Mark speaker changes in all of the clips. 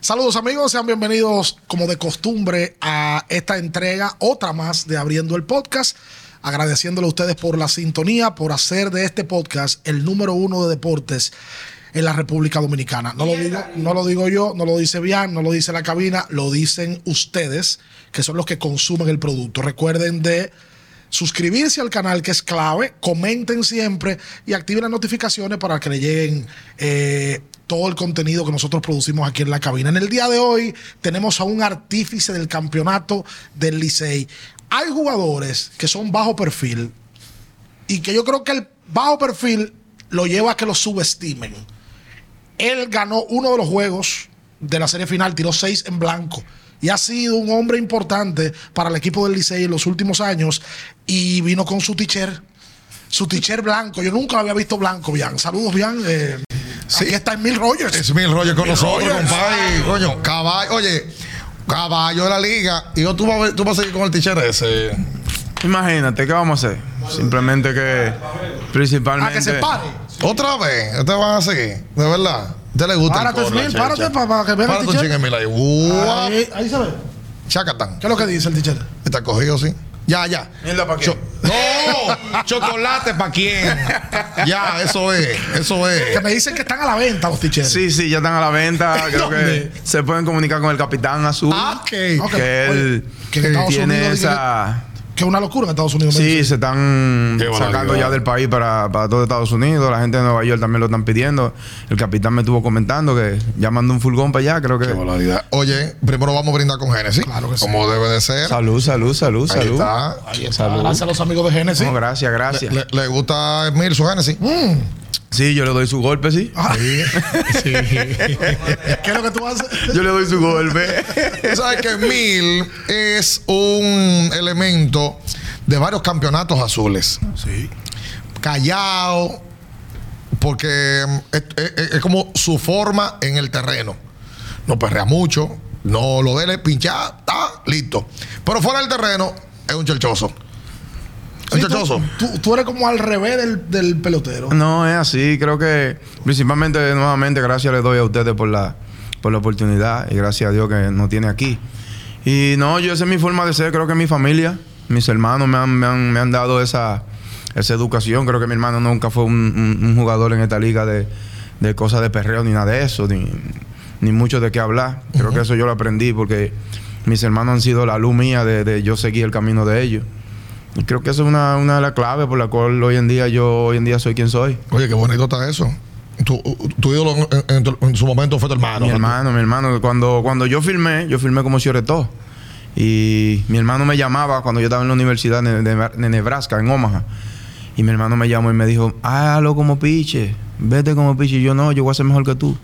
Speaker 1: Saludos amigos, sean bienvenidos como de costumbre a esta entrega, otra más de Abriendo el Podcast. Agradeciéndole a ustedes por la sintonía, por hacer de este podcast el número uno de deportes en la República Dominicana. No lo digo, no lo digo yo, no lo dice Bian, no lo dice la cabina, lo dicen ustedes, que son los que consumen el producto. Recuerden de suscribirse al canal que es clave, comenten siempre y activen las notificaciones para que le lleguen eh, todo el contenido que nosotros producimos aquí en la cabina. En el día de hoy tenemos a un artífice del campeonato del Licey. Hay jugadores que son bajo perfil y que yo creo que el bajo perfil lo lleva a que lo subestimen. Él ganó uno de los juegos de la serie final, tiró seis en blanco. Y ha sido un hombre importante para el equipo del Licey en los últimos años. Y vino con su teacher, su teacher blanco. Yo nunca lo había visto blanco, Bian. Saludos, Bian. Eh,
Speaker 2: Sí.
Speaker 1: Aquí está Emil Rogers.
Speaker 2: Es mil rollos con nosotros,
Speaker 1: rollos.
Speaker 2: compadre. Y, Coño, caballo. Oye, caballo de la liga. Y yo, tú vas, a ver- tú vas a seguir con el teacher ese.
Speaker 3: Imagínate, ¿qué vamos a hacer? Simplemente que principalmente...
Speaker 1: a
Speaker 2: Ah,
Speaker 1: que se pare.
Speaker 2: Otra vez. Este van a seguir. De verdad. ¿A usted le gusta el
Speaker 1: Párate,
Speaker 2: coro, la
Speaker 1: Emil,
Speaker 2: checha?
Speaker 1: párate para, que vea
Speaker 2: Párate
Speaker 1: el
Speaker 2: un
Speaker 1: teacher.
Speaker 2: chingue, Emil. Ahí. Ua.
Speaker 1: Ahí, ahí se ve.
Speaker 2: Chacatán.
Speaker 1: ¿Qué es lo que dice el teacher?
Speaker 2: Está cogido, sí. Ya, ya.
Speaker 3: Mierda, ¿pa' qué?
Speaker 2: Cho- ¡No! ¿Chocolate para quién? ya, eso es. Eso
Speaker 1: Que
Speaker 2: es.
Speaker 1: me dicen que están a la venta los teachers.
Speaker 3: Sí, sí, ya están a la venta. Creo que
Speaker 1: ¿Dónde?
Speaker 3: se pueden comunicar con el Capitán Azul.
Speaker 2: Ah,
Speaker 1: Ok.
Speaker 2: ok.
Speaker 3: Que él
Speaker 1: Oye, que en Estados
Speaker 3: tiene
Speaker 1: Unidos dicen
Speaker 3: esa...
Speaker 1: Que es una locura en Estados Unidos. me
Speaker 3: Sí,
Speaker 1: dicen.
Speaker 3: se están
Speaker 2: Qué barbaridad.
Speaker 3: sacando ya del país para, para todo Estados Unidos. La gente de Nueva York también lo están pidiendo. El capitán me estuvo comentando que ya mandó un furgón para allá. Creo que...
Speaker 2: Qué barbaridad. Oye, primero vamos a brindar con Génesis.
Speaker 1: Claro que sí.
Speaker 2: Como debe de ser.
Speaker 3: Salud, salud, salud,
Speaker 2: Ahí
Speaker 3: salud.
Speaker 2: está.
Speaker 1: Ahí está. Gracias a los amigos de Genesis.
Speaker 3: No, gracias, gracias.
Speaker 2: Le, le gusta a Emil su Génesis.
Speaker 1: Mm.
Speaker 3: Sí, yo le doy su golpe, sí.
Speaker 1: Ah. ¿Qué es lo que tú haces?
Speaker 3: Yo le doy su golpe.
Speaker 2: Tú sabes que Mil es un elemento de varios campeonatos azules.
Speaker 1: Sí.
Speaker 2: Callao, porque mm, es, es- es como su forma en el terreno. No perrea mucho, no lo dele pinchar, está listo. Pero fuera del terreno es un chelchoso. Un chelchoso.
Speaker 1: tú, tú- tú eres como al revés del, del pelotero.
Speaker 3: No, es así. Creo que principalmente, nuevamente, gracias les doy a ustedes por la, por la oportunidad y gracias a Dios que nos tiene aquí. Y no, yo esa es mi forma de ser. Creo que mi familia, mis hermanos me han, me han, me han dado esa, esa educación. Creo que mi hermano nunca fue un, un- un jugador en esta liga de, de cosas de perreo ni nada de eso, ni, ni mucho de qué hablar. Creo que eso yo lo aprendí porque mis hermanos han sido la luz mía de, de yo seguir el camino de ellos. Y creo que eso es una, una de las claves por la cual hoy en día yo hoy en día soy quien soy.
Speaker 2: Oye, qué bonito está eso. Tu, tu ídolo en, en tu- en su momento fue tu hermano.
Speaker 3: mi hermano, mi hermano. Cuando, cuando yo filmé, yo filmé como Cioretó. Y mi hermano me llamaba cuando yo estaba en la universidad de, de- de Nebraska, en Omaha. Y mi hermano me llamó y me dijo, hágalo como piche, vete como piche. Y yo no, yo voy a ser mejor que tú.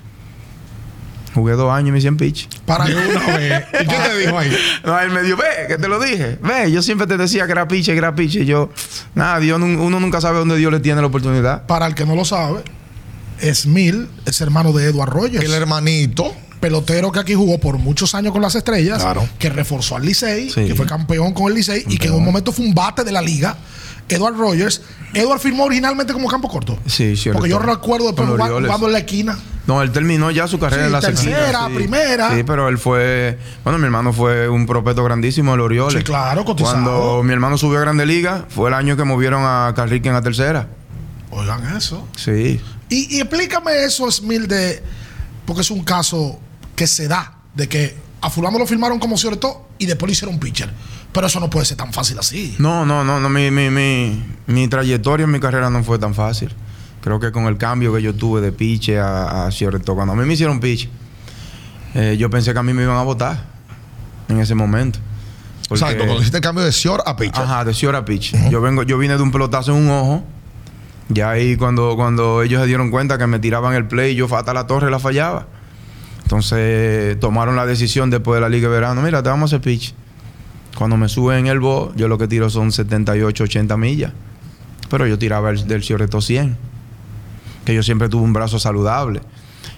Speaker 3: Jugué dos años y me hicieron piche.
Speaker 1: Para una vez.
Speaker 2: ¿Y qué te dijo ahí?
Speaker 3: No, él me dijo, ve, que te lo dije. Ve, yo siempre te decía que era piche, que era piche. Y yo, nada, Dios, nun- uno nunca sabe dónde Dios le tiene la oportunidad.
Speaker 1: Para el que no lo sabe, Smil es hermano de Edward Rogers.
Speaker 2: El hermanito.
Speaker 1: pelotero que aquí jugó por muchos años con las estrellas,
Speaker 2: Claro.
Speaker 1: que reforzó al Licey,
Speaker 3: Sí.
Speaker 1: que fue campeón con el Licey y que en un momento fue un bate de la liga. Edward Rogers. Edward firmó originalmente como campo corto.
Speaker 3: Sí, cierto.
Speaker 1: Porque yo recuerdo después
Speaker 3: Con los
Speaker 1: jugar-
Speaker 3: Orioles.
Speaker 1: jugando en la esquina.
Speaker 3: No, él terminó ya su carrera
Speaker 1: Sí,
Speaker 3: en la
Speaker 1: tercera,
Speaker 3: secundaria, sí.
Speaker 1: primera.
Speaker 3: Sí, pero él fue. Bueno, mi hermano fue un prospecto grandísimo del Orioles.
Speaker 1: Sí, claro, cotizado.
Speaker 3: Cuando mi hermano subió a Grande Liga, fue el año que movieron a Carriquen a tercera.
Speaker 1: Oigan eso.
Speaker 3: Sí.
Speaker 1: Y, y explícame eso, Smil, de. Porque es un caso que se da, de que a Fulano lo firmaron como cierto y después lo hicieron pitcher. Pero eso no puede ser tan fácil así.
Speaker 3: No, no, no, no mi, mi, mi, mi trayectoria en mi carrera no fue tan fácil. Creo que con el cambio que yo tuve de piche a, a cierto, cuando a mí me hicieron piche, eh, yo pensé que a mí me iban a votar en ese momento. Porque-
Speaker 2: Exacto, cuando hiciste el cambio de Sior a Pitcher.
Speaker 3: Ajá, de Ciora Pitch. Yo vengo, yo vine de un pelotazo en un ojo. Y ahí cuando, cuando ellos se dieron cuenta que me tiraban el play, yo hasta la torre la fallaba. Entonces tomaron la decisión después de la Liga de Verano, mira, te vamos a hacer pitch. Cuando me suben el bo, yo lo que tiro son 78, 80 millas. Pero yo tiraba el, del Cioreto 100. Que yo siempre tuve un brazo saludable.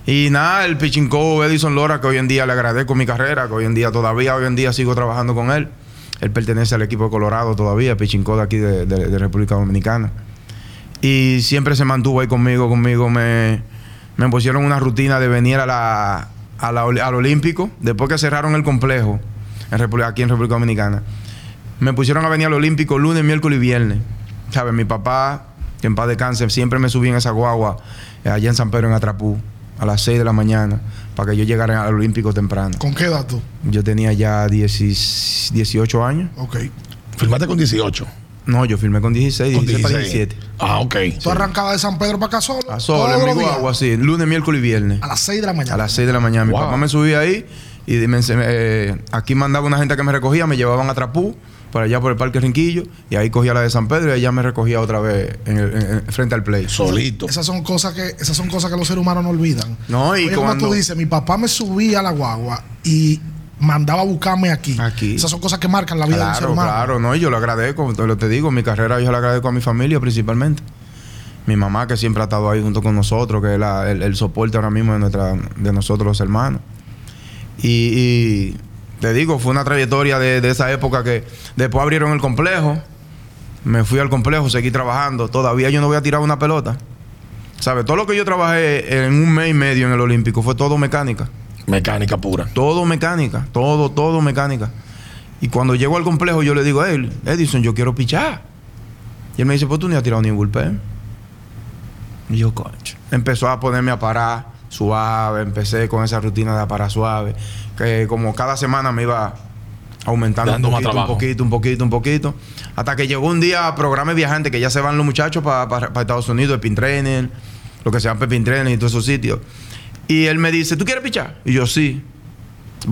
Speaker 3: Y nada, el pitching coach Edison Lora, que hoy en día le agradezco mi carrera, que hoy en día todavía, hoy en día sigo trabajando con él. Él pertenece al equipo de Colorado todavía, pitching coach de aquí de, de- de República Dominicana. Y siempre se mantuvo ahí conmigo, conmigo. Me, me pusieron una rutina de venir a la, a la oli- al Olímpico, después que cerraron el complejo en Repu- aquí en República Dominicana. Me pusieron a venir al Olímpico lunes, miércoles y viernes. ¿Sabes? Mi papá, que en paz descanse, siempre me subía en esa guagua eh, allá en San Pedro, en Atrapú, a las 6 de la mañana, para que yo llegara al Olímpico temprano.
Speaker 1: ¿Con qué edad tú?
Speaker 3: Yo tenía ya 10 18 años.
Speaker 1: Ok.
Speaker 2: Firmaste con 18.
Speaker 3: No, yo firmé con 16,
Speaker 2: Con
Speaker 3: 16 para 17.
Speaker 2: Ah, ok.
Speaker 1: Tú arrancabas de San Pedro para acá solo.
Speaker 3: A solo,
Speaker 1: todos
Speaker 3: en mi
Speaker 1: los días,
Speaker 3: guagua, así, lunes, miércoles y viernes.
Speaker 1: A las 6 de la mañana.
Speaker 3: A las 6 de la mañana. Mi
Speaker 2: Wow.
Speaker 3: papá me subía ahí y me ense- me, eh, aquí mandaba una gente que me recogía, me llevaban a Trapú, para allá por el Parque Rinquillo, y ahí cogía la de San Pedro y allá me recogía otra vez en el- en- en- frente al play.
Speaker 2: Solito.
Speaker 1: Esas son cosas que esas son cosas que los seres humanos no olvidan.
Speaker 3: No, y
Speaker 1: Oye, como
Speaker 3: cuando-
Speaker 1: tú dices, mi papá me subía a la guagua y mandaba a buscarme aquí.
Speaker 3: Aquí.
Speaker 1: Esas son cosas que marcan la vida del ser
Speaker 3: Claro,
Speaker 1: humano.
Speaker 3: claro, no, y yo lo agradezco, te lo te digo, mi carrera yo la agradezco a mi familia principalmente. Mi mamá que siempre ha estado ahí junto con nosotros, que es la- el, el soporte ahora mismo de, nuestra, de nosotros los hermanos. Y, y te digo, fue una trayectoria de, de esa época que después abrieron el complejo, me fui al complejo, seguí trabajando, todavía yo no voy a tirar una pelota. ¿Sabes? Todo lo que yo trabajé en un mes y medio en el Olímpico fue todo mecánica.
Speaker 2: Mecánica pura.
Speaker 3: Todo mecánica, todo, todo mecánica. Y cuando llego al complejo, yo le digo, hey, Edison, yo quiero pichar. Y él me dice, pues tú ni has tirado ni un bullpen. Y yo, concho. Empezó a ponerme a parar suave, empecé con esa rutina de parar suave, que como cada semana me iba aumentando
Speaker 2: Dando
Speaker 3: un
Speaker 2: más
Speaker 3: poquito, un
Speaker 2: trabajo.
Speaker 3: poquito, un poquito, un poquito. Hasta que llegó un día a programa de viajante, que ya se van los muchachos para Estados Unidos, el pin trainer, lo que se llama pin trainer y todos esos sitios. Y él me dice, ¿tú quieres pichar? Y yo, sí.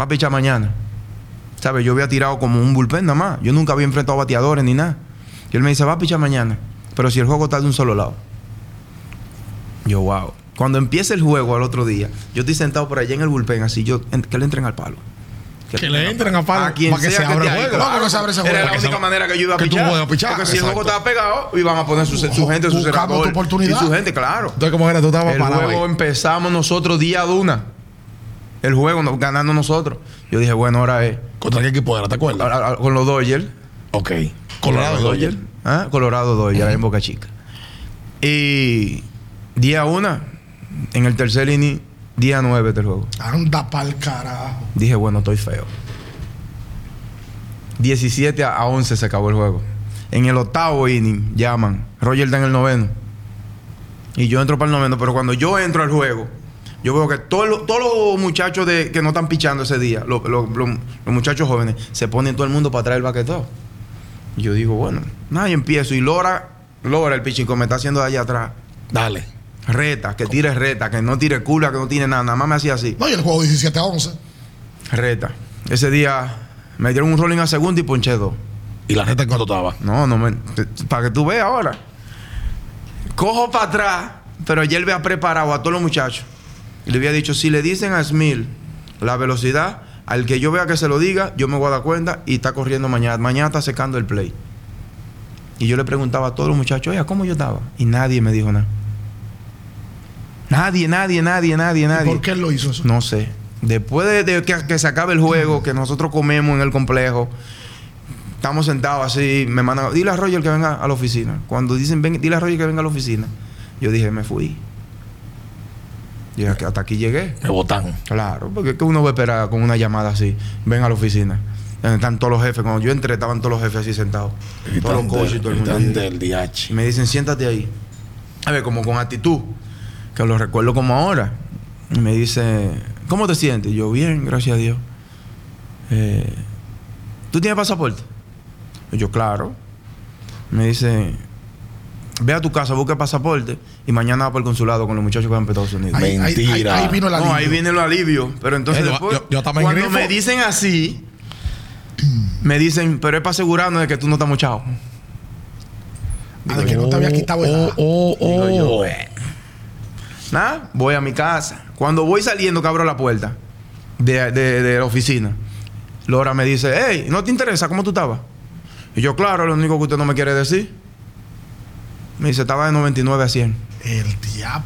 Speaker 3: Va a pichar mañana. ¿Sabes? Yo había tirado como un bullpen nada más. Yo nunca había enfrentado bateadores ni nada. Y él me dice, va a pichar mañana. Pero si el juego está de un solo lado. Yo, wow. Cuando empieza el juego al otro día, yo estoy sentado por allá en el bullpen, así yo, en- que le entren al palo.
Speaker 2: Que le entren a palo,
Speaker 3: A quien
Speaker 2: para que se
Speaker 3: sea
Speaker 2: abra
Speaker 3: esté
Speaker 2: el
Speaker 3: ahí,
Speaker 2: juego.
Speaker 3: claro.
Speaker 1: No, porque se abre ese juego.
Speaker 3: Era
Speaker 2: Para
Speaker 3: la
Speaker 2: que se-
Speaker 3: única manera que yo iba a
Speaker 2: que tú
Speaker 3: pichar.
Speaker 2: puedas pichar,
Speaker 3: Porque si el juego
Speaker 2: exacto.
Speaker 3: estaba pegado, iban a poner su, su gente, su
Speaker 1: Buscando
Speaker 3: cerrador.
Speaker 1: tu oportunidad.
Speaker 3: Y su gente, claro.
Speaker 2: Entonces, ¿cómo era? Tú estabas
Speaker 3: El
Speaker 2: parado ahí.
Speaker 3: juego empezamos nosotros día de una. El juego no- ganando nosotros. Yo dije, bueno, ahora es.
Speaker 2: ¿Contra qué equipo era? ¿Te acuerdas?
Speaker 3: ahora- ahora- Con los Dodgers.
Speaker 2: Ok. Colorado Dodgers.
Speaker 3: Ah, Colorado Dodgers, en Boca Chica. Y día una, en el tercer inning, día nueve del juego.
Speaker 1: Anda pa'l carajo.
Speaker 3: Dije, bueno, estoy feo. 17 a a 11 se acabó el juego. En el octavo inning llaman. Roger está en el noveno. Y yo entro para el noveno, pero cuando yo entro al juego, yo veo que todos los- todos los muchachos de, que no están pichando ese día, los, los- los- los muchachos jóvenes, se ponen todo el mundo para atrás del baquetón. Y yo digo, bueno, nada, y empiezo. Y Lora, Lora, el pichico, me está haciendo de allá atrás.
Speaker 2: Dale.
Speaker 3: Reta, que tire reta, que no tire cula, que no tire nada. Nada más me hacía así.
Speaker 1: No, y el juego 17 a 11.
Speaker 3: Reta. Ese día me dieron un rolling a segunda y ponché dos.
Speaker 2: ¿Y la reta en cuánto estaba?
Speaker 3: No, no me. Para que tú veas ahora. Cojo para atrás, pero ya él había preparado a todos los muchachos. Y le había dicho: si le dicen a Smil la velocidad, al que yo vea que se lo diga, yo me voy a dar cuenta y está corriendo mañana. Mañana está secando el play. Y yo le preguntaba a todos los muchachos: oye, ¿cómo yo estaba? Y nadie me dijo nada. Nadie, nadie, nadie, nadie,
Speaker 1: ¿Y
Speaker 3: nadie.
Speaker 1: ¿Por qué él lo hizo eso?
Speaker 3: No sé. Después de, de que, que se acabe el juego, que nosotros comemos en el complejo, estamos sentados así, me mandan, dile a Roger que venga a la oficina. Cuando dicen, "Ven, dile a Roger que venga a la oficina, yo dije, me fui. Y hasta hasta aquí llegué.
Speaker 2: Me botan.
Speaker 3: Claro, porque es que uno va a esperar con una llamada así, ven a la oficina. Donde Están todos los jefes. Cuando yo entré, estaban todos los jefes así sentados. Todos los coaches y todo el mundo.
Speaker 2: del
Speaker 3: Y
Speaker 2: DH.
Speaker 3: me dicen, siéntate ahí. A ver, como con actitud, que lo recuerdo como ahora. Y me dice, ¿cómo te sientes? Y yo, bien, gracias a Dios. Eh, ¿Tú tienes pasaporte? Y yo, claro. Me dice, ve a tu casa, busca el pasaporte y mañana va para el consulado con los muchachos que van para Estados Unidos.
Speaker 1: Ahí, ahí- ahí-
Speaker 2: Mentira.
Speaker 1: ahí vino la
Speaker 3: No, ahí viene el alivio. Pero entonces
Speaker 2: Eh, yo-
Speaker 3: después,
Speaker 2: yo- yo estaba en
Speaker 3: cuando
Speaker 2: grifo.
Speaker 3: me dicen así, me dicen, pero es para asegurarnos de que tú no estás mochado.
Speaker 1: de que no te había quitado el
Speaker 2: Oh,
Speaker 1: nada.
Speaker 2: oh, oh.
Speaker 3: Digo yo, "Bueno". Nada, voy a mi casa. Cuando voy saliendo, que abro la puerta de, de- de la oficina, Lora me dice, hey, ¿no te interesa cómo tú estabas? Y yo, claro, lo único que usted no me quiere decir. Me dice, estaba de 99 a 100.
Speaker 1: El diablo.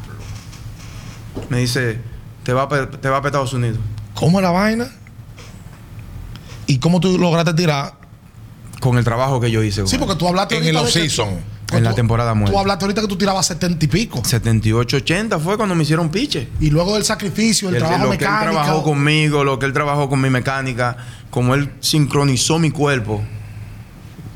Speaker 3: Me dice, te va, a pe- te va para Estados Unidos.
Speaker 2: ¿Cómo es la vaina? ¿Y cómo tú lograste tirar
Speaker 3: Con el trabajo que yo hice.
Speaker 1: Sí,
Speaker 3: güey.
Speaker 1: porque Ah, tú hablaste
Speaker 2: en
Speaker 1: ahorita
Speaker 2: el
Speaker 1: de que-
Speaker 2: off-season?
Speaker 3: en la
Speaker 1: tú-
Speaker 3: temporada
Speaker 1: Tú
Speaker 3: muerta.
Speaker 1: hablaste ahorita que tú tirabas 70 y pico.
Speaker 3: 78-80 fue cuando me hicieron piche.
Speaker 1: Y luego del sacrificio, el,
Speaker 3: El-
Speaker 1: trabajo
Speaker 3: lo que él
Speaker 1: mecánico.
Speaker 3: trabajó conmigo, lo que él trabajó con mi mecánica, como él sincronizó mi cuerpo,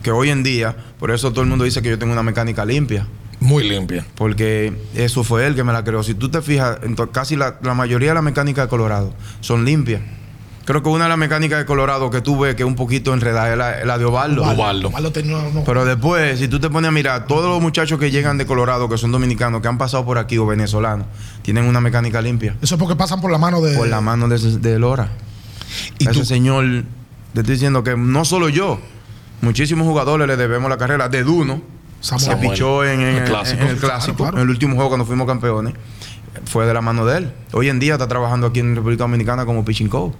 Speaker 3: que hoy en día, por eso todo el mundo dice que yo tengo una mecánica limpia,
Speaker 2: Muy limpia.
Speaker 3: porque eso fue él que me la creó. Si tú te fijas, en to- casi la, la mayoría de las mecánicas de Colorado son limpias. Creo que una de las mecánicas de Colorado que tú ves que es un poquito enredada es la, es la de Ovaldo.
Speaker 2: Ovaldo.
Speaker 1: Ovaldo tenía unos-
Speaker 3: Pero después, si tú te pones a mirar, todos los muchachos que llegan de Colorado, que son dominicanos, que han pasado por aquí o venezolanos, tienen una mecánica limpia.
Speaker 1: Eso es porque pasan por la mano de.
Speaker 3: Por la mano de, ese- de Lora.
Speaker 2: Y
Speaker 3: ese
Speaker 2: tú-
Speaker 3: señor, te estoy diciendo que no solo yo, muchísimos jugadores le debemos la carrera de Duno, que
Speaker 1: Samuel.
Speaker 2: Samuel.
Speaker 3: pichó en, en- en
Speaker 2: El
Speaker 3: el
Speaker 2: clásico.
Speaker 3: clásico,
Speaker 1: Claro, claro.
Speaker 3: en el último juego cuando fuimos campeones. Fue de la mano de él. Hoy en día está trabajando aquí en República Dominicana como pitching coach.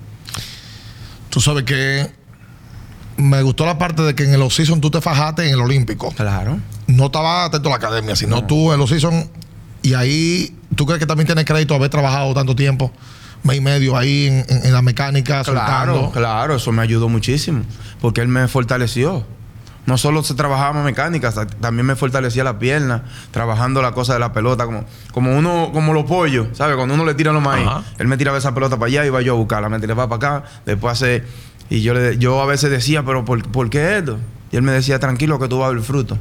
Speaker 2: Tú sabes que me gustó la parte de que en el off-season tú te fajaste en el Olímpico.
Speaker 3: Claro.
Speaker 2: No estaba atento a la academia, sino tú en el off-season. Y ahí, ¿tú crees que también tienes crédito haber trabajado tanto tiempo? Mes y medio ahí en, en- en la mecánica,
Speaker 3: Claro,
Speaker 2: soltando.
Speaker 3: claro, eso me ayudó muchísimo, porque él me fortaleció. No solo se trabajaba mecánica, sa- también me fortalecía las piernas, trabajando la cosa de la pelota, como, como uno, como los pollos, ¿sabes? Cuando uno le tira los maíz,
Speaker 2: Ajá.
Speaker 3: él me tiraba esa pelota para allá, iba yo a buscarla, me tiraba para acá, después hace, y yo le, yo a veces decía, pero ¿por, por qué esto? Y él me decía, tranquilo que tú vas a ver fruto.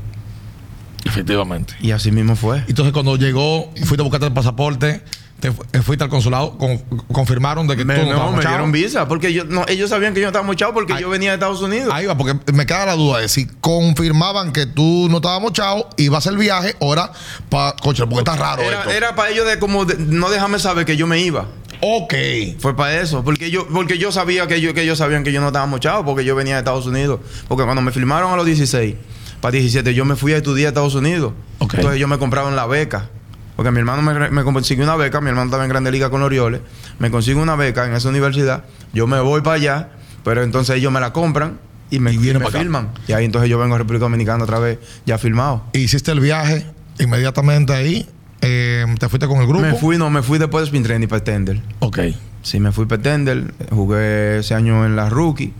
Speaker 4: Efectivamente.
Speaker 3: Y así mismo fue.
Speaker 2: Entonces, cuando llegó, fuiste a buscarte el pasaporte, te fu- eh, fuiste al consulado, con- confirmaron de que
Speaker 3: Me-
Speaker 2: tú no,
Speaker 3: no,
Speaker 2: estabas
Speaker 3: me
Speaker 2: mochado.
Speaker 3: dieron visa, porque yo, no, ellos sabían que yo no estaba mochado porque yo venía de Estados Unidos.
Speaker 2: Ahí va, porque me queda la duda de si confirmaban que tú no estabas mochado, ibas al viaje, ahora para coche, porque está raro
Speaker 3: era,
Speaker 2: esto.
Speaker 3: era para ellos de como de- no dejarme saber que yo me iba.
Speaker 2: Ok.
Speaker 3: Fue para eso, porque yo, porque yo sabía que, yo, que ellos sabían que yo no estaba mochado, porque yo venía de Estados Unidos. Porque cuando me firmaron a los 16, para 17, yo me fui a estudiar a Estados Unidos.
Speaker 2: Ok.
Speaker 3: Entonces yo me compraron la beca. Porque mi hermano me, re- me consiguió una beca, mi hermano estaba en Grande Liga con Orioles, me consigo una beca en esa universidad, yo me voy para allá, pero entonces ellos me la compran y me,
Speaker 2: Y viene
Speaker 3: y me
Speaker 2: para acá.
Speaker 3: firman. Y ahí entonces yo vengo a República Dominicana otra vez, ya firmado.
Speaker 2: Hiciste el viaje inmediatamente ahí, eh, te fuiste con el grupo.
Speaker 3: Me fui, no, me fui después de Spin Training para Tender.
Speaker 4: Ok.
Speaker 3: Sí, me fui pretender. Jugué ese año en la rookie.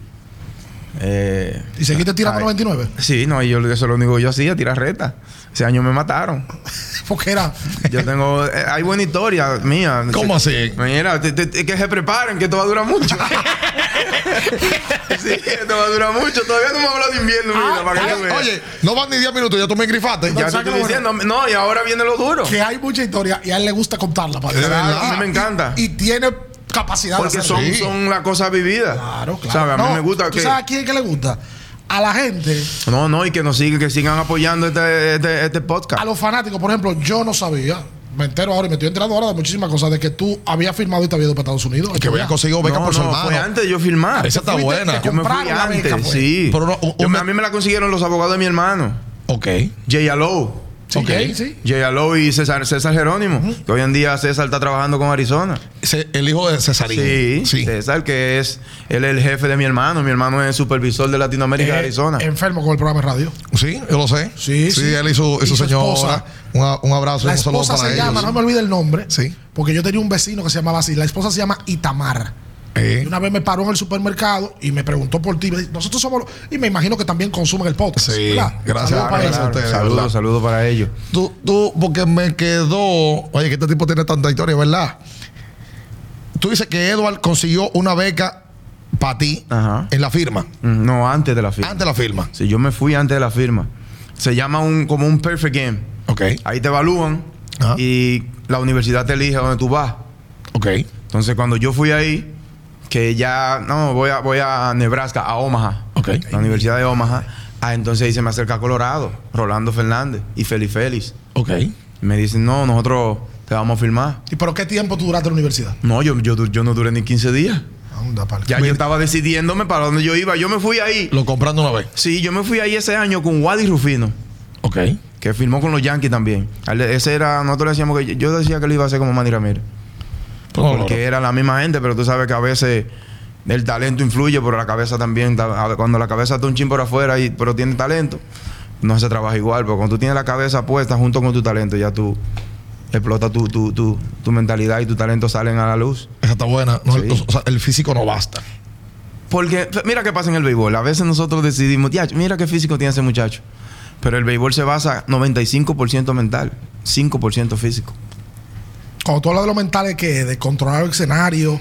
Speaker 3: Eh,
Speaker 1: Y seguiste tirando
Speaker 3: Ay.
Speaker 1: 99.
Speaker 3: sí, no, y yo, eso es lo único que yo hacía, tirar reta. Ese año me mataron.
Speaker 1: Porque era.
Speaker 3: Yo tengo... eh, hay buena historia mía.
Speaker 2: ¿Cómo así?
Speaker 3: Mira, te- te- te- que se preparen, que esto va a durar mucho. sí, esto va a durar mucho. Todavía no hemos hablado de invierno, mira, para que tú veas.
Speaker 2: Oye, no van ni 10 minutos, ya tú me engrifaste.
Speaker 3: ya te
Speaker 1: sácalo,
Speaker 3: estoy diciendo... No, y ahora viene lo duro.
Speaker 1: Que hay mucha historia y a él le gusta contarla, padre.
Speaker 2: De verdad.
Speaker 3: A mí me encanta.
Speaker 1: Y, y tiene capacidad
Speaker 3: Porque
Speaker 1: de
Speaker 3: son,
Speaker 1: hacerlo.
Speaker 2: Sí.
Speaker 3: son las cosas vividas.
Speaker 1: Claro, claro.
Speaker 3: ¿Sabes? A mí
Speaker 1: No,
Speaker 3: me gusta
Speaker 1: ¿Tú
Speaker 3: que...
Speaker 1: sabes a quién que le gusta? A la gente,
Speaker 3: No, no, y que nos sigan, que sigan apoyando este, este, este podcast.
Speaker 1: a los fanáticos. Por ejemplo, yo no sabía. Me entero ahora y me estoy enterando ahora de muchísimas cosas de que tú habías firmado y te habías ido para Estados Unidos.
Speaker 2: que voy a conseguir beca
Speaker 3: No,
Speaker 2: por su
Speaker 3: no,
Speaker 2: hermano.
Speaker 3: Fue antes de yo firmar.
Speaker 2: Esa está
Speaker 1: Fuiste-
Speaker 2: buena.
Speaker 1: te
Speaker 3: yo me fui
Speaker 1: compraron la
Speaker 3: antes,
Speaker 1: beca, pues.
Speaker 3: sí.
Speaker 2: Pero no, un-
Speaker 3: Yo-
Speaker 2: un-
Speaker 3: a mí me la consiguieron los abogados de mi hermano,
Speaker 2: Ok.
Speaker 3: Jay Alou.
Speaker 1: Sí,
Speaker 2: Ok.
Speaker 1: Jay, sí.
Speaker 3: Jay Alou y César, César Jerónimo, que hoy en día César está trabajando con Arizona.
Speaker 2: Se- el hijo de Cesarín.
Speaker 3: Sí,
Speaker 2: Sí.
Speaker 3: César, que es, él es el jefe de mi hermano, mi hermano es el supervisor de Latinoamérica de
Speaker 1: Eh,
Speaker 3: Arizona.
Speaker 1: Enfermo con el programa de radio.
Speaker 2: Sí, yo lo sé.
Speaker 1: Sí, sí.
Speaker 2: él y su, y
Speaker 1: Y
Speaker 2: su
Speaker 1: su
Speaker 2: señora.
Speaker 1: esposa.
Speaker 2: Una- un abrazo
Speaker 1: La
Speaker 2: y un saludo
Speaker 1: esposa
Speaker 2: para
Speaker 1: se
Speaker 2: ellos.
Speaker 1: llama, no me olvide el nombre.
Speaker 2: Sí.
Speaker 1: Porque yo tenía un vecino que se llamaba así. La esposa se llama Itamar.
Speaker 2: Eh,
Speaker 1: Y una vez me paró en el supermercado y me preguntó por ti. Me dice, Nosotros somos los... Y me imagino que también consumen el podcast.
Speaker 2: Sí,
Speaker 1: ¿verdad?
Speaker 2: gracias.
Speaker 1: Saludos
Speaker 3: Claro,
Speaker 1: para
Speaker 2: Gracias
Speaker 1: ellos.
Speaker 2: a ustedes, ¿verdad?
Speaker 3: Saludos, saludos para ellos.
Speaker 2: Tú, tú, porque me quedó. Oye, que este tipo tiene tanta historia, ¿verdad? Tú dices que Edward consiguió una beca para ti
Speaker 3: Ajá.
Speaker 2: en la firma.
Speaker 3: Mm, No, antes de la firma.
Speaker 2: Antes de la firma.
Speaker 3: Sí, yo me fui antes de la firma. Se llama un, como un perfect game.
Speaker 2: Ok.
Speaker 3: Ahí te evalúan
Speaker 2: Ajá.
Speaker 3: y la universidad te elige a dónde tú vas.
Speaker 2: Ok.
Speaker 3: Entonces, cuando yo fui ahí, que ya, no, voy a, voy a Nebraska, a Omaha,
Speaker 2: Ok.
Speaker 3: la Universidad de Omaha, ah, entonces ahí se me acerca Colorado, Rolando Fernández y Feli Félix.
Speaker 2: Ok.
Speaker 3: Y me dicen, no, nosotros te vamos a firmar.
Speaker 1: ¿Y por qué tiempo tú duraste en la universidad?
Speaker 3: No, yo, yo, du- yo no duré ni 15 días.
Speaker 1: Anda, pal.
Speaker 3: Ya yo estaba decidiéndome para dónde yo iba. Yo me fui ahí.
Speaker 2: Lo comprando una vez.
Speaker 3: Sí, yo me fui ahí ese año con Wadi Rufino.
Speaker 2: Ok. Pues,
Speaker 3: Que firmó con los Yankees también. Al- Ese era, nosotros le decíamos que yo decía que lo iba a hacer como Manny Ramírez. Porque era la misma gente, pero tú sabes que a veces el talento influye, pero la cabeza también. ta- a- Cuando la cabeza está un chin por afuera, y, pero tiene talento, no se trabaja igual. Porque cuando tú tienes la cabeza puesta junto con tu talento, ya tú explotas tu, tu, tu, tu mentalidad y tu talento salen a la luz.
Speaker 2: Esa está buena. No,
Speaker 3: Sí.
Speaker 2: o sea, el físico no basta.
Speaker 3: Porque mira qué pasa en el béisbol. A veces nosotros decidimos, "Ya, mira qué físico tiene ese muchacho. Pero el béisbol se basa 95% mental, 5% físico.
Speaker 1: Cuando tú hablas de lo mental, es que de controlar el escenario,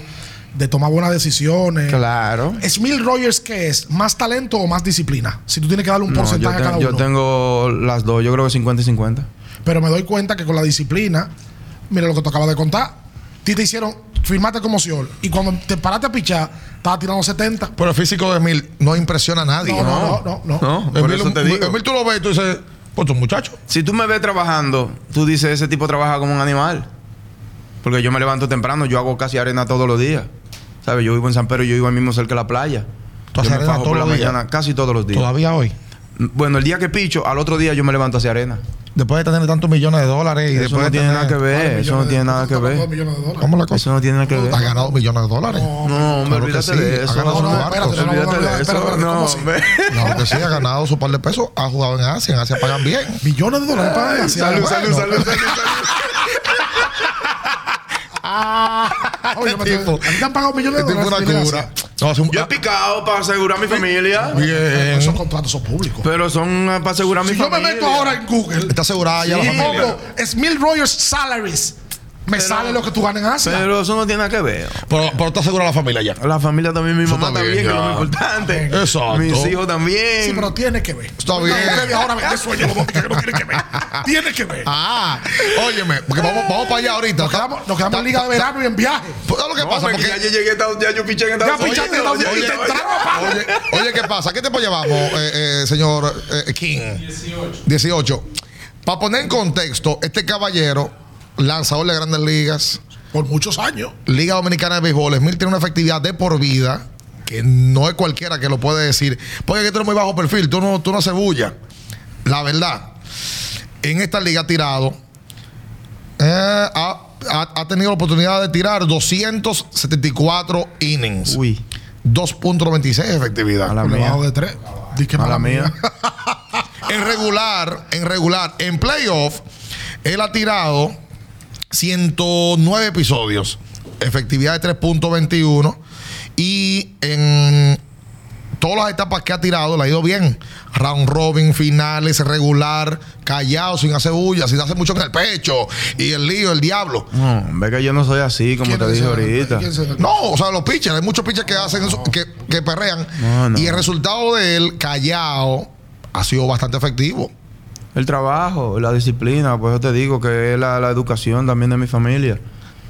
Speaker 1: de tomar buenas decisiones.
Speaker 3: Claro.
Speaker 1: ¿Smil Rogers qué es? ¿Más talento o más disciplina? Si tú tienes que darle un
Speaker 3: No, yo,
Speaker 1: porcentaje
Speaker 3: te-
Speaker 1: a cada uno.
Speaker 3: yo tengo las dos, yo creo que 50 y 50.
Speaker 1: Pero me doy cuenta que con la disciplina, mira lo que te acabo de contar. A ti te hicieron, firmaste como Siol. Y cuando te paraste a pichar, estaba tirando 70.
Speaker 2: Pero el físico de Emil no impresiona a nadie.
Speaker 1: No, no, no, no. no.
Speaker 3: No, por
Speaker 2: Emil,
Speaker 3: eso te
Speaker 2: Emil-
Speaker 3: digo.
Speaker 2: Emil, tú lo ves y tú dices, pues tu muchacho.
Speaker 3: Si tú me ves trabajando, tú dices, ese tipo trabaja como un animal. Porque yo me levanto temprano, yo hago casi arena todos los días. ¿Sabes? Yo vivo en San Pedro, yo vivo ahí mismo cerca de la playa.
Speaker 2: ¿Tú
Speaker 3: Yo
Speaker 2: haces
Speaker 3: me
Speaker 2: arena
Speaker 3: fajo
Speaker 2: todos
Speaker 3: por la
Speaker 2: los días?
Speaker 3: mañana, casi todos los días.
Speaker 2: Todavía hoy.
Speaker 3: Bueno, el día que picho, al otro día yo me levanto hacia arena.
Speaker 2: Después de tener tantos millones de dólares y
Speaker 3: Eso
Speaker 2: después
Speaker 3: no
Speaker 2: de
Speaker 3: tiene
Speaker 2: tener-
Speaker 3: nada que ver, eso no tiene nada que
Speaker 1: Dos
Speaker 3: ver.
Speaker 1: millones de dólares.
Speaker 2: ¿Cómo la cosa?
Speaker 3: Eso no tiene nada que ver.
Speaker 2: Ha ganado millones de dólares.
Speaker 1: No,
Speaker 3: No, hombre,
Speaker 2: Claro que
Speaker 3: olvídate
Speaker 2: sí,
Speaker 3: de
Speaker 2: ha
Speaker 3: eso.
Speaker 2: ganado
Speaker 1: no,
Speaker 2: sus
Speaker 1: espérate,
Speaker 2: barcos.
Speaker 1: no, no,
Speaker 3: Olvídate
Speaker 1: no, espérate,
Speaker 3: de eso.
Speaker 1: espérate, ¿cómo
Speaker 3: No,
Speaker 1: así?
Speaker 3: hombre.
Speaker 2: Claro que sí, ha ganado su par de pesos, ha jugado en Asia, en Asia pagan bien.
Speaker 1: Millones de dólares para hacer
Speaker 3: Salud,
Speaker 1: algo.
Speaker 3: salud,
Speaker 1: Bueno.
Speaker 3: salud, salud,
Speaker 1: Oye, me
Speaker 2: Este
Speaker 1: te-
Speaker 2: tipo-
Speaker 1: a mí te han pagado millones
Speaker 2: Este
Speaker 1: de
Speaker 2: tipo
Speaker 1: dólares.
Speaker 2: una
Speaker 1: mira,
Speaker 2: cura. No, hace un- Ah,
Speaker 3: Yo he picado para asegurar a mi familia.
Speaker 1: así. Esos
Speaker 2: bien.
Speaker 1: contratos son públicos.
Speaker 3: Eh, Pero son eh, para asegurar a mi
Speaker 1: si yo me
Speaker 3: familia.
Speaker 1: meto ahora en Google,
Speaker 2: Está asegurada ya
Speaker 1: y
Speaker 2: la familia.
Speaker 1: pongo Smil Rogers Salaries, me sale lo que tú ganas en Asia.
Speaker 3: Pero eso no tiene nada que ver.
Speaker 2: Pero, pero está asegurada la familia ya.
Speaker 3: La familia también, mi
Speaker 2: Eso
Speaker 3: mamá
Speaker 2: está bien,
Speaker 3: también, que es
Speaker 2: ya.
Speaker 3: lo más importante.
Speaker 2: Exacto.
Speaker 3: Mis hijos también.
Speaker 1: Sí, pero tiene que ver.
Speaker 2: Está
Speaker 1: No,
Speaker 2: bien.
Speaker 1: ustedes Ahora me qué sueño, los dos, que no tiene que ver. Tiene que ver.
Speaker 2: Ah, óyeme, porque vamos, vamos para allá ahorita.
Speaker 1: Nos quedamos, nos quedamos en Liga de Verano y en viaje.
Speaker 2: Pues, ¿sabes lo que
Speaker 3: No,
Speaker 2: pasa?
Speaker 3: hombre,
Speaker 2: Porque-
Speaker 3: que ya yo llegué, a Estados- ya yo piché en Estados
Speaker 1: Ya
Speaker 3: Unidos.
Speaker 1: pichaste en Estados
Speaker 3: Ya,
Speaker 1: Unidos
Speaker 3: ya,
Speaker 1: y te
Speaker 3: ya.
Speaker 1: entraron a palos.
Speaker 2: Oye, oye, ¿qué pasa? ¿Qué tiempo llevamos, eh, eh, señor eh, King? 18. 18. Para poner en contexto, este caballero, lanzador de grandes ligas,
Speaker 1: Por muchos años.
Speaker 2: Liga Dominicana de Béisbol, Esmil tiene una efectividad de por vida, que no es cualquiera que lo puede decir. Porque aquí tú eres muy bajo perfil, tú no, tú no haces bulla. La verdad, en esta liga ha tirado, eh, ha, ha- ha tenido la oportunidad de tirar 274 innings.
Speaker 3: Uy,
Speaker 2: 2.96 efectividad.
Speaker 3: a la
Speaker 1: por
Speaker 3: mía.
Speaker 1: debajo de tres. Di que
Speaker 3: A la
Speaker 1: mala
Speaker 3: mía.
Speaker 2: En regular, en regular, en playoff, él ha tirado 109 episodios, efectividad de 3.21 y en todas las etapas que ha tirado le ha ido bien. Round robin, finales, regular, callado, sin hacer bulla, sin hacer mucho en el pecho y el lío, el diablo.
Speaker 3: No, ve que yo no soy así, como
Speaker 1: ¿Quién
Speaker 3: te
Speaker 1: es
Speaker 3: dije
Speaker 1: ese?
Speaker 3: ahorita.
Speaker 1: ¿Quién es ese?
Speaker 2: No, o sea, los pitchers, hay muchos pitchers que hacen eso, que, que perrean.
Speaker 3: No, no.
Speaker 2: Y el resultado de él, callado, ha sido bastante efectivo.
Speaker 3: El trabajo, la disciplina, pues yo te digo que es la, la educación también de mi familia.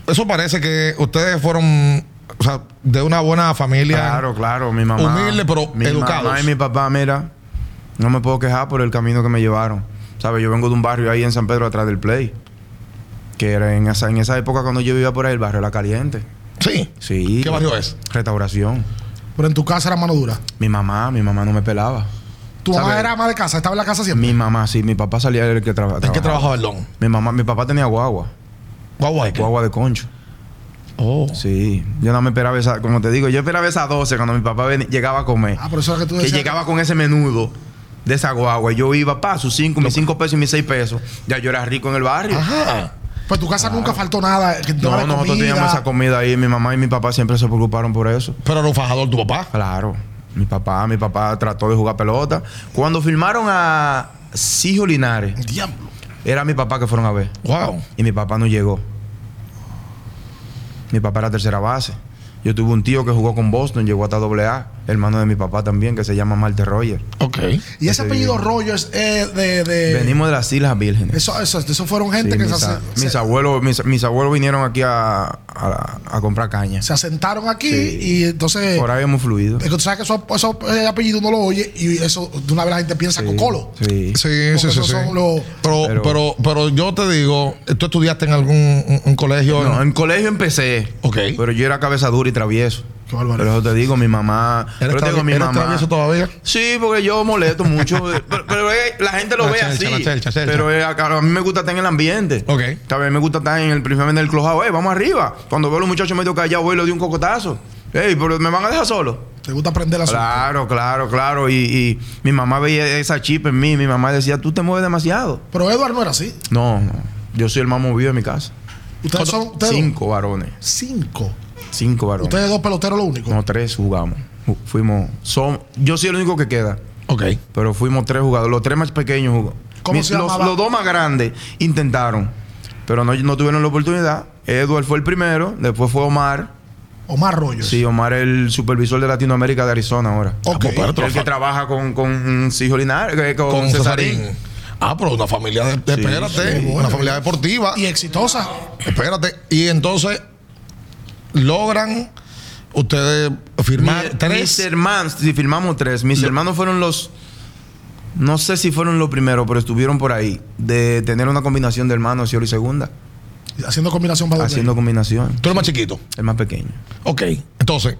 Speaker 2: Eso parece que ustedes fueron, o sea, de una buena familia.
Speaker 3: Claro, claro, mi mamá.
Speaker 2: Humilde, pero
Speaker 3: mi
Speaker 2: educados.
Speaker 3: mamá y mi papá, mira, no me puedo quejar por el camino que me llevaron. ¿Sabes? Yo vengo de un barrio ahí en San Pedro atrás del Play. Que era en esa, en esa época cuando yo vivía por ahí, el barrio La Caliente.
Speaker 2: Sí.
Speaker 3: Sí.
Speaker 2: ¿Qué barrio es?
Speaker 3: Restauración.
Speaker 1: Pero en tu casa era mano dura.
Speaker 3: Mi mamá, mi mamá no me pelaba.
Speaker 1: Tu mamá
Speaker 3: ¿Sabe?
Speaker 1: era ama de casa, estaba en la casa siempre.
Speaker 3: Mi mamá, sí, mi papá salía era el que traba- trabajaba.
Speaker 2: ¿En qué trabajaba el don?
Speaker 3: Mi mamá, mi papá tenía guagua,
Speaker 2: Guaguay.
Speaker 3: guagua de concho.
Speaker 2: Oh.
Speaker 3: Sí, yo no me esperaba esa, como te digo, yo esperaba esa 12 cuando mi papá ven- llegaba a comer.
Speaker 1: Ah, por eso era que tú
Speaker 3: que
Speaker 1: decías.
Speaker 3: llegaba con ese menudo de esa guagua. Yo iba, pa, sus 5, mis 5 pesos y mis 6 pesos. Ya yo era rico en el barrio.
Speaker 2: Ajá.
Speaker 1: Pues tu casa nunca faltó nada. que
Speaker 3: No,
Speaker 1: nada de
Speaker 3: nosotros
Speaker 1: comida.
Speaker 3: teníamos esa comida ahí. Mi mamá y mi papá siempre se preocuparon por eso.
Speaker 2: Pero era un fajador tu papá.
Speaker 3: Claro, mi papá, mi papá trató de jugar pelota. Cuando firmaron a Sijo Linares,
Speaker 1: Diablo.
Speaker 3: era mi papá que fueron a ver.
Speaker 2: Wow.
Speaker 3: Y mi papá no llegó. Mi papá era tercera base. Yo tuve un tío que jugó con Boston, llegó hasta AA, hermano de mi papá también, que se llama Marte Roger.
Speaker 2: Ok.
Speaker 1: Y ese
Speaker 3: Ese
Speaker 1: apellido Rogers eh, de. de-
Speaker 3: Venimos de las Islas Vírgenes.
Speaker 1: Eso, eso, eso fueron
Speaker 3: Sí,
Speaker 1: gente que
Speaker 3: mis,
Speaker 1: se,
Speaker 3: a-
Speaker 1: hace-
Speaker 3: mis
Speaker 1: se-
Speaker 3: abuelos, mis, mis abuelos vinieron aquí a, a- a comprar caña.
Speaker 1: se asentaron aquí
Speaker 3: Sí.
Speaker 1: y entonces.
Speaker 3: Por ahí hemos fluido.
Speaker 1: Es que tú sabes que esos eso, apellidos uno lo oye y eso de una vez la gente piensa Cocolo.
Speaker 3: Sí.
Speaker 2: Sí, sí, sí,
Speaker 1: esos
Speaker 2: sí.
Speaker 1: son los-
Speaker 2: Pero,
Speaker 3: Pero-
Speaker 2: pero, pero yo te digo, ¿tú estudiaste en algún un- un colegio?
Speaker 3: No, en colegio empecé.
Speaker 2: Ok.
Speaker 3: Pero yo era cabeza dura y travieso.
Speaker 1: Qué barbaridad.
Speaker 3: Pero yo te digo, mi mamá.
Speaker 2: ¿Eres,
Speaker 3: pero te digo,
Speaker 2: travie-
Speaker 3: mi
Speaker 2: eres
Speaker 3: mamá.
Speaker 2: travieso todavía?
Speaker 3: Sí, porque yo molesto mucho. pero pero, eh, la gente lo
Speaker 2: La
Speaker 3: ve
Speaker 2: chelcha,
Speaker 3: así.
Speaker 2: la chelcha, chelcha.
Speaker 3: Pero eh, a, a mí me gusta estar en el ambiente.
Speaker 2: Ok.
Speaker 3: ¿Sabes? Me gusta estar en el primer del clojado. Eh, vamos arriba. Cuando veo a los muchachos medio callados, voy y le doy un cocotazo. Ey, pero me van a dejar solo.
Speaker 1: Te gusta aprender la
Speaker 3: Claro, claro, claro. Y, y mi mamá veía esa chip en mí. Mi mamá decía, tú te mueves demasiado.
Speaker 1: Pero Eduardo no era así.
Speaker 3: No, no. Yo soy el más movido de mi casa.
Speaker 1: Ustedes son ustedes dos.
Speaker 3: Cinco varones.
Speaker 1: Cinco.
Speaker 3: Cinco varones.
Speaker 1: Ustedes dos peloteros lo único.
Speaker 3: No, tres jugamos. Ju- Fuimos. Son, yo soy el único que queda.
Speaker 2: Ok. Ok.
Speaker 3: Pero fuimos tres jugadores. Los tres más pequeños jugó.
Speaker 1: ¿Cómo se
Speaker 3: los,
Speaker 1: llamaba?
Speaker 3: los dos más grandes intentaron. Pero no, no tuvieron la oportunidad. Edward fue el primero. Después fue Omar.
Speaker 1: Omar Rollos.
Speaker 3: Sí, Omar es el supervisor de Latinoamérica de Arizona ahora.
Speaker 1: Ok.
Speaker 2: Ah, pues, pero otra
Speaker 3: El que
Speaker 2: fa-
Speaker 3: trabaja con, con Sijo Linares, eh, con,
Speaker 2: con
Speaker 3: Cesarín.
Speaker 2: Cesarín. Ah, pero una familia de, de- espérate, una familia deportiva.
Speaker 1: Y exitosa.
Speaker 2: Espérate. Y entonces logran ustedes firmar
Speaker 3: Mi- Mis
Speaker 2: tres.
Speaker 3: hermanos, si firmamos tres, mis hermanos fueron los. No sé si fueron los primeros, pero estuvieron por ahí. De tener una combinación de hermanos, Cielo y segunda.
Speaker 1: Haciendo combinación para
Speaker 3: Haciendo combinación.
Speaker 2: Tú eres más chiquito.
Speaker 3: El más pequeño.
Speaker 2: Ok. Entonces.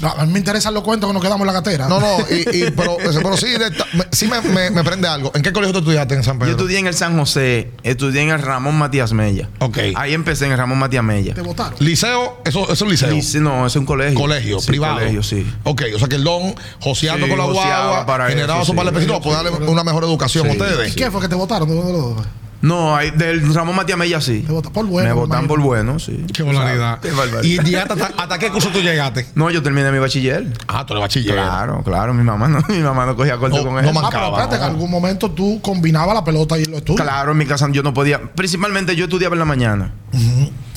Speaker 1: No, a mí me interesan los cuentos que nos quedamos en la gatera.
Speaker 2: No, no, y, y- pero, pero sí, de esta- me- sí me, me- me prende algo. ¿En qué colegio tú estudiaste en San
Speaker 3: Yo
Speaker 2: Pedro?
Speaker 3: estudié en el San José, estudié en el Ramón Matías Mella.
Speaker 2: Ok.
Speaker 3: Ahí empecé en el Ramón Matías Mella.
Speaker 1: Te votaron.
Speaker 2: Liceo, eso, eso es un liceo.
Speaker 3: Lice- no, es un colegio.
Speaker 2: Colegio,
Speaker 3: Sí,
Speaker 2: privado.
Speaker 3: Colegio, sí.
Speaker 2: Ok, o sea que el don, joseando
Speaker 3: Sí,
Speaker 2: con la
Speaker 3: joseaba
Speaker 2: guagua,
Speaker 3: para
Speaker 2: generaba
Speaker 3: eso,
Speaker 2: su par de
Speaker 3: sí.
Speaker 2: pesitos para poder darle una mejor educación a
Speaker 3: Sí,
Speaker 2: ustedes.
Speaker 1: ¿Y qué fue que te votaron? ¿De dónde lo-
Speaker 3: No, ahí- del Ramón Matías Mella sí.
Speaker 1: Te votan por bueno,
Speaker 3: Me
Speaker 1: me
Speaker 3: votan
Speaker 1: imagino.
Speaker 3: por bueno, sí.
Speaker 2: Qué barbaridad.
Speaker 3: Qué barbaridad.
Speaker 2: ¿Y llegaste hasta, hasta qué curso tú llegaste?
Speaker 3: No, yo terminé mi bachiller.
Speaker 2: Ah, tú eres bachiller.
Speaker 3: Claro, claro, mi mamá no, mi mamá no cogía corte
Speaker 2: No,
Speaker 3: con
Speaker 2: no
Speaker 3: eso.
Speaker 2: man-
Speaker 1: Ah, pero
Speaker 2: Mancaba,
Speaker 1: espérate, que en
Speaker 2: ¿no?
Speaker 1: algún momento tú combinabas la pelota y lo estudios.
Speaker 3: Claro, en mi casa yo no podía. Principalmente yo estudiaba en la mañana.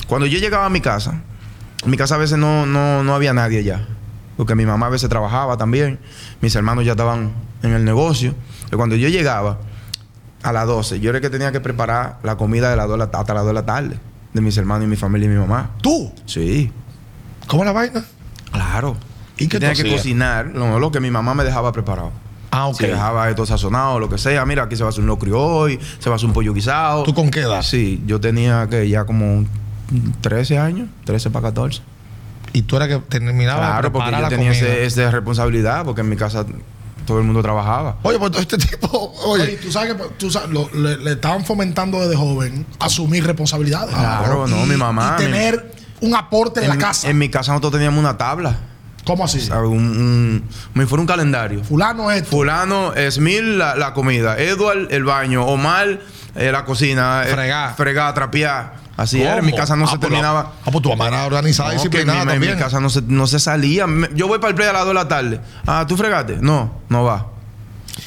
Speaker 3: Cuando yo llegaba a mi casa, en mi casa a veces no, no, no había nadie ya. Porque mi mamá a veces trabajaba también. Mis hermanos ya estaban en el negocio. Pero cuando yo llegaba a las 12, yo era el que tenía que preparar la comida de las 2 de la ta- hasta las 2 de la tarde. De mis hermanos y mi familia y mi mamá.
Speaker 2: ¿Tú?
Speaker 3: Sí,
Speaker 2: ¿Cómo es la vaina?
Speaker 3: claro.
Speaker 2: ¿Y
Speaker 3: Yo
Speaker 2: qué tú
Speaker 3: tenía que
Speaker 2: hacías?
Speaker 3: cocinar lo, lo que mi mamá me dejaba preparado.
Speaker 2: Ah, ok.
Speaker 3: Si dejaba esto sazonado, lo que sea. Mira, aquí se va a hacer un locrio hoy, se va a hacer un pollo guisado.
Speaker 2: ¿Tú con qué edad?
Speaker 3: Sí, yo tenía que ya como un 13 años, 13 para 14.
Speaker 2: Y tú eras que terminaba de
Speaker 3: claro, porque
Speaker 2: preparar
Speaker 3: yo
Speaker 2: la
Speaker 3: tenía
Speaker 2: comida.
Speaker 3: ese- esa responsabilidad, porque en mi casa todo el mundo trabajaba.
Speaker 2: Oye, pues este tipo, oye,
Speaker 1: Oye, tú sabes que tú sabes, lo- le, le estaban fomentando desde joven asumir responsabilidades.
Speaker 3: Claro, no, mi mamá,
Speaker 1: Y
Speaker 3: mi-
Speaker 1: tener un aporte en, la casa.
Speaker 3: en mi casa nosotros teníamos una tabla,
Speaker 1: ¿Cómo así?
Speaker 3: o sea, un, un- me fuera un calendario.
Speaker 1: Fulano es.
Speaker 3: Fulano, Esmil, la, la comida. Edward, el baño. Omar, eh, la cocina. eh,
Speaker 2: Fregar.
Speaker 3: fregar, trapear. Así
Speaker 2: ¿cómo?
Speaker 3: era. En mi casa no
Speaker 2: Ah,
Speaker 3: se
Speaker 2: pues la-
Speaker 3: terminaba.
Speaker 2: ah, pues tu mamá era organizada,
Speaker 3: No, que
Speaker 2: disciplinada
Speaker 3: mi- mi-
Speaker 2: también.
Speaker 3: En mi casa no se, no se salía. Me- Yo voy para el play a las 2 de la tarde. Ah, ¿tú fregaste? No, no va.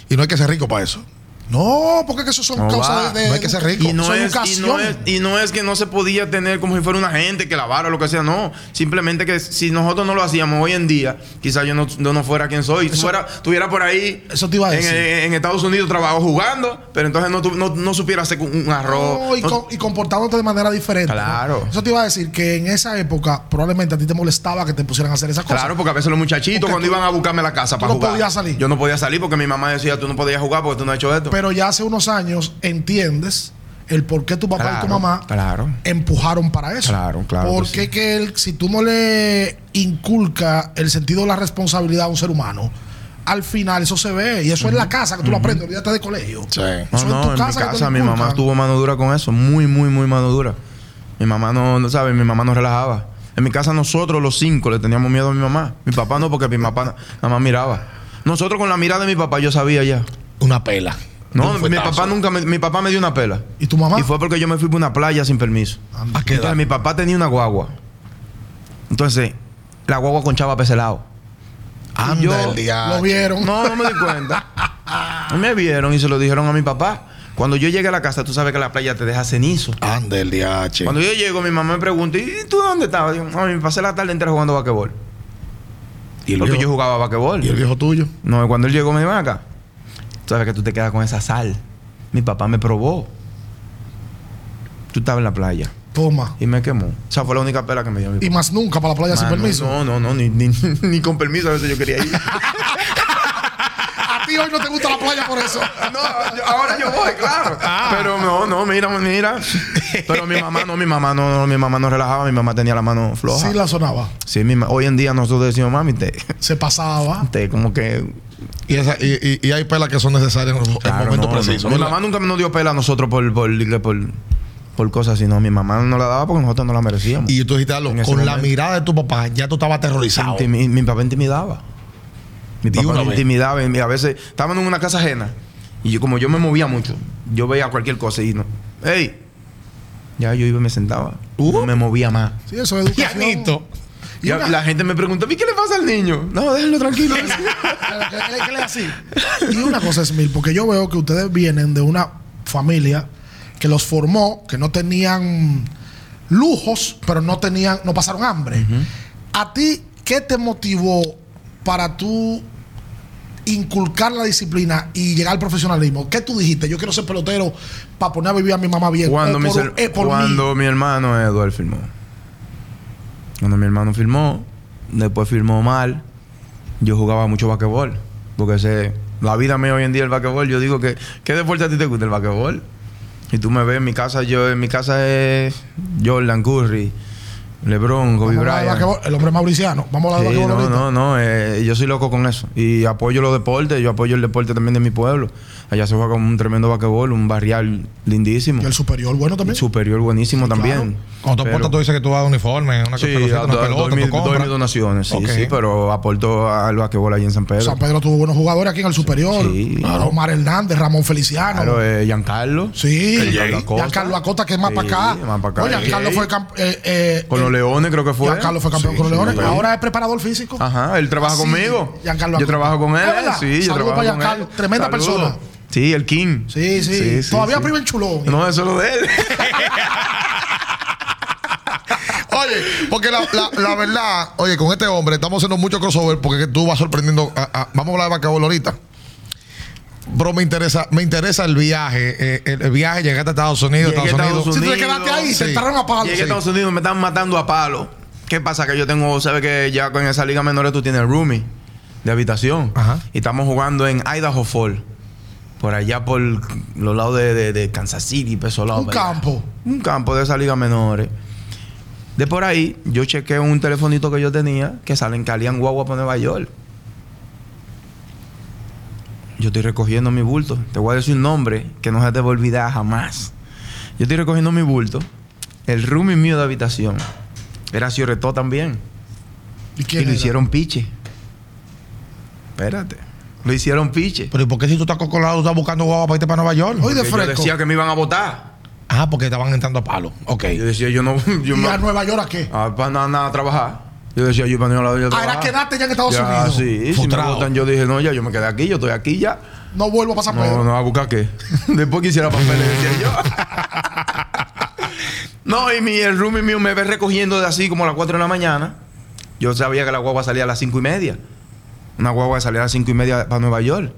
Speaker 2: Y no hay que ser rico para eso.
Speaker 1: No, porque es que eso son
Speaker 3: No
Speaker 1: causas
Speaker 3: va.
Speaker 1: de, de-
Speaker 2: No hay que ser rico.
Speaker 3: Y no,
Speaker 1: Son
Speaker 3: es, y, no
Speaker 1: educación.
Speaker 3: es, y no es que no se podía tener como si fuera una gente que lavara o lo que sea, no. Simplemente que si nosotros no lo hacíamos hoy en día, quizás yo no, yo no fuera quien soy. Si fuera, estuviera por ahí
Speaker 1: Eso te iba a
Speaker 3: en-
Speaker 1: decir.
Speaker 3: En, en Estados Unidos trabajo jugando, pero entonces no, tu- no, no supiera hacer un un arroz.
Speaker 1: No, y,
Speaker 3: No-
Speaker 1: co- y comportándote de manera diferente.
Speaker 3: Claro.
Speaker 1: ¿no? Eso te iba a decir que en esa época probablemente a ti te molestaba que te pusieran a hacer esas cosas.
Speaker 3: Claro, porque a veces los muchachitos
Speaker 1: Porque
Speaker 3: cuando
Speaker 1: tú-
Speaker 3: iban a buscarme a la casa para
Speaker 1: no
Speaker 3: jugar.
Speaker 1: podías salir.
Speaker 3: Yo no podía salir porque mi mamá decía, tú no podías jugar porque tú no has hecho esto.
Speaker 1: Pero ya hace unos años entiendes el por qué tu papá y tu mamá
Speaker 3: Claro.
Speaker 1: empujaron para eso.
Speaker 3: Claro, claro que
Speaker 1: Porque
Speaker 3: sí.
Speaker 1: que él, si tú no le inculcas el sentido de la responsabilidad a un ser humano, al final eso se ve. Y eso es la casa que tú lo aprendes, olvídate de colegio.
Speaker 2: Sí.
Speaker 3: No,
Speaker 1: Eso en
Speaker 3: no,
Speaker 1: tu
Speaker 3: en,
Speaker 1: casa que
Speaker 3: mi
Speaker 1: te
Speaker 3: casa
Speaker 1: lo
Speaker 3: mi mamá
Speaker 1: inculcan.
Speaker 3: tuvo mano dura con eso, muy, muy, muy mano dura. Mi mamá no, no sabe, mi mamá no relajaba. En mi casa nosotros los cinco le teníamos miedo a mi mamá. Mi papá no, porque mi papá na- nada más miraba. Nosotros con la mirada de mi papá yo sabía ya.
Speaker 2: Una pela.
Speaker 3: No,
Speaker 2: Un
Speaker 3: mi
Speaker 2: fuetazo.
Speaker 3: papá nunca me, mi papá me dio una pela.
Speaker 1: ¿Y tu mamá?
Speaker 3: Y fue porque yo me fui para una playa sin permiso.
Speaker 2: ¿A qué edad?
Speaker 3: Entonces, mi papá tenía una guagua. Entonces, la guagua conchaba peselado.
Speaker 2: Anda
Speaker 3: yo-
Speaker 2: el diablo.
Speaker 1: Lo vieron.
Speaker 3: No, no me di cuenta. No me vieron y se lo dijeron a mi papá. Cuando yo llegué a la casa, tú sabes que la playa te deja cenizo.
Speaker 2: Anda el DH.
Speaker 3: Cuando yo llego, mi mamá me pregunta, ¿y tú dónde estabas? Digo, mami, me pasé la tarde entera jugando vaquebol.
Speaker 2: ¿Y el,
Speaker 3: Porque yo
Speaker 2: viejo,
Speaker 3: jugaba vaquebol.
Speaker 2: ¿Y el viejo tuyo?
Speaker 3: No, cuando él llegó, me dijo, "Ven acá. Tú sabes que tú te quedas con esa sal. Mi papá me probó. Tú estabas en la playa
Speaker 1: Toma.
Speaker 3: y me quemó. O sea, fue la única pela que me dio mi
Speaker 1: Y más nunca para la playa sin
Speaker 3: Mano,
Speaker 1: permiso.
Speaker 3: No, no, no, ni, ni- ni con permiso a veces yo quería ir.
Speaker 1: A ti hoy no te gusta la playa por eso.
Speaker 3: No, yo- ahora yo voy, claro.
Speaker 1: Ah.
Speaker 3: Pero no, no, mira, mira. Pero mi mamá no, mi mamá no, no, mi mamá no relajaba, mi mamá tenía la mano floja.
Speaker 1: Sí
Speaker 3: Sí,
Speaker 1: la sonaba.
Speaker 3: mi ma- hoy en día nosotros decimos, mami, te,
Speaker 1: Se pasaba.
Speaker 3: te como que...
Speaker 2: Y, esa- y, y- y hay pelas que son necesarias en los- en
Speaker 3: Claro,
Speaker 2: momentos
Speaker 3: no, no.
Speaker 2: precisos.
Speaker 3: Mi
Speaker 2: ¿verdad?
Speaker 3: mamá nunca nos dio pela a nosotros por, por, por, por cosas así, no. Mi mamá no la daba porque nosotros no la merecíamos.
Speaker 2: Y tú dijiste algo,
Speaker 3: En ese
Speaker 2: con la
Speaker 3: momento.
Speaker 2: mirada de tu papá, ya tú estabas aterrorizado.
Speaker 3: Intimi- mi, papá intimidaba. Mi
Speaker 2: Di
Speaker 3: papá
Speaker 2: una
Speaker 3: me
Speaker 2: vez.
Speaker 3: intimidaba. y a veces estábamos en una casa ajena. Y yo, como yo me movía mucho, yo veía cualquier cosa y no. ¡Ey! Ya yo iba y me sentaba.
Speaker 2: Uh.
Speaker 3: No me movía más.
Speaker 1: Sí, eso es educación.
Speaker 2: Pianito.
Speaker 1: Y
Speaker 3: Y a- la gente me pregunta, ¿y qué le pasa al niño? No, déjenlo tranquilo.
Speaker 1: Claro, que- que- que le- así. Y una cosa es mil, porque yo veo que ustedes vienen de una familia que los formó, que no tenían lujos, pero no tenían, no pasaron hambre. ¿A ti qué te motivó para tú inculcar la disciplina y llegar al profesionalismo? ¿Qué tú dijiste? Yo quiero ser pelotero para poner a vivir a mi mamá bien.
Speaker 3: cuando
Speaker 1: O
Speaker 3: mi,
Speaker 1: por-
Speaker 3: ser-
Speaker 1: eh, por mí.
Speaker 3: cuando mi hermano Eduard firmó. Cuando mi hermano firmó, después firmó mal, yo jugaba mucho basquetbol. Porque ese- la vida mía hoy en día es el basquetbol. Yo digo que, ¿qué deporte a ti te gusta el basquetbol? Y tú me ves en mi casa, yo en mi casa es Jordan Curry, LeBron, Kobe
Speaker 1: Vamos a hablar de
Speaker 3: Bryant.
Speaker 1: basquetbol. el hombre mauriciano. Vamos a hablar
Speaker 3: Sí,
Speaker 1: de
Speaker 3: no,
Speaker 1: basquetbol ahorita.
Speaker 3: no, no, eh, yo soy loco con eso. Y apoyo los deportes, yo apoyo el deporte también de mi pueblo. Allá se juega con un tremendo basquetbol, un barrial lindísimo.
Speaker 1: Y el superior, bueno también.
Speaker 3: Superior buenísimo también.
Speaker 2: Cuando tú
Speaker 3: Pero-
Speaker 2: aportas, tú dices que tú vas uniforme, una
Speaker 3: Sí,
Speaker 2: cosita,
Speaker 3: do-
Speaker 2: una
Speaker 3: doy,
Speaker 2: pelota,
Speaker 3: mis-
Speaker 2: tú
Speaker 3: doy mis
Speaker 2: compras.
Speaker 3: donaciones, sí,
Speaker 2: Ok.
Speaker 3: sí, pero aporto al basquetbol allí en San Pedro.
Speaker 1: San Pedro tuvo buenos jugadores aquí en el superior.
Speaker 3: Sí.
Speaker 1: Omar Hernández, Ramón Feliciano.
Speaker 3: Claro, eh, Giancarlo.
Speaker 1: Sí,
Speaker 4: El Jay.
Speaker 1: Giancarlo Acosta, que es más
Speaker 3: Sí,
Speaker 1: para acá.
Speaker 3: más para acá.
Speaker 1: Oye,
Speaker 3: El
Speaker 1: Giancarlo
Speaker 3: Jay.
Speaker 1: fue, camp- eh, eh,
Speaker 3: Con los
Speaker 1: eh,
Speaker 3: Leones creo que fue.
Speaker 1: Giancarlo fue campeón
Speaker 3: Sí,
Speaker 1: con los
Speaker 3: sí,
Speaker 1: Leones.
Speaker 3: sí.
Speaker 1: Ahora es preparador físico.
Speaker 3: Ajá, él trabaja
Speaker 1: Sí,
Speaker 3: conmigo.
Speaker 1: Giancarlo
Speaker 3: yo
Speaker 1: Acosta.
Speaker 3: trabajo con él.
Speaker 1: Es verdad.
Speaker 3: Sí, yo
Speaker 1: Saludos
Speaker 3: trabajo
Speaker 1: para
Speaker 3: con
Speaker 1: Giancarlo,
Speaker 3: él.
Speaker 1: tremenda persona.
Speaker 3: Sí, el King.
Speaker 1: Sí, sí. Todavía vive en Chuló.
Speaker 3: No, eso es lo de él.
Speaker 2: Oye, porque la, la- la verdad, oye, con este hombre estamos haciendo mucho crossover porque es que tú vas sorprendiendo. a- a- vamos a hablar de Bacabol ahorita. Pero me interesa, me interesa el viaje. eh, el, el viaje, llegaste a Estados Unidos,
Speaker 3: Llegué a
Speaker 2: Estados Unidos.
Speaker 3: Estados
Speaker 1: Si tú te
Speaker 3: Unidos,
Speaker 1: quedaste ahí,
Speaker 2: sí.
Speaker 1: se entraron a palo.
Speaker 3: Llegué a
Speaker 1: Sí.
Speaker 3: Estados Unidos, me están matando a palo. ¿Qué pasa? Que yo tengo, sabes que ya con esa liga menores tú tienes roomie de habitación.
Speaker 2: Ajá.
Speaker 3: Y estamos jugando en Idaho Falls. Por allá por los lados de, de- de Kansas City, peso lado.
Speaker 1: Un
Speaker 3: para allá.
Speaker 1: campo.
Speaker 3: Un campo de esa liga menores. De por ahí, yo chequé un telefonito que yo tenía que salen Calián Guagua para Nueva York. Yo estoy recogiendo mi bulto. Te voy a decir un nombre que no se te va a olvidar jamás. Yo estoy recogiendo mi bulto. El roomie mío de habitación era Cioretó también.
Speaker 1: ¿Y quién
Speaker 3: y lo
Speaker 1: era?
Speaker 3: hicieron piche. Espérate. Lo hicieron piche.
Speaker 2: Pero ¿y por qué si tú estás cocolado, tú estás buscando guagua para irte para Nueva York?
Speaker 1: Oye, de
Speaker 3: Porque yo
Speaker 1: fresco.
Speaker 3: decía que me iban a votar.
Speaker 2: Ah, porque estaban entrando a palo. Ok.
Speaker 3: Yo decía, yo no. Yo
Speaker 1: ¿Y
Speaker 3: me-
Speaker 1: a Nueva York a qué?
Speaker 3: Ah, para nada, nada, trabajar. Yo decía, yo para no ir a la yo
Speaker 1: Ah, era
Speaker 3: trabajar.
Speaker 1: quedarte ya en Estados
Speaker 3: Ya,
Speaker 1: Unidos.
Speaker 3: Sí, si me
Speaker 2: Frustrado.
Speaker 3: votan, yo dije, no, ya, yo me quedé aquí, yo estoy aquí ya.
Speaker 1: No vuelvo a pasar
Speaker 3: No,
Speaker 1: Pedro.
Speaker 3: no, a buscar qué. Después quisiera papeles, decía yo. no, y mi, el roomie mío me ve recogiendo de así como a las 4 de la mañana. Yo sabía que la guagua salía a las 5 y media. Una guagua salía a las 5 y media para Nueva York.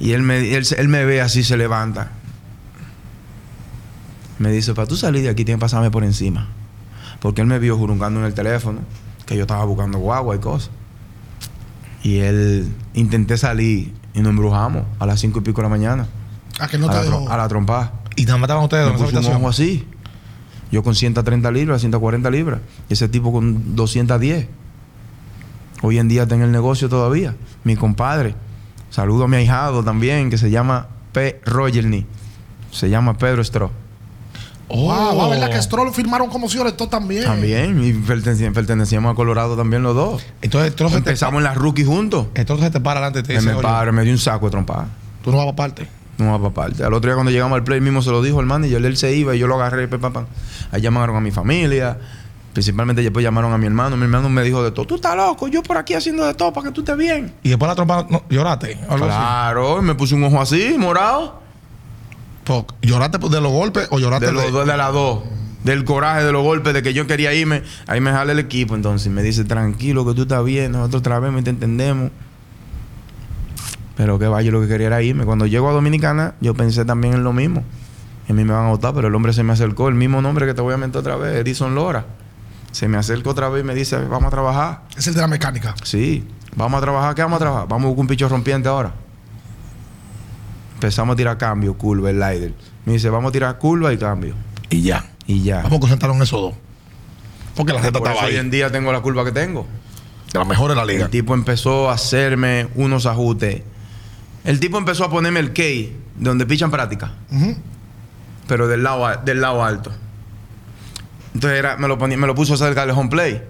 Speaker 3: Y él me, él, se- él me ve así, se levanta. Me dice, para tú salir de aquí tienes que pasarme por encima. Porque él me vio juruncando en el teléfono que yo estaba buscando guagua y cosas. Y él intenté salir y nos embrujamos a las cinco y pico de la mañana.
Speaker 1: A que no
Speaker 3: a,
Speaker 1: te
Speaker 3: la trom-
Speaker 1: dejó.
Speaker 3: a la trompada.
Speaker 2: Y nada más estaban ustedes
Speaker 3: Me
Speaker 2: en esa
Speaker 3: puso un
Speaker 2: habitación.
Speaker 3: ojo así. Yo con 130 libras, 140 libras. Y ese tipo con 210. Hoy en día está en el negocio todavía. Mi compadre. Saludo a mi ahijado también, que se llama P. Rogerny. Se llama Pedro Stroh.
Speaker 1: Wow,
Speaker 2: Oh.
Speaker 3: Ah,
Speaker 1: la verdad que Stroll firmaron como si esto también.
Speaker 3: Oh. También. Y perteneci- pertenecíamos a Colorado también los dos.
Speaker 2: Entonces, entonces, te,
Speaker 3: Empezamos en las rookies juntos.
Speaker 2: entonces te para adelante y te
Speaker 3: Me,
Speaker 2: dice,
Speaker 3: me
Speaker 2: oye,
Speaker 3: paro, me dio un saco de trompada.
Speaker 2: tú no vas para parte.
Speaker 3: No va para parte. Al otro día cuando llegamos al play mismo se lo dijo el manager, él se iba y yo lo agarré, pe, pa, pam. Ahí llamaron a mi familia, principalmente después llamaron a mi hermano. Mi hermano me dijo de todo, tú estás loco, yo por aquí haciendo de todo para que tú estés bien.
Speaker 2: Y después la trompa, no, lloraste. Algo así.
Speaker 3: Claro, y me puse un ojo así, morado,
Speaker 2: Pero, ¿Lloraste de los golpes o lloraste
Speaker 3: de, los dos- de las dos. Del coraje, de los golpes, de que yo quería irme. Ahí me jala el equipo entonces. y Me dice, tranquilo, que tú estás bien, nosotros otra vez te entendemos. Pero que vaya, yo lo que quería era irme. Cuando llego a Dominicana, yo pensé también en lo mismo. Y a mí me van a votar, pero el hombre se me acercó, el mismo nombre que te voy a mentir otra vez, Edison Lora. Se me acerca otra vez y me dice, vamos a trabajar.
Speaker 1: Es el de la mecánica.
Speaker 3: Sí, vamos a trabajar, ¿qué vamos a trabajar? Vamos a buscar un picho rompiente ahora. Empezamos a tirar cambio, curva, el lighter. Me dice, vamos a tirar curva y cambio.
Speaker 4: Y ya.
Speaker 3: Y ya.
Speaker 2: ¿A poco sentaron esos dos? Porque la gente
Speaker 3: Por
Speaker 2: estaba
Speaker 3: eso
Speaker 2: ahí.
Speaker 3: hoy en día tengo la curva que tengo.
Speaker 2: De la mejor de la liga.
Speaker 3: El tipo empezó a hacerme unos ajustes. El tipo empezó a ponerme el key, donde pichan práctica.
Speaker 1: Ujú.
Speaker 3: pero del lado, a- del lado alto. Entonces era, me, lo ponía- me lo puso cerca del home play.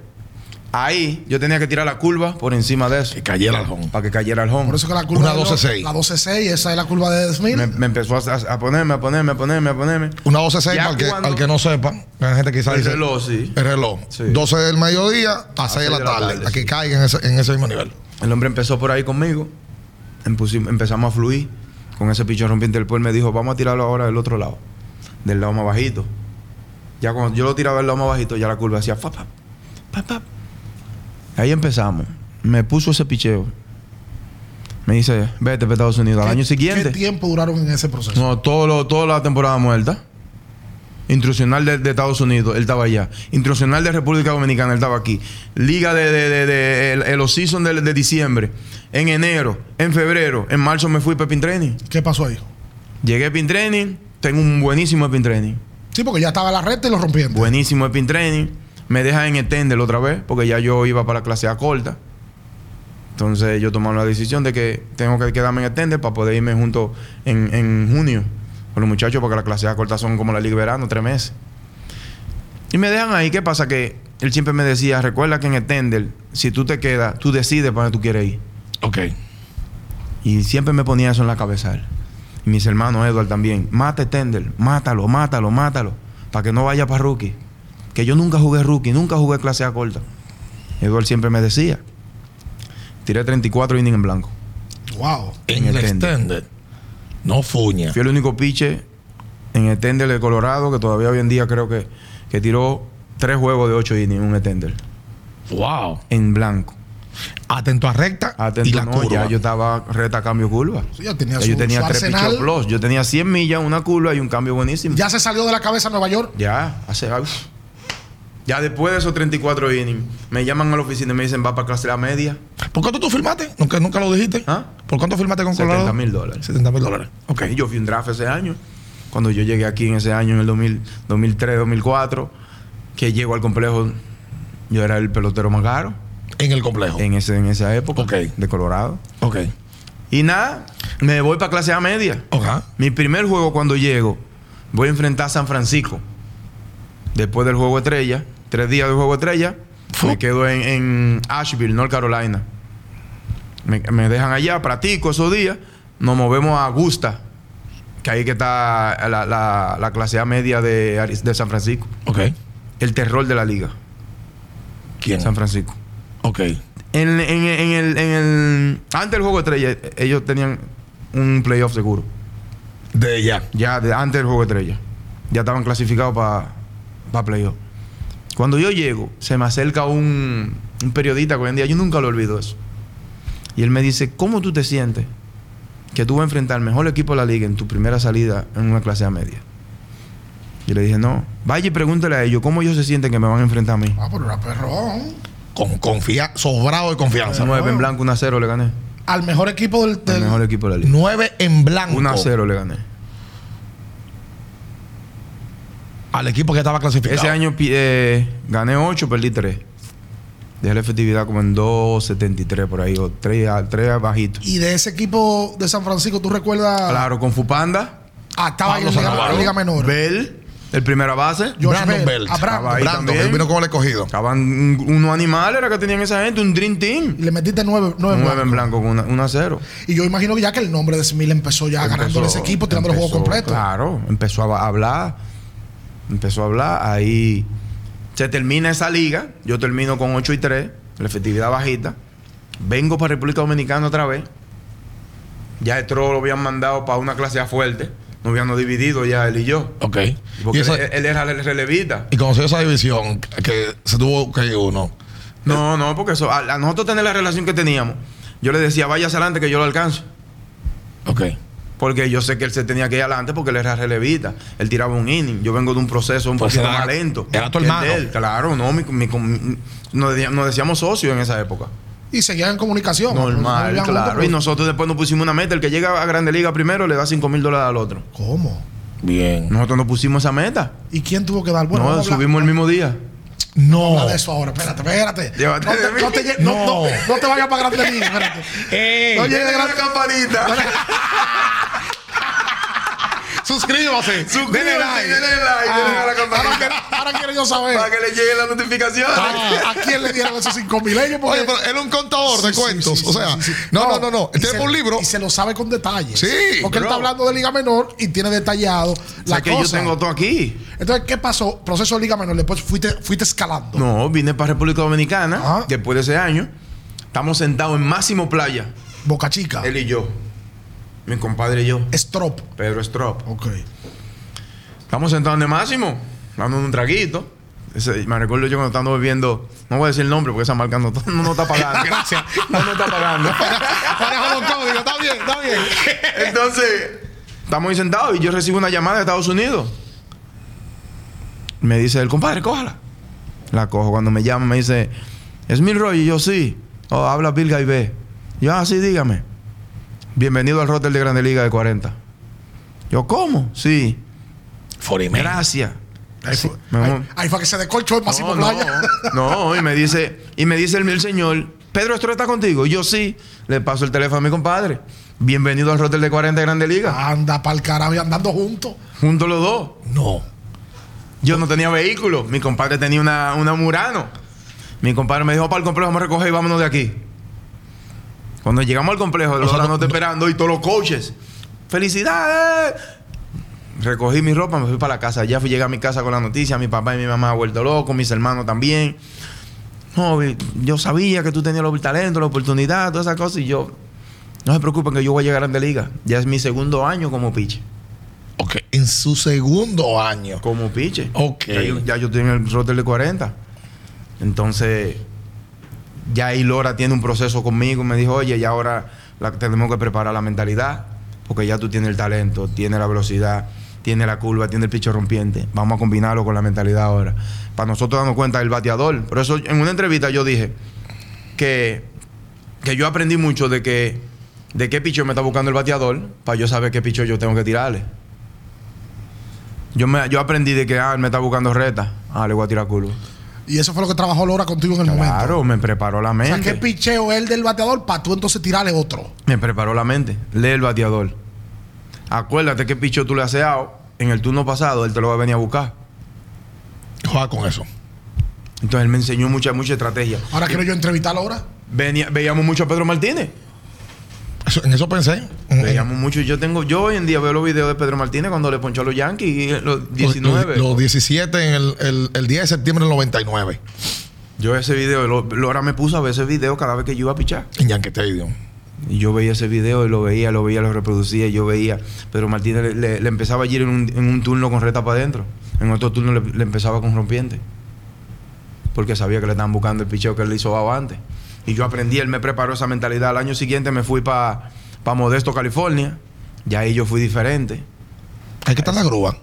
Speaker 3: Ahí yo tenía que tirar la curva por encima de eso.
Speaker 4: Que cayera el home.
Speaker 3: Para que cayera el home.
Speaker 1: Por eso que la curva.
Speaker 2: Una
Speaker 1: de los-
Speaker 2: 12-6.
Speaker 1: La 12-6, esa es la curva de Smith.
Speaker 3: me, me empezó a, a ponerme, a ponerme, a ponerme, a ponerme.
Speaker 2: Una 12-6,
Speaker 3: Ya
Speaker 2: para el que,
Speaker 3: cuando-
Speaker 2: al que no sepa, la gente quizás
Speaker 3: El
Speaker 2: dice.
Speaker 3: reloj, sí.
Speaker 2: El reloj.
Speaker 3: Sí.
Speaker 2: 12 del mediodía a 6 de la tarde. a que
Speaker 3: sí.
Speaker 2: caiga en ese, en ese mismo nivel.
Speaker 3: El hombre empezó por ahí conmigo. Empusi- empezamos a fluir con ese pichón rompiente. El pueblo me dijo, vamos a tirarlo ahora del otro lado, del lado más bajito. Ya cuando yo lo tiraba del lado más bajito, ya la curva hacía fa, pa, pa, pa. Ahí empezamos. Me puso ese picheo. Me dice, vete para Estados Unidos. Al año
Speaker 1: ¿Qué
Speaker 3: siguiente.
Speaker 1: tiempo duraron en ese proceso?
Speaker 3: No, todo lo- toda la temporada muerta. Intrusional de, de Estados Unidos, él estaba allá. Intrusional de República Dominicana, él estaba aquí. Liga de, de, de- de- el, el off-season de, de diciembre. En enero, en febrero, en marzo me fui para Pin Training.
Speaker 1: ¿Qué pasó ahí?
Speaker 3: Llegué a Pin Training, tengo un buenísimo Pin Training.
Speaker 1: Sí, porque ya estaba la recta y lo rompieron.
Speaker 3: Buenísimo Pin Training. Me dejan en extender otra vez, porque ya yo iba para la clase A corta. Entonces yo tomé la decisión de que tengo que quedarme en extender para poder irme junto en, en junio con los muchachos, porque la clase A corta son como la Liga de Verano, tres meses. Y me dejan ahí. ¿Qué pasa? Que él siempre me decía, recuerda que en extender, si tú te quedas, tú decides para dónde tú quieres ir.
Speaker 4: Ok.
Speaker 3: Y siempre me ponía eso en la cabeza él. Y mis hermanos Edward también. Mate Tender, mátalo, mátalo, mátalo. Para que no vaya para rookie. Que yo nunca jugué rookie, nunca jugué clase A corta. Edward siempre me decía. Tiré 34 innings en blanco.
Speaker 1: Wow.
Speaker 2: En
Speaker 3: En
Speaker 2: el
Speaker 3: extended.
Speaker 2: extended.
Speaker 4: No fuña.
Speaker 3: Fui el único piche en extender de Colorado que todavía hoy en día creo que, que tiró tres juegos de 8 innings, un extender.
Speaker 4: Wow.
Speaker 3: En blanco.
Speaker 2: Atento a recta
Speaker 3: Atento,
Speaker 2: y la
Speaker 3: no,
Speaker 2: curva.
Speaker 3: ya yo estaba reta cambio curva.
Speaker 1: Sí, ya tenía
Speaker 3: Ya
Speaker 1: su-
Speaker 3: yo tenía
Speaker 1: su
Speaker 3: tres
Speaker 1: arsenal.
Speaker 3: pichos plus. Yo tenía 100 millas, una curva y un cambio buenísimo.
Speaker 1: Ya se salió de la cabeza Nueva York.
Speaker 3: Ya, hace algo. Ya después de esos 34 innings, me llaman a la oficina y me dicen, va para clase la media.
Speaker 2: ¿Por cuánto tú firmaste? Nunca, nunca lo dijiste.
Speaker 3: ¿Ah?
Speaker 2: ¿Por cuánto firmaste con
Speaker 3: 70
Speaker 2: Colorado?
Speaker 3: mil dólares.
Speaker 2: 70 mil dólares.
Speaker 3: Ok. Yo fui un draft ese año. Cuando yo llegué aquí en ese año, en el 2000, 2003, 2004, que llego al complejo, yo era el pelotero más caro
Speaker 4: En el complejo.
Speaker 3: en, ese, en esa época
Speaker 4: Ok.
Speaker 3: de Colorado.
Speaker 4: Ok.
Speaker 3: Y nada, me voy para clase A media.
Speaker 2: Ajá.
Speaker 3: Mi primer juego cuando llego, voy a enfrentar a San Francisco. Después del juego estrella, tres días del juego estrella, me quedo en, en Asheville, North Carolina. Me, me dejan allá, practico esos días, nos movemos a Augusta, que ahí que está la, la- la clase A media de, Ari- de San Francisco.
Speaker 4: Ok.
Speaker 3: El terror de la liga,
Speaker 4: ¿Quién?
Speaker 3: San Francisco.
Speaker 4: Ok.
Speaker 3: En, en- en el, en el- antes del juego estrella, ellos tenían un playoff seguro.
Speaker 4: De ella.
Speaker 3: Ya de- antes del juego de estrella. Ya estaban clasificados para playoff. Cuando yo llego, se me acerca un, un periodista que hoy en día yo nunca lo olvido eso. Y él me dice, ¿cómo tú te sientes que tú vas a enfrentar al mejor equipo de la liga en tu primera salida en una clase A media? Yo le dije, no, vaya y pregúntale a ellos cómo ellos se sienten que me van a enfrentar a mí.
Speaker 1: Ah, pero era perrón.
Speaker 2: Con confianza, sobrado de confianza.
Speaker 3: 9 en blanco, 1 a 0 le gané.
Speaker 1: Al mejor equipo del.
Speaker 3: El
Speaker 1: del-
Speaker 3: mejor equipo de la liga.
Speaker 2: 9 en blanco.
Speaker 3: 1 a 0 le gané.
Speaker 2: Al equipo que estaba clasificado.
Speaker 3: Ese año pi- eh, gané 8, perdí 3. Dejé la efectividad como en 2.73 por ahí, o 3, 3 bajito.
Speaker 1: Y de ese equipo de San Francisco, ¿tú recuerdas?
Speaker 3: Claro, con Fupanda,
Speaker 1: Ah, estaba ahí en
Speaker 2: Pablo
Speaker 1: Liga-
Speaker 2: Sanabria.
Speaker 1: Liga Menor.
Speaker 3: Bell, el primera base.
Speaker 1: George
Speaker 2: Brandon
Speaker 1: Bell.
Speaker 2: Bell.
Speaker 1: A Brandon.
Speaker 3: Estaba ahí.
Speaker 2: Brandon,
Speaker 3: también.
Speaker 2: él vino con el escogido.
Speaker 3: Estaban un- unos animales era que tenían esa gente, un Dream Team.
Speaker 1: Y le metiste nueve, nueve
Speaker 3: 9 en
Speaker 1: blancos.
Speaker 3: blanco con 1 a 0.
Speaker 1: Y yo imagino que ya que el nombre de Smil empezó ya ganando ese equipo, tirando el juego completo.
Speaker 3: Claro, empezó a ba- hablar. Empezó a hablar. Ahí se termina esa liga. Yo termino con 8 y 3, la efectividad bajita. Vengo para República Dominicana otra vez. Ya el tro lo habían mandado para una clase A fuerte. Nos habían dividido ya él y yo.
Speaker 4: Ok.
Speaker 3: Porque
Speaker 2: Y eso-
Speaker 3: él, él era el relevista.
Speaker 2: Y conoció esa división que se tuvo que ir uno.
Speaker 3: No, no, porque eso, a, a nosotros tener la relación que teníamos, yo le decía, vaya adelante que yo lo alcanzo.
Speaker 4: Ok.
Speaker 3: Porque yo sé que él se tenía que ir adelante porque él era relevista. Él tiraba un inning. Yo vengo de un proceso un
Speaker 2: Pues
Speaker 3: poquito
Speaker 2: era-
Speaker 3: más lento.
Speaker 2: era tu
Speaker 3: que el
Speaker 2: hermano.
Speaker 3: de él. Claro, no. mi- mi- con- mi- nos, decía- nos decíamos socios en esa época.
Speaker 1: Y seguían en comunicación. No
Speaker 3: Normal,
Speaker 1: vivían juntos,
Speaker 3: claro.
Speaker 1: pero-
Speaker 3: Y nosotros después nos pusimos una meta. El que llega a Grande Liga primero le da 5 mil dólares al otro.
Speaker 1: ¿Cómo?
Speaker 4: Bien.
Speaker 3: Nosotros nos pusimos esa meta.
Speaker 1: ¿Y quién tuvo que dar? Bueno,
Speaker 3: no,
Speaker 1: vamos a hablar-
Speaker 3: subimos el mismo día.
Speaker 2: No.
Speaker 1: Habla de eso ahora. Espérate, espérate.
Speaker 3: Llévate
Speaker 1: No te,
Speaker 3: de mí.
Speaker 1: no te lle- no-
Speaker 2: No.
Speaker 1: no- no te vayas para Grande Liga.
Speaker 2: Eh.
Speaker 1: Espérate.
Speaker 2: ¡Ey!
Speaker 1: No llegues a Grande
Speaker 3: campanita.
Speaker 2: Suscríbase. Denle like.
Speaker 3: denle like, denle a la
Speaker 1: Ahora,
Speaker 3: campanita.
Speaker 1: quiero- ahora quiero yo saber
Speaker 3: Para que le lleguen las notificaciones.
Speaker 1: a, a quién le dieron esos 5 mil ellos. porque-
Speaker 2: Oye, pero él es un contador de
Speaker 1: Sí, sí,
Speaker 2: cuentos.
Speaker 1: sí,
Speaker 2: o
Speaker 1: sí,
Speaker 2: sea,
Speaker 1: sí, sí.
Speaker 2: no, no, no, no.
Speaker 1: y
Speaker 2: Él tiene
Speaker 1: se-
Speaker 2: un libro.
Speaker 1: Y se lo sabe con detalles.
Speaker 2: Sí,
Speaker 1: Porque él
Speaker 3: bro.
Speaker 1: está hablando de Liga Menor y tiene detallado
Speaker 3: O sea,
Speaker 1: la
Speaker 3: que
Speaker 1: cosa.
Speaker 3: yo tengo todo aquí.
Speaker 1: Entonces, ¿qué pasó? Proceso de Liga Menor. Después fuiste, fuiste escalando.
Speaker 3: No, vine para República Dominicana
Speaker 1: Ajá.
Speaker 3: después de ese año. Estamos sentados en Máximo Playa,
Speaker 1: Boca Chica.
Speaker 3: él y yo. Mi compadre y yo,
Speaker 1: Strop.
Speaker 3: Pedro Strop.
Speaker 1: Ok.
Speaker 3: Estamos sentados en Máximo, dando un traguito. Ese- me recuerdo yo cuando estábamos bebiendo, no voy a decir el nombre porque esa marca no, no, no está pagando. Gracias. No, no está pagando.
Speaker 2: Maneja los códigos. Está bien, está bien.
Speaker 3: Entonces, estamos ahí sentados y yo recibo una llamada de Estados Unidos. Me dice el compadre, cójala. La cojo. Cuando me llama, me dice, ¿es Milroy? Y yo, sí. Oh, habla Bill Gaibé. Yo, ah, sí, dígame. Bienvenido al Rotel de Grande Liga de 40. Yo, ¿cómo? Sí.
Speaker 4: Forimé.
Speaker 3: Gracias.
Speaker 1: Ahí fue,
Speaker 3: mi amor.
Speaker 1: ahí- ahí fue que se descolchó el Máximo
Speaker 3: No,
Speaker 1: Playa.
Speaker 3: no, no, y me dice, y me dice el, el señor, Pedro Estrella está contigo. Y yo sí, le paso el teléfono a mi compadre. Bienvenido al Rotel de 40 de Grande Liga.
Speaker 1: Anda pa'l carajo y andando juntos.
Speaker 3: Juntos los dos.
Speaker 4: No.
Speaker 3: Yo no tenía vehículo. Mi compadre tenía una, una Murano. Mi compadre me dijo, para el complejo, vamos a recoger y vámonos de aquí. Cuando llegamos al complejo, los
Speaker 2: sea,
Speaker 3: no,
Speaker 2: no-
Speaker 3: te esperando y todos los coaches. ¡Felicidades! Recogí mi ropa, me fui para la casa. Ya fui, llegué a mi casa con la noticia. Mi papá y mi mamá han vuelto locos, mis hermanos también. No, vi- yo sabía que tú tenías los talentos, la oportunidad, todas esas cosas. Y yo, no se preocupen que yo voy a llegar a la liga. Ya es mi segundo año como piche.
Speaker 4: Ok.
Speaker 2: En su segundo año.
Speaker 3: Como piche.
Speaker 4: Ok.
Speaker 3: Ya yo, ya yo estoy en el roster de 40. Entonces, ya ahí Lora tiene un proceso conmigo. Me dijo, oye, ya ahora la- tenemos que preparar la mentalidad. Porque ya tú tienes el talento, tienes la velocidad, tienes la curva, tienes el picho rompiente. Vamos a combinarlo con la mentalidad ahora. Para nosotros darnos cuenta del bateador. Por eso, en una entrevista yo dije que, que yo aprendí mucho de que de qué picho me está buscando el bateador para yo saber qué picho yo tengo que tirarle. Yo, me, yo aprendí de que ah, él me está buscando reta. Ah, le voy a tirar culo.
Speaker 1: Y eso fue lo que trabajó Lora contigo en el momento.
Speaker 3: Claro, me preparó la
Speaker 1: O
Speaker 3: mente.
Speaker 1: sea, ¿qué picheo es el del bateador para tú entonces tirarle otro?
Speaker 3: me preparó la mente. Lee el bateador. Acuérdate que picho tú le has dado en el turno pasado, él te lo va a venir a buscar.
Speaker 2: Juega con eso.
Speaker 3: Entonces él me enseñó mucha, mucha estrategia.
Speaker 1: Ahora quiero yo entrevistar a Lora.
Speaker 3: Venía- veíamos mucho a Pedro Martínez.
Speaker 2: Eso- en eso pensé.
Speaker 3: Veíamos mucho. Yo tengo, yo hoy en día veo los videos de Pedro Martínez cuando le ponchó a los Yankees y los 19.
Speaker 2: Los, 17 en el, el, el 10 de septiembre del 99.
Speaker 3: Yo ese video, lo- Lora me puso a ver ese video cada vez que yo iba a pichar.
Speaker 2: En Yankee Stadium.
Speaker 3: Y yo veía ese video y lo veía, lo veía, lo reproducía, y yo veía. Pedro Martínez le, le- le empezaba a ir en un, en un turno con reta para adentro. En otro turno le, le empezaba con rompiente. Porque sabía que le estaban buscando el picheo que él le hizo abajo antes. Y yo aprendí, él me preparó esa mentalidad. Al año siguiente me fui para Modesto, California. Y ahí yo fui diferente.
Speaker 2: Hay que estar en la grúa.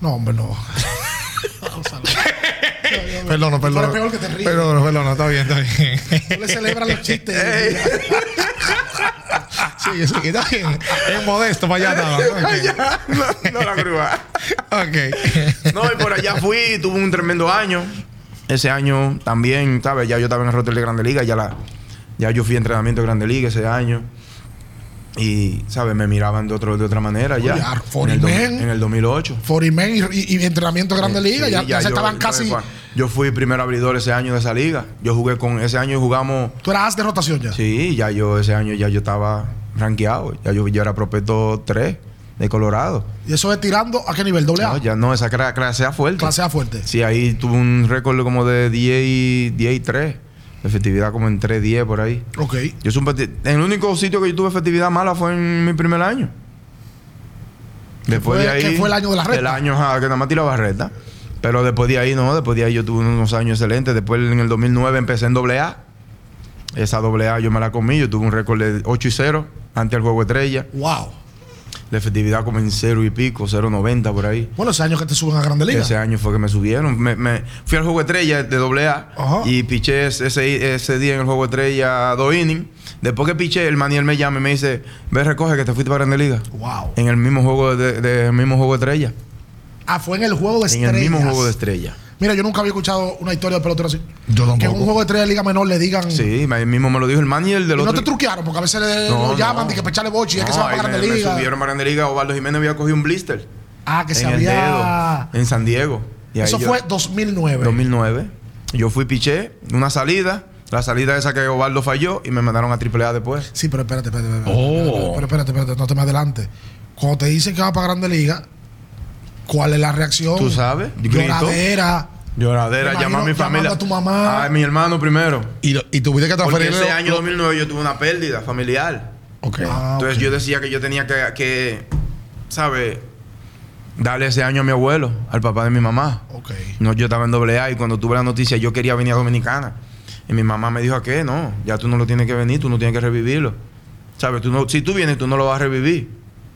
Speaker 1: No, hombre, no. Vamos a ver.
Speaker 2: Perdona,
Speaker 1: Tú
Speaker 2: perdona.
Speaker 1: eres peor que te ríes.
Speaker 2: Perdona, perdona. Está bien, está bien.
Speaker 1: Tú le celebras los chistes.
Speaker 3: Ey.
Speaker 2: sí, sí, está bien. Es modesto, para allá estaba.
Speaker 3: no, no la grúa.
Speaker 2: Ok.
Speaker 3: No, y por allá fui, tuve un tremendo año. Ese año también, ¿sabes? Ya yo estaba en el roster de Grande Liga, ya, la, ya yo fui a entrenamiento de Grande Liga ese año. Y, ¿sabes? Me miraban de, otro, de otra manera
Speaker 1: Oye,
Speaker 3: ya. en, el, do-
Speaker 1: Arforimen.
Speaker 3: en el 2008.
Speaker 1: Forimen y, y, y entrenamiento de Grandes Ligas.
Speaker 3: Sí,
Speaker 1: ya, ya se
Speaker 3: yo-
Speaker 1: estaban
Speaker 3: yo-
Speaker 1: casi.
Speaker 3: Yo fui primer abridor ese año de esa liga. Yo jugué con... Ese año jugamos...
Speaker 1: Tú eras as de rotación ya.
Speaker 3: Sí, ya yo ese año ya yo estaba rankeado. Ya yo, yo era prospecto 3 de Colorado.
Speaker 1: Y eso es tirando a qué nivel, doble A.
Speaker 3: No, ya no, esa cla- clase A fuerte.
Speaker 1: Clase A fuerte.
Speaker 3: Sí, ahí tuve un récord como de 10 y, 10 y 3. Efectividad como en 3, 10 por ahí.
Speaker 1: Ok.
Speaker 3: Yo soy un pati- el único sitio que yo tuve efectividad mala fue en mi primer año. Después
Speaker 1: fue-
Speaker 3: de ahí.
Speaker 1: que fue el año de la recta?
Speaker 3: El año ajá, que nada más tiraba recta. Pero después de ahí, no, después de ahí yo tuve unos años excelentes. Después en el 2009 empecé en AA. Esa AA yo me la comí. Yo tuve un récord de 8 y 0 ante el juego estrella.
Speaker 1: Wow.
Speaker 3: La efectividad como en 0 y pico, 0.90 por ahí.
Speaker 1: Bueno, ese año que te suben a Grandes Ligas.
Speaker 3: Ese año fue que me subieron. Me, me- fui al juego estrella de doble A
Speaker 1: Ajá.
Speaker 3: y piché ese, ese- ese día en el juego estrella dos innings. Después que piché, el maniel me llama y me dice, ve recoge que te fuiste para Grande Liga.
Speaker 1: Wow.
Speaker 3: En el mismo juego de, de- del mismo juego estrella.
Speaker 1: Ah, fue en el juego de
Speaker 3: En el mismo
Speaker 1: estrellas.
Speaker 3: juego de estrella.
Speaker 1: Mira, yo nunca había escuchado una historia de pelotero así.
Speaker 2: Yo
Speaker 1: Que en
Speaker 2: tampoco.
Speaker 1: un juego de tres de liga menor le digan.
Speaker 3: Sí, ahí mismo me lo dijo el manager
Speaker 1: Y
Speaker 3: del
Speaker 1: no
Speaker 3: otro.
Speaker 1: te truquearon, porque a veces le
Speaker 3: No,
Speaker 1: lo llaman
Speaker 3: no.
Speaker 1: de que pecharle bochi y es que
Speaker 3: No,
Speaker 1: se va para
Speaker 3: ahí
Speaker 1: grande
Speaker 3: me, me
Speaker 1: liga.
Speaker 3: subieron para Grande Liga. Osvaldo Jiménez había cogido un blister
Speaker 1: ah, que
Speaker 3: en
Speaker 1: se
Speaker 3: el
Speaker 1: había.
Speaker 3: dedo en San Diego. Y ahí
Speaker 1: Eso
Speaker 3: yo-
Speaker 1: fue 2009.
Speaker 3: 2009. Yo fui piché, una salida, la salida esa que Osvaldo falló y me mandaron a AAA después.
Speaker 1: Sí, pero espérate, espérate, espérate.
Speaker 4: Oh.
Speaker 1: Pero espérate, espérate, no te me adelantes. Cuando te dicen que va para grande liga, ¿cuál es la reacción?
Speaker 3: Tú sabes, grito.
Speaker 1: Lloradera.
Speaker 3: Lloradera,
Speaker 1: Me
Speaker 3: llamar a mi
Speaker 1: imagino
Speaker 3: familia.
Speaker 1: llamando a tu mamá.
Speaker 3: A mi hermano primero.
Speaker 2: Y, lo- y tuviste que
Speaker 3: Porque
Speaker 2: transferir.
Speaker 3: ese año
Speaker 2: lo-
Speaker 3: 2009 yo tuve una pérdida familiar.
Speaker 2: Ok.
Speaker 1: Ah,
Speaker 3: Entonces
Speaker 1: ok.
Speaker 3: yo decía que yo tenía que, que ¿sabes? Darle ese año a mi abuelo, al papá de mi mamá.
Speaker 1: Ok. Pues
Speaker 3: No, yo estaba en doble A y cuando tuve la noticia yo quería venir a Dominicana. Y mi mamá me dijo, ¿a qué? No, ya tú no lo tienes que venir, tú no tienes que revivirlo. ¿Sabes? Tú no, si tú vienes, tú no lo vas a revivir.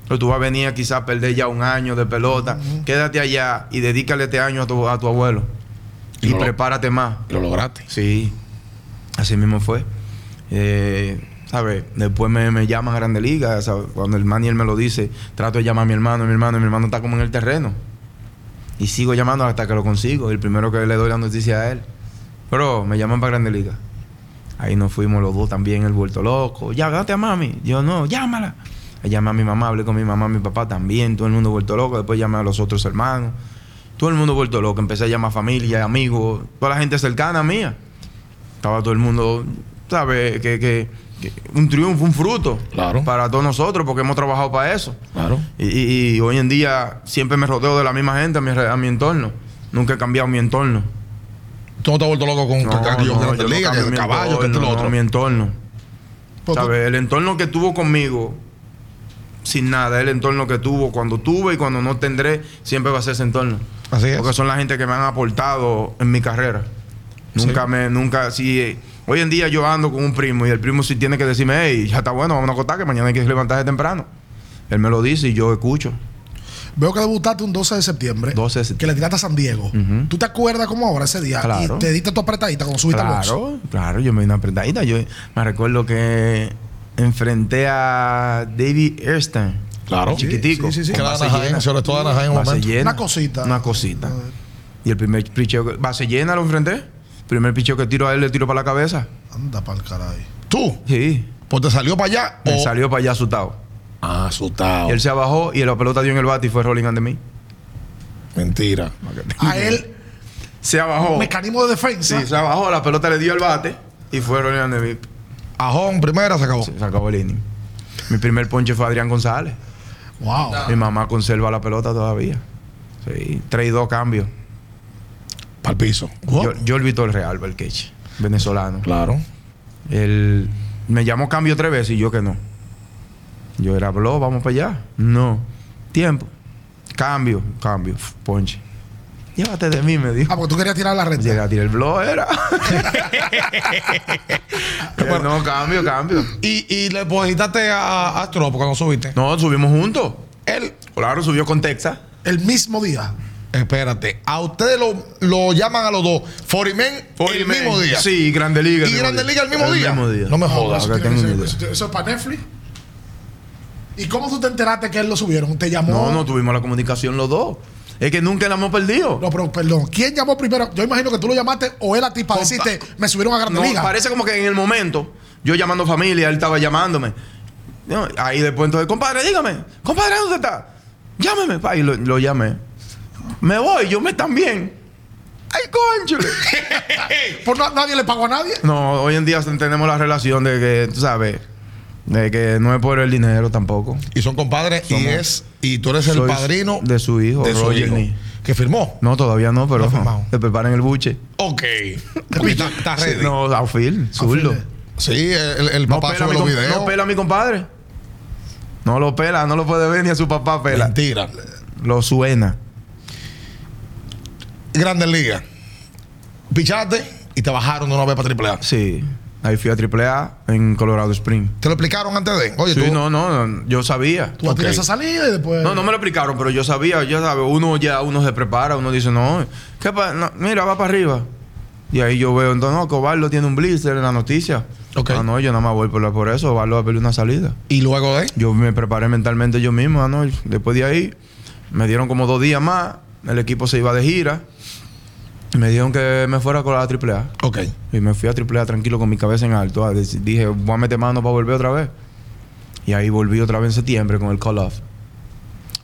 Speaker 3: Pero tú vas a venir a quizás perder ya un año de pelota. Quédate allá y dedícale este año a tu, a tu abuelo.
Speaker 4: Y
Speaker 3: Y,
Speaker 4: lo-
Speaker 3: prepárate más.
Speaker 4: Lo lograste.
Speaker 3: Sí, así mismo fue. Eh, ¿Sabes? Después me, me llaman a Grande Liga. ¿sabe? Cuando el maniel me lo dice, trato de llamar a mi hermano, mi hermano, y mi hermano está como en el terreno. Y sigo llamando hasta que lo consigo. El primero que le doy la noticia a él. Pero me llaman para Grande Liga. Ahí nos fuimos los dos también, el vuelto loco. Ya, gánate a mami. Yo no, llámala. Ahí Llamé a mi mamá, hablé con mi mamá, mi papá también. Todo el mundo vuelto loco. Después llamé a los otros hermanos. Todo el mundo vuelto loco. Empecé a llamar a familia, amigos, toda la gente cercana mía. Estaba todo el mundo, ¿sabes? Que, que- que un triunfo, un fruto.
Speaker 4: Claro.
Speaker 3: Para todos nosotros, porque hemos trabajado para eso.
Speaker 4: Claro.
Speaker 3: Y, y- y hoy en día siempre me rodeo de la misma gente a mi, re- a mi entorno. Nunca he cambiado mi entorno.
Speaker 2: Tú no te has vuelto loco con
Speaker 3: No,
Speaker 2: que que yo
Speaker 3: no,
Speaker 2: quiero
Speaker 3: yo
Speaker 2: te
Speaker 3: no
Speaker 2: liga, que
Speaker 3: cambio
Speaker 2: el
Speaker 3: mi
Speaker 2: caballo, que
Speaker 3: entorno,
Speaker 2: esto y lo
Speaker 3: no,
Speaker 2: otro.
Speaker 3: mi entorno.
Speaker 1: Pues tú-
Speaker 3: ¿Sabes? El entorno que tuvo conmigo, sin nada, el entorno que tuvo cuando tuve y cuando no tendré, siempre va a ser ese entorno.
Speaker 2: Así es.
Speaker 3: Porque son la gente que me han aportado en mi carrera. Nunca me, nunca, si eh, hoy en día yo ando con un primo y el primo sí tiene que decirme, hey, ya está bueno, vamos a acostar que mañana hay que levantarse temprano. Él me lo dice y yo escucho.
Speaker 1: Veo que debutaste un 12 de septiembre.
Speaker 3: 12 de septiembre.
Speaker 1: Que le tiraste a San Diego.
Speaker 3: Ujú.
Speaker 1: ¿Tú te acuerdas cómo ahora ese día?
Speaker 3: Claro.
Speaker 1: Y te diste tu apretadita cuando subiste al box.
Speaker 3: Claro, claro, yo me di una apretadita. Yo me recuerdo que enfrenté a David Erstein.
Speaker 4: Claro.
Speaker 1: Sí,
Speaker 3: Chiquitico.
Speaker 1: sí, sí, sí.
Speaker 3: con
Speaker 2: Que era
Speaker 3: base
Speaker 2: Anaheim,
Speaker 3: llena.
Speaker 2: sobre todo Anaheim en un
Speaker 3: Base
Speaker 2: momento.
Speaker 3: llena.
Speaker 1: Una cosita.
Speaker 3: Una cosita. Y el primer picheo, que- base llena lo enfrenté. Primer picheo que tiro a él, le tiro para la cabeza.
Speaker 1: Anda pa'l caray.
Speaker 2: Tú,
Speaker 3: Sí.
Speaker 2: pues te salió para allá.
Speaker 3: Me
Speaker 2: o-
Speaker 3: salió para allá asustado.
Speaker 4: Ah, asustado.
Speaker 3: Y él se abajó y la pelota dio en el bate y fue rolling ante mí.
Speaker 2: Mentira.
Speaker 1: A él,
Speaker 3: Se abajó.
Speaker 1: mecanismo de defensa.
Speaker 3: Oh. Sí, se abajó, la pelota le dio el bate y fue rolling ante mí.
Speaker 2: Ajón, primera se acabó.
Speaker 3: Sí, Se acabó el inning. Mi primer ponche fue Adrián González.
Speaker 1: Wow. Ah,
Speaker 3: Mi mamá conserva la pelota todavía. Sí, 3 y 2 cambios.
Speaker 2: Para el piso.
Speaker 3: Yo, yo olvido el Real, el catch, venezolano.
Speaker 2: Claro.
Speaker 3: Él me llamó cambio tres veces y yo que no. Yo era, bro, vamos para allá. No. Tiempo. Cambio, cambio, F- ponche. Llévate de mí, me dijo.
Speaker 1: Ah, porque tú querías tirar la red.
Speaker 3: Llega a tirar el blog, era. Pero no, cambio, cambio.
Speaker 2: Y, y le depositaste a Astro cuando subiste.
Speaker 3: No, subimos juntos. Él, claro, subió con Texas.
Speaker 1: El mismo día.
Speaker 2: Espérate. A ustedes lo, lo llaman a los dos. Forimen el
Speaker 3: Oye,
Speaker 2: mismo
Speaker 3: me-
Speaker 2: día.
Speaker 3: Sí, Grande Liga. el
Speaker 2: ¿Y
Speaker 3: mismo
Speaker 2: Grande
Speaker 3: día.
Speaker 2: Liga el mismo día? No me jodas.
Speaker 1: eso,
Speaker 3: Ahora
Speaker 1: tiene que
Speaker 3: tengo
Speaker 1: ser-
Speaker 3: una idea.
Speaker 1: eso- eso es para Netflix. ¿Y cómo tú te enteraste que él lo subieron? ¿Te llamó?
Speaker 3: No, no tuvimos la comunicación los dos. Es que nunca la hemos perdido.
Speaker 1: No, pero perdón. ¿Quién llamó primero? Yo imagino que tú lo llamaste o él a ti para
Speaker 3: Con-
Speaker 1: decirte, me subieron a Grande
Speaker 3: No,
Speaker 1: Liga.
Speaker 3: parece como que en el momento, yo llamando familia, él estaba llamándome. No, ahí después entonces, compadre, dígame, compadre, ¿dónde está? Llámeme, pa. Y lo, lo llamé. Me voy, yo me también. ¡Ay, conchule!
Speaker 1: Por na- nadie le pagó a nadie.
Speaker 3: no, hoy en día tenemos la relación de que, tú sabes, de que no es por el dinero tampoco.
Speaker 2: Y son compadres. Y
Speaker 3: Somos-
Speaker 2: es. Y tú eres el
Speaker 3: Soy
Speaker 2: padrino
Speaker 3: de su hijo,
Speaker 2: de su
Speaker 3: Roger
Speaker 2: hijo,
Speaker 3: Ni.
Speaker 2: Que firmó.
Speaker 3: No, todavía no, pero
Speaker 2: No, firmado.
Speaker 3: te preparan el buche.
Speaker 2: Ok. Porque está, está ready.
Speaker 3: No, Aufil, zurdo.
Speaker 1: Aufil, eh.
Speaker 2: Sí, el, el
Speaker 3: No
Speaker 2: papá
Speaker 3: pela, a
Speaker 2: sube
Speaker 3: mi
Speaker 2: los
Speaker 3: com-
Speaker 2: videos.
Speaker 3: no pela a mi compadre. No lo pela, no lo puede ver ni a su papá pela.
Speaker 2: Mentira.
Speaker 3: Lo suena.
Speaker 2: Grandes Ligas. Pichaste y te bajaron de una vez para AAA.
Speaker 3: Sí. Ahí fui a AAA en Colorado Springs.
Speaker 2: ¿Te lo explicaron antes de? Oye,
Speaker 3: Sí,
Speaker 2: tú.
Speaker 3: no, no, no, yo sabía.
Speaker 1: Tú
Speaker 2: Ok.
Speaker 1: tiras esa salida y después.
Speaker 3: No, no me lo explicaron, pero yo sabía, ya sabes, uno ya uno se prepara, uno dice, no, ¿qué pa- no, mira, va para arriba. Y ahí yo veo, entonces, no, que Ovaldo tiene un blister en la noticia.
Speaker 2: Ok.
Speaker 3: Ah, no, yo nada más voy por, la- por eso, Ovaldo va a pedir una salida.
Speaker 2: Y luego de.
Speaker 3: Yo me preparé mentalmente yo mismo anoche. Después de ahí, me dieron como dos días más. El equipo se iba de gira. Me dijeron que me fuera con la AAA.
Speaker 2: Ok.
Speaker 3: Y me fui a AAA tranquilo con mi cabeza en alto. Ah, dec- Dije, voy a meter mano para volver otra vez. Y ahí volví otra vez en septiembre con el Call Off.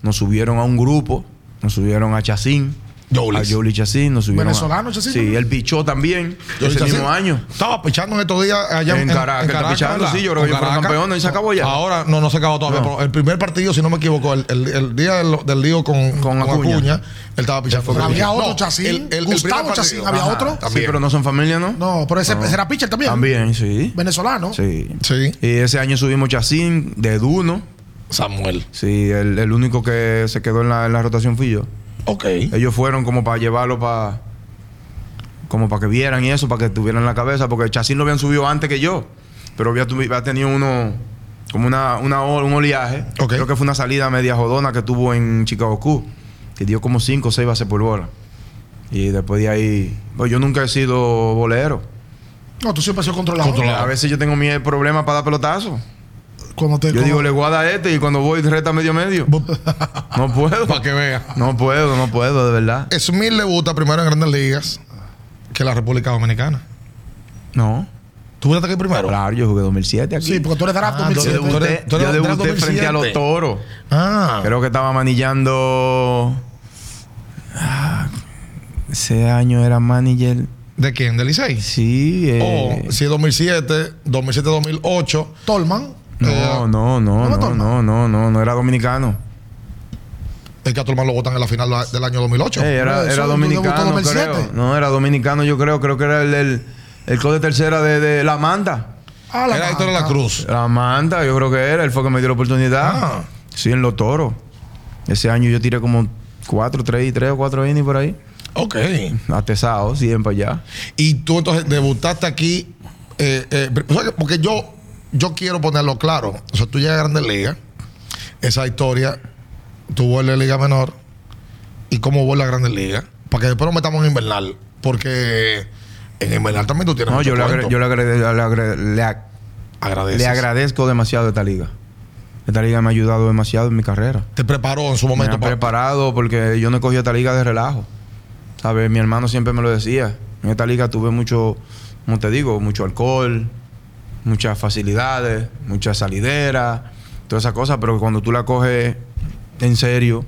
Speaker 3: Nos subieron a un grupo, nos subieron a Chacín.
Speaker 2: Yolis.
Speaker 3: A Jolie Chacín, nos subieron.
Speaker 1: Venezolano,
Speaker 3: a,
Speaker 1: Chacín,
Speaker 3: Sí,
Speaker 1: ¿no?
Speaker 3: él pichó también.
Speaker 2: Yo
Speaker 3: ese
Speaker 2: hice
Speaker 3: mismo
Speaker 2: así.
Speaker 3: año.
Speaker 2: Estaba pichando en estos días allá en,
Speaker 3: En Caracas, está pichando,
Speaker 2: ¿verdad?
Speaker 3: sí, yo creo
Speaker 2: Con
Speaker 3: que fueron
Speaker 2: Caracas.
Speaker 3: campeones y se acabó ya.
Speaker 2: Ahora, no, no se acabó todavía,
Speaker 3: No.
Speaker 2: pero el primer partido, si no me equivoco, el, el- el día del, del lío con,
Speaker 3: Con Acuña.
Speaker 2: él estaba pichando.
Speaker 1: Pero había
Speaker 2: No,
Speaker 1: otro
Speaker 2: el-
Speaker 1: Chacín,
Speaker 2: el- el primer
Speaker 1: Gustavo
Speaker 2: partido.
Speaker 1: Chacín, había
Speaker 2: Ajá.
Speaker 1: otro.
Speaker 3: Sí,
Speaker 2: También.
Speaker 3: pero no son familia, ¿no?
Speaker 1: No, pero ese,
Speaker 3: No.
Speaker 1: ese era pitcher también.
Speaker 3: También, sí.
Speaker 1: Venezolano.
Speaker 3: Sí.
Speaker 2: Sí.
Speaker 3: Y ese año subimos Chacín de Duno.
Speaker 4: Samuel.
Speaker 3: Sí, el, el único que se quedó en la, en la rotación fui yo.
Speaker 4: Ok.
Speaker 3: Ellos fueron como para llevarlo para. Como para que vieran y eso, para que tuvieran la cabeza, porque Chacín lo habían subido antes que yo. Pero había, tuvi- había tenido uno. Como una, una ol- un oleaje.
Speaker 2: Ok.
Speaker 3: Creo que fue una salida media jodona que tuvo en Chicago Q. Que dio como 5 o 6 bases por bola. Y después de ahí. Pues yo nunca he sido bolero.
Speaker 1: No, tú siempre has sido controlado.
Speaker 2: Controlado.
Speaker 3: A veces yo tengo mi problema para dar pelotazos.
Speaker 1: Cuando te,
Speaker 3: Yo
Speaker 1: cuando-
Speaker 3: digo, le voy a dar este y cuando voy reta medio medio. no puedo.
Speaker 2: Para que vea.
Speaker 3: No puedo, no puedo, de verdad.
Speaker 2: Smith debuta primero en Grandes Ligas que en la República Dominicana.
Speaker 3: No.
Speaker 2: ¿Tú volaste aquí primero?
Speaker 3: Claro, yo jugué 2007 aquí.
Speaker 1: Sí, porque tú eres draft
Speaker 2: Ah,
Speaker 1: 2007.
Speaker 3: yo
Speaker 2: tú
Speaker 3: debuté,
Speaker 2: eres- tú eres
Speaker 3: yo
Speaker 2: del draft
Speaker 3: debuté frente a los
Speaker 2: 2007.
Speaker 3: toros.
Speaker 2: Ah.
Speaker 3: Creo que estaba manillando. Ah, Ese año era manager.
Speaker 2: ¿De quién? ¿De Licey?
Speaker 3: Sí. eh,
Speaker 2: O si es 2007, 2007-2008.
Speaker 1: Tolman.
Speaker 2: eh,
Speaker 3: No, no, no,
Speaker 1: ¿Cómo
Speaker 3: no,
Speaker 1: toma?
Speaker 3: no, no, no, no era dominicano.
Speaker 2: El que a Tolman lo votan en la final la- del año 2008.
Speaker 3: Eh,
Speaker 1: no,
Speaker 3: era,
Speaker 1: eso
Speaker 3: era
Speaker 1: debutó en
Speaker 3: dominicano,
Speaker 1: 2007.
Speaker 3: creo. No, era dominicano, yo creo. Creo que era el, el, el club de tercera de, de La Manta.
Speaker 1: Ah,
Speaker 2: Era Héctor de la
Speaker 1: banca.
Speaker 2: Cruz.
Speaker 3: La Manta, yo creo que era. Él fue que me dio la oportunidad.
Speaker 2: Ah.
Speaker 3: Sí, en Los Toros. Ese año yo tiré como cuatro, tres, tres o cuatro innings por ahí.
Speaker 2: Ok.
Speaker 3: Atesado, siempre allá.
Speaker 2: Y tú entonces debutaste aquí. eh, eh, o sea, que- porque yo, yo quiero ponerlo claro. O sea, tú llegas a Grandes Ligas, esa historia, tú vuelves a Liga Menor y cómo vuelves a Grandes Ligas. Para que después nos metamos en Invernal. Porque en Invernal también tú tienes.
Speaker 3: No,
Speaker 2: mucho
Speaker 3: yo, le, agre-
Speaker 2: cuento.
Speaker 3: yo le, agre- le agre- le ag-
Speaker 2: Agradeces.
Speaker 3: le agradezco demasiado esta liga. Esta liga me ha ayudado demasiado en mi carrera.
Speaker 2: Te preparó en su
Speaker 3: Me
Speaker 2: momento
Speaker 3: ha
Speaker 2: para.
Speaker 3: preparado porque yo no he cogido esta liga de relajo. ¿Sabes? Mi hermano siempre me lo decía. En esta liga tuve mucho, como te digo, mucho alcohol, muchas facilidades, muchas salideras, todas esas cosas, pero cuando tú la coges en serio,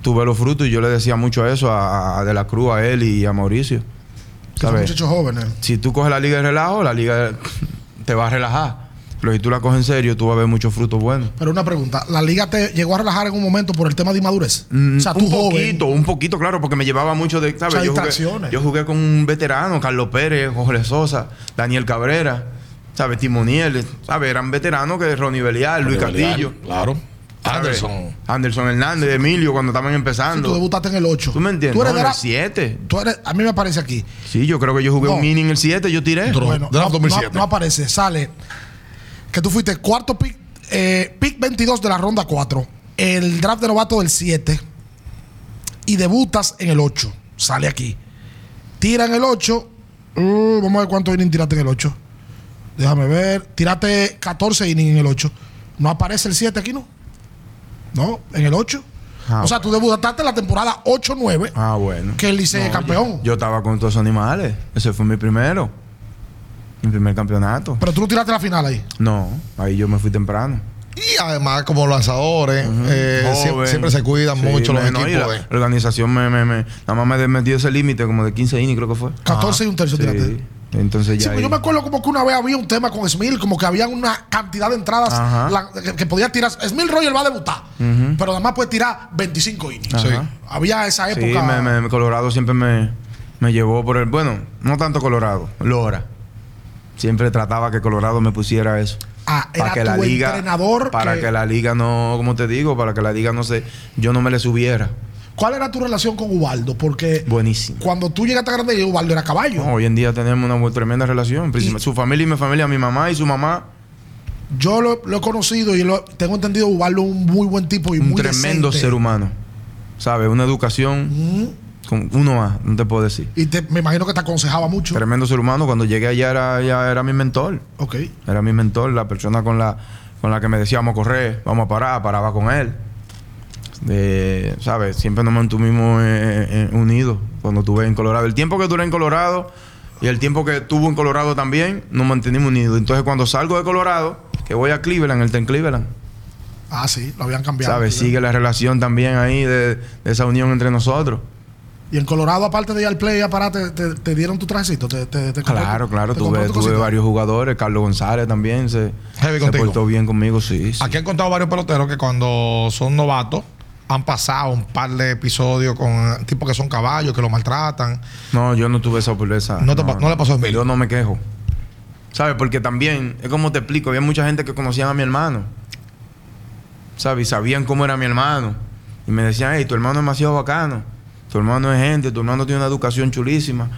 Speaker 3: tú ves los frutos y yo le decía mucho eso a, a De la Cruz, a él y a Mauricio.
Speaker 1: Que son
Speaker 3: ¿Sabes?
Speaker 1: muchachos jóvenes.
Speaker 3: si tú coges la liga de relajo, la liga de- te va a relajar. Pero si tú la coges en serio, tú vas a ver muchos frutos buenos.
Speaker 1: Pero una pregunta, ¿la liga te llegó a relajar en un momento por el tema de inmadurez? o sea, tú
Speaker 3: Mm,
Speaker 1: joven.
Speaker 3: un poquito, un poquito, claro, porque me llevaba mucho de. ¿sabes?
Speaker 1: O sea,
Speaker 3: yo, jugué,
Speaker 1: distracciones.
Speaker 3: yo jugué con un veterano, Carlos Pérez, Jorge Sosa, Daniel Cabrera, ¿sabes? Timoniel, ¿sabes? Eran veteranos que Ronnie Belial, Luis Castillo,
Speaker 2: Claro.
Speaker 3: ¿sabes?
Speaker 2: Anderson.
Speaker 3: Anderson Hernández, Emilio, cuando
Speaker 1: Sí,
Speaker 3: estaban
Speaker 1: tú
Speaker 3: empezando.
Speaker 1: debutaste en el 8.
Speaker 3: ¿Tú me entiendes?
Speaker 1: Tú eres
Speaker 3: No, en el
Speaker 1: draft-
Speaker 3: 7.
Speaker 1: tú eres- a mí me aparece aquí.
Speaker 3: Sí, yo creo que yo jugué
Speaker 1: No.
Speaker 3: un inning en el 7, yo tiré.
Speaker 2: Dro-
Speaker 1: Bueno,
Speaker 2: Draft
Speaker 1: no,
Speaker 2: 2007.
Speaker 1: no- no aparece, sale que tú fuiste cuarto pick, eh, pick 22 de la ronda 4, el draft de novato del 7 y debutas en el 8. Sale aquí. Tira en el 8. Uh, vamos a ver cuántos innings tiraste en el 8. Déjame ver. Tiraste 14 innings en el 8. No aparece el 7 aquí, ¿no? No, en el 8.
Speaker 3: Ah,
Speaker 1: o sea, tú debutaste en la temporada 8-9
Speaker 3: Ah, bueno.
Speaker 1: que el Licey es campeón.
Speaker 3: Yo estaba con todos esos animales. Ese fue mi primero. Mi primer campeonato.
Speaker 1: Pero tú no tiraste la final ahí.
Speaker 3: No, ahí yo me fui temprano.
Speaker 2: Y además, como lanzadores, eh, sie- siempre,
Speaker 3: Joven.
Speaker 2: se cuidan
Speaker 3: Sí,
Speaker 2: mucho los
Speaker 3: no, no, y
Speaker 2: equipos.
Speaker 3: la,
Speaker 1: eh.
Speaker 2: de-
Speaker 3: la organización me, me, me- nada más me metió ese límite como de 15 innings, creo que fue.
Speaker 1: 14 y un tercio
Speaker 3: Ah, Sí.
Speaker 1: tiraste.
Speaker 3: Entonces
Speaker 1: Sí,
Speaker 3: ya.
Speaker 1: pero yo
Speaker 3: ahí-
Speaker 1: me acuerdo como que una vez había un tema con Smil, como que había una cantidad de entradas
Speaker 3: Ajá.
Speaker 1: la- que, que podía tirar. Smil Roger va a debutar, pero además puede tirar 25 innings.
Speaker 3: Ajá.
Speaker 1: Sí. Había esa
Speaker 3: Sí,
Speaker 1: época.
Speaker 3: me- me- Colorado siempre me, me llevó por el. Bueno, no tanto Colorado, Lora. Siempre trataba que Colorado me pusiera eso.
Speaker 1: Ah,
Speaker 3: Para
Speaker 1: era tu entrenador
Speaker 3: Para
Speaker 1: que-
Speaker 3: que la liga no, como te digo, para que la liga no se. Yo no me le subiera.
Speaker 1: ¿Cuál era tu relación con Ubaldo? Porque
Speaker 3: Buenísimo.
Speaker 1: cuando tú llegaste a Grande Liga, Ubaldo era caballo.
Speaker 3: No, hoy en día tenemos una bu- tremenda relación. Princip-
Speaker 1: Y-
Speaker 3: su familia y mi familia, mi mamá y su mamá,
Speaker 1: Yo lo, lo he conocido y lo, tengo entendido Ubaldo es un muy buen tipo y
Speaker 3: un
Speaker 1: muy
Speaker 3: tremendo
Speaker 1: decente.
Speaker 3: ser humano. ¿Sabes? Una educación
Speaker 1: Ujú.
Speaker 3: con uno más, no te puedo decir.
Speaker 1: Y te- me imagino que te aconsejaba mucho.
Speaker 3: Tremendo ser humano. Cuando llegué allá era, ya era mi mentor.
Speaker 1: ok.
Speaker 3: Era mi mentor, la persona con la, con la que me decía, vamos a correr, vamos a parar, paraba con él. Eh, ¿Sabes? Siempre nos mantuvimos eh, eh, unidos cuando estuve en Colorado. El tiempo que duré en Colorado y el tiempo que estuvo en Colorado también, nos mantenimos unidos. Entonces, cuando salgo de Colorado, que voy a Cleveland, él está en Cleveland.
Speaker 1: Ah, sí, lo habían cambiado.
Speaker 3: ¿Sabes? Sigue la relación también ahí de, de esa unión entre nosotros.
Speaker 1: Y en Colorado, aparte de ir al play, ya para, te, te- te dieron tu trajecito. Te, te- te compró
Speaker 3: Claro,
Speaker 1: tu-
Speaker 3: claro.
Speaker 1: te compró
Speaker 3: Tuve,
Speaker 1: tu
Speaker 3: tuve
Speaker 1: cosita.
Speaker 3: varios jugadores. Carlos González también se,
Speaker 2: Heavy
Speaker 3: se
Speaker 2: contigo.
Speaker 3: portó bien conmigo, sí. sí.
Speaker 2: Aquí han contado varios peloteros que cuando son novatos han pasado un par de episodios con tipos que son caballos, que lo maltratan.
Speaker 3: No, yo no tuve esa pobreza.
Speaker 2: No te pa- no le pasó a Emilio.
Speaker 3: Yo no me quejo. ¿Sabes? Porque también, es como te explico, había mucha gente que conocían a mi hermano. ¿Sabes? Y sabían cómo era mi hermano. Y me decían, hey, tu hermano es demasiado bacano. Tu hermano es gente, tu hermano tiene una educación chulísima.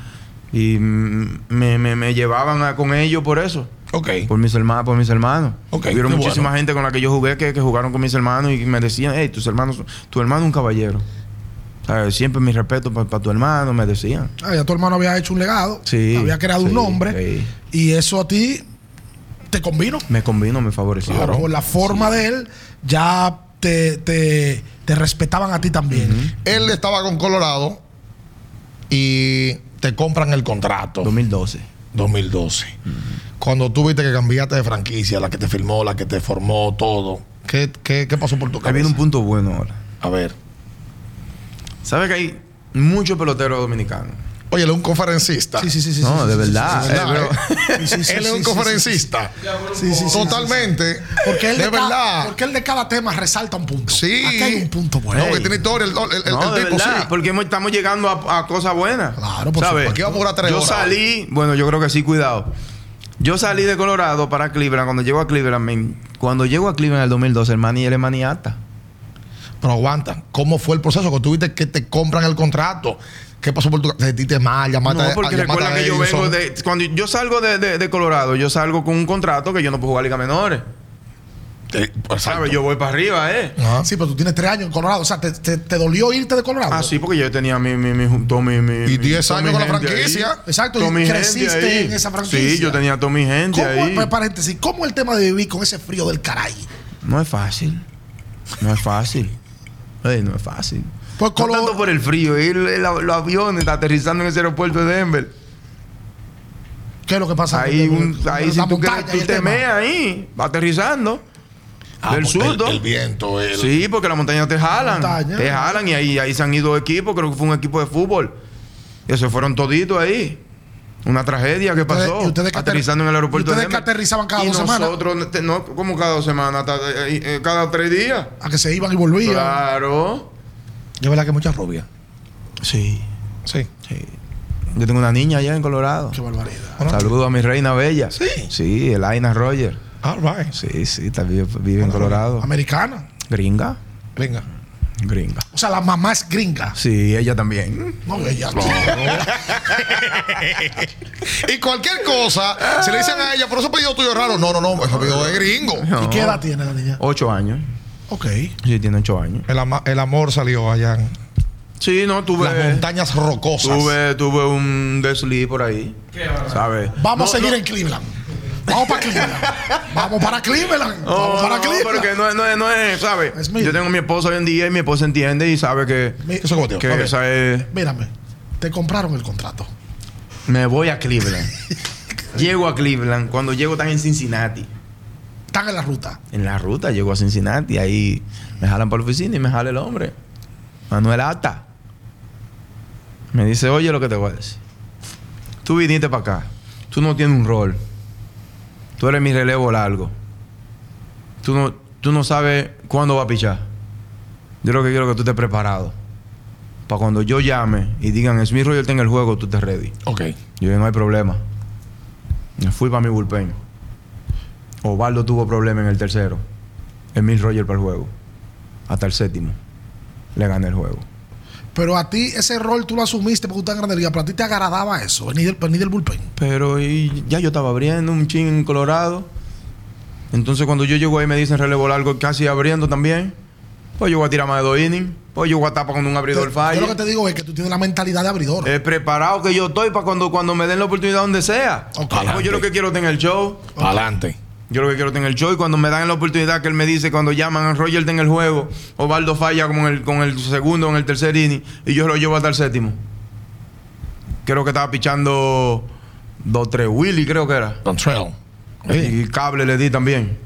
Speaker 3: Y mm, me, me- me llevaban a- con ellos por eso.
Speaker 4: Ok.
Speaker 3: Por mis hermanos, por mis hermanos.
Speaker 4: Ok,
Speaker 3: Hubieron
Speaker 4: qué
Speaker 3: muchísima
Speaker 4: bueno.
Speaker 3: gente con la que yo jugué que, que jugaron con mis hermanos y me decían, hey, tus hermanos, son- tu hermano es un caballero. ¿Sabes? Siempre mi respeto para tu hermano, me decían.
Speaker 1: Ah, ya tu hermano había hecho un legado.
Speaker 3: Sí,
Speaker 1: Había creado un
Speaker 3: sí,
Speaker 1: nombre.
Speaker 3: sí.
Speaker 1: Y eso a ti te convino.
Speaker 3: Me combino, me favoreció.
Speaker 1: Por la forma de él, ya te, te- te respetaban a ti también.
Speaker 2: Él estaba con Colorado y te compran el contrato
Speaker 3: 2012.
Speaker 2: 2012. Cuando tú viste que cambiaste de franquicia, la que te firmó, la que te formó, todo. ¿Qué, qué- qué pasó por tu
Speaker 3: Ha
Speaker 2: cabeza?
Speaker 3: habido un punto bueno ahora.
Speaker 4: A ver.
Speaker 3: ¿Sabes que hay muchos peloteros dominicanos?
Speaker 2: Oye, él es un conferencista.
Speaker 1: Sí, sí, sí, sí. sí,
Speaker 3: No,
Speaker 1: sí,
Speaker 3: de
Speaker 1: sí,
Speaker 3: verdad.
Speaker 1: sí,
Speaker 2: Eh,
Speaker 1: ¿verdad?
Speaker 2: pero-
Speaker 1: Sí, sí, sí,
Speaker 2: él es
Speaker 1: sí,
Speaker 2: un
Speaker 1: sí,
Speaker 2: conferencista.
Speaker 1: Sí, sí, sí, sí, sí.
Speaker 2: Totalmente.
Speaker 1: Porque él
Speaker 2: de
Speaker 1: de, ca-
Speaker 2: verdad.
Speaker 1: porque él de cada tema resalta un punto.
Speaker 2: Sí.
Speaker 1: Aquí hay un punto bueno.
Speaker 2: No, que tiene historia. El, el- el-
Speaker 3: no,
Speaker 2: el
Speaker 3: de
Speaker 2: tipo
Speaker 3: verdad,
Speaker 2: sí.
Speaker 3: porque hemos- estamos llegando a, a cosas buenas.
Speaker 1: Claro, por
Speaker 3: ¿Sabes?
Speaker 1: supuesto.
Speaker 2: Aquí vamos a durar tres
Speaker 3: Yo
Speaker 2: horas.
Speaker 3: salí, bueno, yo creo que sí, cuidado. Yo salí de Colorado para Cleveland. Cuando llego a Cleveland, me- cuando llego a Cleveland en el 2012, el mani, él es maniata.
Speaker 2: Pero aguanta. ¿Cómo fue el proceso? Que tuviste que te compran el contrato. ¿Qué pasó por tu cabeza? ¿Te sentiste mal? ¿Llamaste
Speaker 3: No, porque
Speaker 2: a- llamaste
Speaker 3: recuerda
Speaker 2: a
Speaker 3: que yo
Speaker 2: Edison.
Speaker 3: vengo de. Cuando yo salgo de, de- de Colorado, yo salgo con un contrato que yo no puedo jugar Liga Menores.
Speaker 2: Eh, exacto.
Speaker 3: ¿Sabes? Yo voy para arriba, ¿eh?
Speaker 1: Ah,
Speaker 2: Ajá.
Speaker 1: Sí, pero tú tienes tres años en Colorado. O sea, ¿te, te- te dolió irte de Colorado?
Speaker 3: Ah, sí, porque yo tenía mi. mi, mi, todo mi- mi-
Speaker 2: Y
Speaker 3: mi-
Speaker 2: 10
Speaker 3: toda
Speaker 2: años
Speaker 3: mi
Speaker 2: con la
Speaker 3: gente
Speaker 2: franquicia.
Speaker 3: ahí.
Speaker 1: Exacto,
Speaker 3: Toda
Speaker 1: y
Speaker 3: mi gente
Speaker 1: creciste
Speaker 3: ahí.
Speaker 1: en esa franquicia.
Speaker 3: Sí, yo tenía toda mi gente
Speaker 1: ¿Cómo,
Speaker 3: ahí.
Speaker 1: pues, paréntesis, ¿cómo el tema de vivir con ese frío del caray?
Speaker 3: No es fácil. No es fácil. Ey, no es fácil.
Speaker 1: Pues,
Speaker 3: No
Speaker 1: Colo-
Speaker 3: tanto por el frío, ir el- los aviones aterrizando en ese aeropuerto de Denver.
Speaker 1: ¿Qué es lo que pasa?
Speaker 3: Ahí, un- ahí
Speaker 1: La
Speaker 3: si tú,
Speaker 1: montaña
Speaker 3: quieres,
Speaker 1: y
Speaker 3: tú
Speaker 1: el
Speaker 3: te
Speaker 1: tema.
Speaker 3: meas ahí, aterrizando.
Speaker 4: Ah,
Speaker 3: del
Speaker 2: pues,
Speaker 4: porque el-
Speaker 3: surdo.
Speaker 4: El, viento, el.
Speaker 3: Sí, porque las montañas te jalan.
Speaker 1: montaña.
Speaker 3: Te jalan y ahí, ahí se han ido equipos. Creo que fue un equipo de fútbol. Y se fueron toditos ahí. Una tragedia que
Speaker 1: Ustedes-
Speaker 3: pasó.
Speaker 1: y ustedes que
Speaker 3: aterrizando en el aeropuerto
Speaker 1: y ustedes que
Speaker 3: Denver.
Speaker 1: aterrizaban cada
Speaker 3: Y
Speaker 1: dos semanas.
Speaker 3: Nosotros, te- no, como cada dos semanas, hasta, eh, eh, cada tres días.
Speaker 1: A que se iban y volvían.
Speaker 3: Claro.
Speaker 2: Yo verdad que muchas rubias.
Speaker 3: Sí,
Speaker 2: Sí.
Speaker 3: sí. Yo tengo una niña allá en Colorado.
Speaker 1: Qué barbaridad.
Speaker 3: Saludo a mi reina bella. Sí. Sí, Elaina Roger.
Speaker 2: All right.
Speaker 3: Sí, sí, también vive en Colorado.
Speaker 1: Americana.
Speaker 3: Gringa.
Speaker 2: Venga.
Speaker 3: Gringa.
Speaker 1: O sea, la mamá es gringa.
Speaker 3: Sí, ella también.
Speaker 1: No, ella.
Speaker 2: Y cualquier cosa, si le dicen a ella, por eso pedido tuyo es raro. No, no, no, es pedido de gringo.
Speaker 1: ¿Y qué edad tiene la niña?
Speaker 3: Ocho años.
Speaker 1: Ok.
Speaker 3: Sí, tiene ocho años.
Speaker 2: El, ama- el amor salió allá en
Speaker 3: Sí, no,
Speaker 2: las
Speaker 3: tuve.
Speaker 2: montañas rocosas.
Speaker 3: Tuve, tuve un desliz por ahí. ¿Sabes?
Speaker 1: Vamos a seguir en Cleveland. Vamos para Cleveland. Vamos para Cleveland.
Speaker 3: No,
Speaker 1: Vamos para
Speaker 3: no,
Speaker 1: Cleveland.
Speaker 3: porque no es, no es, no es, ¿sabes?
Speaker 1: Es mío.
Speaker 3: Yo tengo a mi esposa hoy en día y mi esposa entiende y sabe que,
Speaker 1: Mi-
Speaker 2: Eso como tío.
Speaker 3: que
Speaker 2: Ok.
Speaker 3: esa es.
Speaker 1: Mírame, te compraron el contrato.
Speaker 3: Me voy a Cleveland. llego a Cleveland. Cuando llego están en Cincinnati.
Speaker 1: Están en la ruta.
Speaker 3: En la ruta llego a Cincinnati. Ahí me jalan para la oficina y me jala el hombre. Manuel Ata. Me dice, oye lo que te voy a decir. Tú viniste para acá. Tú no tienes un rol. Tú eres mi relevo largo. Tú no, tú no sabes cuándo va a pichar. Yo lo que quiero es que tú estés preparado. Para cuando yo llame y digan, Smith Roger está en el juego, tú estés ready.
Speaker 4: Ok.
Speaker 3: Yo dije, no hay problema. Me fui para mi bullpen. Ovaldo tuvo problema en el tercero. Emil Roger para el juego. Hasta el séptimo. Le gané el juego.
Speaker 1: Pero a ti ese rol tú lo asumiste porque tú estás en Grande Liga, pero a ti te agradaba eso, venir del, venir del bullpen.
Speaker 3: Pero y ya yo estaba abriendo un chin en Colorado. Entonces cuando yo llego ahí me dicen relevo largo casi abriendo también. Pues yo voy a tirar más de dos innings. Pues yo voy a tapar cuando un abridor
Speaker 1: Yo
Speaker 3: falla.
Speaker 1: lo que te digo es que tú tienes la mentalidad de abridor.
Speaker 3: He preparado que yo estoy para cuando, cuando me den la oportunidad donde sea.
Speaker 1: Ok.
Speaker 3: Pues yo lo que quiero es tener el show.
Speaker 4: Adelante.
Speaker 3: Yo lo que quiero es tener el show y cuando me dan la oportunidad que él me dice, cuando llaman a Roger en el juego, Ovaldo falla con el, con el segundo, en el tercer inning, y yo lo llevo hasta el séptimo. Creo que estaba pichando 2-3 Willy, creo que era.
Speaker 2: Dontrell.
Speaker 3: Y cable le di también.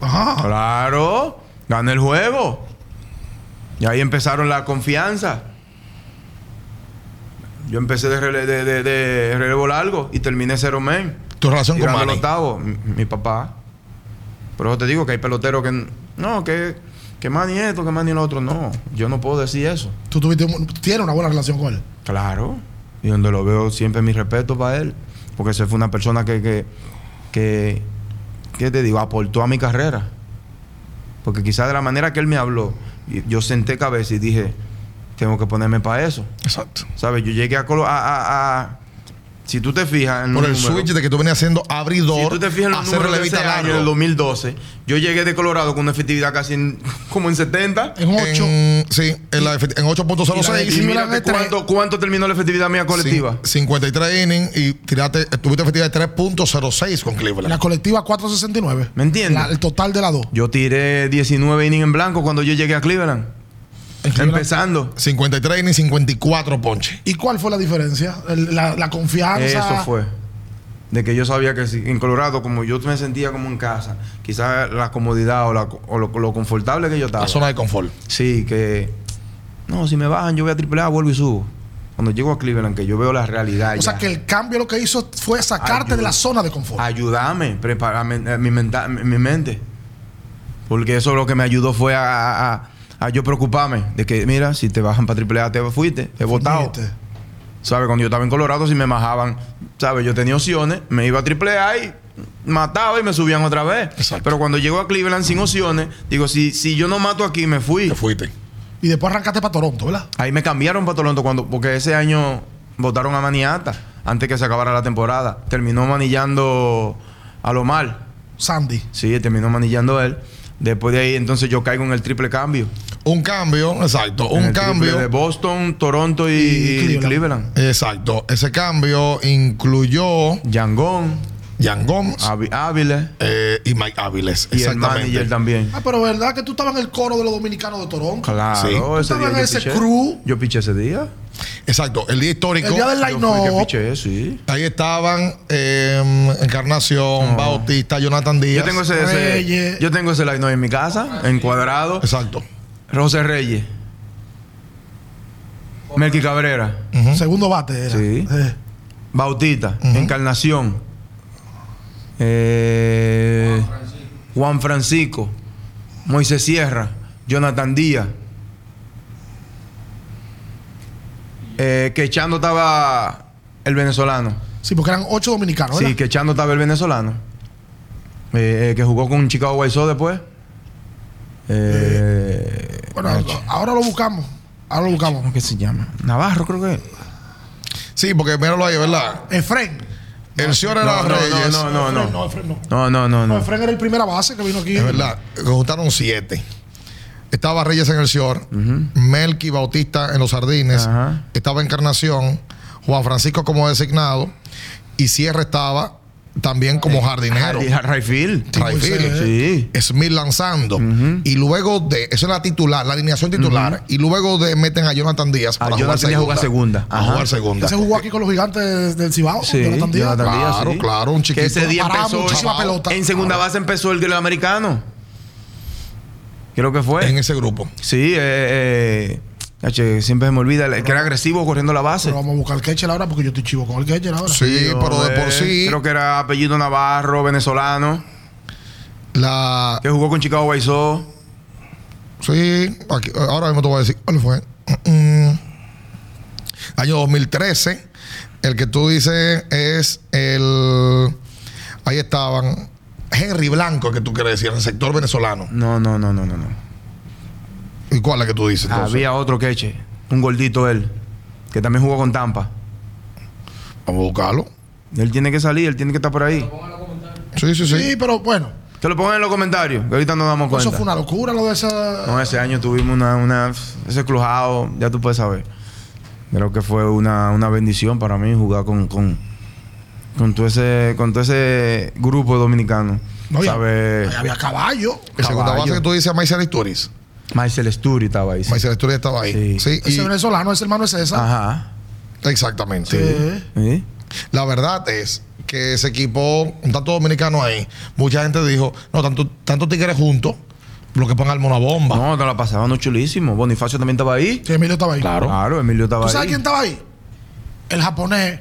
Speaker 2: Ajá.
Speaker 3: Claro, gané el juego. Y ahí empezaron la confianza. Yo empecé de, rele- de- de- de relevo largo y terminé cero men.
Speaker 2: Tu relación con
Speaker 3: Tirando el
Speaker 2: Manny.
Speaker 3: octavo, mi, mi papá. Por eso te digo que hay peloteros que. n- No, que, que Manny esto, que Manny lo otro. No, yo no puedo decir eso.
Speaker 1: Tú tuviste, un- tienes una buena relación con él.
Speaker 3: Claro. Y donde lo veo siempre mi respeto para él. Porque ese fue una persona que, que, que, ¿qué te digo? Aportó a mi carrera. Porque quizás de la manera que él me habló, y- yo senté cabeza y dije, tengo que ponerme para eso.
Speaker 2: Exacto.
Speaker 3: ¿Sabes? Yo llegué a, colo- a, a- a- Si tú te fijas en los
Speaker 2: Por el
Speaker 3: números,
Speaker 2: switch de que tú venías haciendo abridor
Speaker 3: si tú te fijas en
Speaker 2: a
Speaker 3: los
Speaker 2: hacer
Speaker 3: números de
Speaker 2: relevista
Speaker 3: ese año,
Speaker 2: largo.
Speaker 3: del 2012, yo llegué de Colorado con una efectividad casi en- como en 70.
Speaker 1: En 8.
Speaker 2: En, sí, en, la efecti- en
Speaker 1: Y la
Speaker 3: Y
Speaker 2: 8.06.
Speaker 1: defensiva
Speaker 3: mírate
Speaker 1: de tres.
Speaker 3: cuánto, cuánto terminó la efectividad mía colectiva.
Speaker 2: cin- 53 innings y tiraste, tuviste efectividad de 3.06 con Cleveland.
Speaker 1: La colectiva 469.
Speaker 3: ¿Me entiendes?
Speaker 1: La- el total de la 2.
Speaker 3: Yo tiré 19 innings en blanco cuando yo llegué a Cleveland. Empezando.
Speaker 2: 53 innings, 54 ponches.
Speaker 1: ¿Y cuál fue la diferencia? El- la, la confianza.
Speaker 3: Eso fue. De que yo sabía que si- en Colorado, como yo me sentía como en casa, quizás la comodidad o, la- o lo, lo confortable que yo estaba.
Speaker 2: La zona de confort.
Speaker 3: Sí, que. No, si me bajan, yo voy a triple A, vuelvo y subo. Cuando llego a Cleveland, que yo veo la realidad.
Speaker 1: O sea
Speaker 3: ya.
Speaker 1: que el cambio lo que hizo fue sacarte
Speaker 3: Ayuda.
Speaker 1: de la zona de confort.
Speaker 3: ayudarme, prepararme eh, mi, menta- mi mente. Porque eso lo que me ayudó fue a, a- a- a yo preocuparme de que, mira, si te bajan para triple A, te fuiste, te votado.
Speaker 1: Viste.
Speaker 3: ¿Sabes? Cuando yo estaba en Colorado, si me bajaban, ¿sabes? Yo tenía opciones, me iba a triple A y mataba y me subían otra vez.
Speaker 2: Exacto.
Speaker 3: Pero cuando llego a Cleveland sin opciones, digo, si, si yo no mato aquí, me fui.
Speaker 2: Te fuiste.
Speaker 1: Y después arrancaste para Toronto, ¿verdad?
Speaker 3: Ahí me cambiaron para Toronto cuando, porque ese año votaron a Maniata antes que se acabara la temporada. Terminó manillando a Lomar.
Speaker 1: Sandy.
Speaker 3: Sí, terminó manillando él. Después de ahí, entonces yo caigo en el triple cambio.
Speaker 2: Un cambio, exacto.
Speaker 3: En
Speaker 2: Un
Speaker 3: el triple
Speaker 2: cambio.
Speaker 3: De Boston, Toronto y, y
Speaker 1: Cleveland.
Speaker 3: Cleveland.
Speaker 2: Exacto. Ese cambio incluyó
Speaker 3: Yangón,
Speaker 2: Jan Gomes
Speaker 3: Avi- Ávila
Speaker 2: eh, y Mike Áviles.
Speaker 3: Ah. y el manager también.
Speaker 1: Ah, pero verdad que tú estabas en el coro de los dominicanos de Toronto.
Speaker 3: Claro,
Speaker 2: Sí. Tú
Speaker 3: ese
Speaker 1: estabas
Speaker 3: día
Speaker 1: en
Speaker 3: yo
Speaker 1: ese
Speaker 3: piché.
Speaker 1: crew.
Speaker 3: Yo piché ese día.
Speaker 2: Exacto. El día histórico.
Speaker 1: El día del
Speaker 3: Yo
Speaker 1: line
Speaker 3: fui que
Speaker 1: up.
Speaker 3: piché, sí.
Speaker 2: Ahí estaban eh, Encarnación, Bautista, Jonathan Díaz.
Speaker 3: Yo tengo ese, ese-
Speaker 1: Reyes.
Speaker 3: yo tengo ese line up en mi casa, en cuadrado.
Speaker 2: Exacto.
Speaker 3: José Reyes. Melqui Cabrera.
Speaker 2: Ujú.
Speaker 1: Segundo bate era.
Speaker 3: Sí.
Speaker 1: Eh.
Speaker 3: Bautista,
Speaker 2: Ujú.
Speaker 3: Encarnación, eh, Juan Francisco, Moisés Sierra, Jonathan Díaz. Eh, que echando estaba el venezolano.
Speaker 1: Sí, porque eran ocho dominicanos, ¿verdad?
Speaker 3: Sí, que echando estaba el venezolano. Eh, eh, que jugó con Chicago White Sox después. Eh,
Speaker 1: Bueno,
Speaker 3: Nacho.
Speaker 1: ahora lo buscamos. Ahora lo buscamos.
Speaker 3: ¿Cómo que se llama? Navarro, creo que.
Speaker 2: Sí, porque míralo ahí, ¿verdad?
Speaker 1: Efren.
Speaker 2: El señor era
Speaker 3: No, no,
Speaker 2: Reyes.
Speaker 3: no, no, no, no.
Speaker 1: Efren no.
Speaker 3: No, no, no,
Speaker 1: No,
Speaker 3: no.
Speaker 1: Efren era el primera base que vino aquí.
Speaker 2: Es verdad. Juntaron siete. Estaba Reyes en el Sior, Melqui Bautista en los Jardines,
Speaker 3: Ajá.
Speaker 2: estaba Encarnación, Juan Francisco como designado, y Sierra estaba también como jardinero.
Speaker 3: Hardy- Rayfield.
Speaker 2: Rayfield. ¿eh?
Speaker 3: Sí.
Speaker 2: Smith lanzando. Y luego de, esa es la titular, la alineación titular. Y luego de meten a Jonathan Díaz
Speaker 3: A Ah, Jonathan Díaz a jugar segunda.
Speaker 2: A
Speaker 3: Ajá.
Speaker 2: jugar segunda.
Speaker 1: Ese jugó aquí con los gigantes del Cibao.
Speaker 3: Sí,
Speaker 1: Jonathan Díaz.
Speaker 3: Jonathan Díaz.
Speaker 2: Claro,
Speaker 3: sí.
Speaker 2: claro, un chiquito.
Speaker 3: Que ese día
Speaker 1: Paraba
Speaker 3: empezó.
Speaker 1: muchísima
Speaker 2: chavao.
Speaker 1: pelota.
Speaker 3: En segunda base empezó el, el americano. Creo que fue.
Speaker 2: En ese grupo.
Speaker 3: Sí, eh, eh, cache, siempre se me olvida. El que era agresivo corriendo la base.
Speaker 1: Pero vamos a buscar el Ketchel ahora porque yo estoy chivo con el Ketchel ahora.
Speaker 2: Sí, pero de por
Speaker 3: Eh,
Speaker 2: sí,
Speaker 3: Creo que era apellido Navarro, venezolano.
Speaker 2: la.
Speaker 3: Que jugó con Chicago White Sox.
Speaker 2: Sí, aquí- ahora mismo te voy a decir cuál fue. Mm, año 2013. El que tú dices es el. Ahí estaban. Henry Blanco, el que tú quieres decir, en el sector venezolano.
Speaker 3: No, no, no, no, no. no.
Speaker 2: ¿Y cuál es la que tú
Speaker 3: Ah,
Speaker 2: dices? entonces?
Speaker 3: Había otro queche. Un gordito él. Que también jugó con Tampa.
Speaker 2: Vamos a buscarlo.
Speaker 3: Él tiene que salir, él tiene que estar por ahí.
Speaker 2: Sí, sí, sí.
Speaker 1: Sí, pero bueno.
Speaker 3: Que lo pongan en los comentarios. Que ahorita nos damos cuenta.
Speaker 1: Eso fue una locura lo de esa.
Speaker 3: No, ese año tuvimos una, una ese crujado, ya tú puedes saber. Creo que fue una, una bendición para mí jugar con, con, con todo ese, con todo ese grupo dominicano.
Speaker 1: No, ya-
Speaker 3: ¿Sabes?
Speaker 1: ahí había caballo.
Speaker 2: El segundo
Speaker 3: Caballo.
Speaker 2: base que tú dices es Maicel Isturiz.
Speaker 3: Michael Sturi estaba ahí. sí.
Speaker 2: Maicel Isturiz estaba ahí. Sí.
Speaker 3: Sí.
Speaker 2: y-
Speaker 1: Ese venezolano, ese hermano es César.
Speaker 3: Ajá.
Speaker 2: exactamente.
Speaker 1: Sí.
Speaker 3: ¿Sí?
Speaker 2: La verdad es que ese equipo, tanto dominicano ahí, mucha gente dijo, no, tanto, tanto tigres juntos, lo que pongan una bomba.
Speaker 3: No, te la pasaban no chulísimo. Bonifacio también estaba ahí.
Speaker 1: Sí, Emilio estaba ahí.
Speaker 4: Claro.
Speaker 3: Claro, Emilio estaba
Speaker 1: ¿Tú
Speaker 3: ahí.
Speaker 1: sabes quién estaba ahí? El japonés.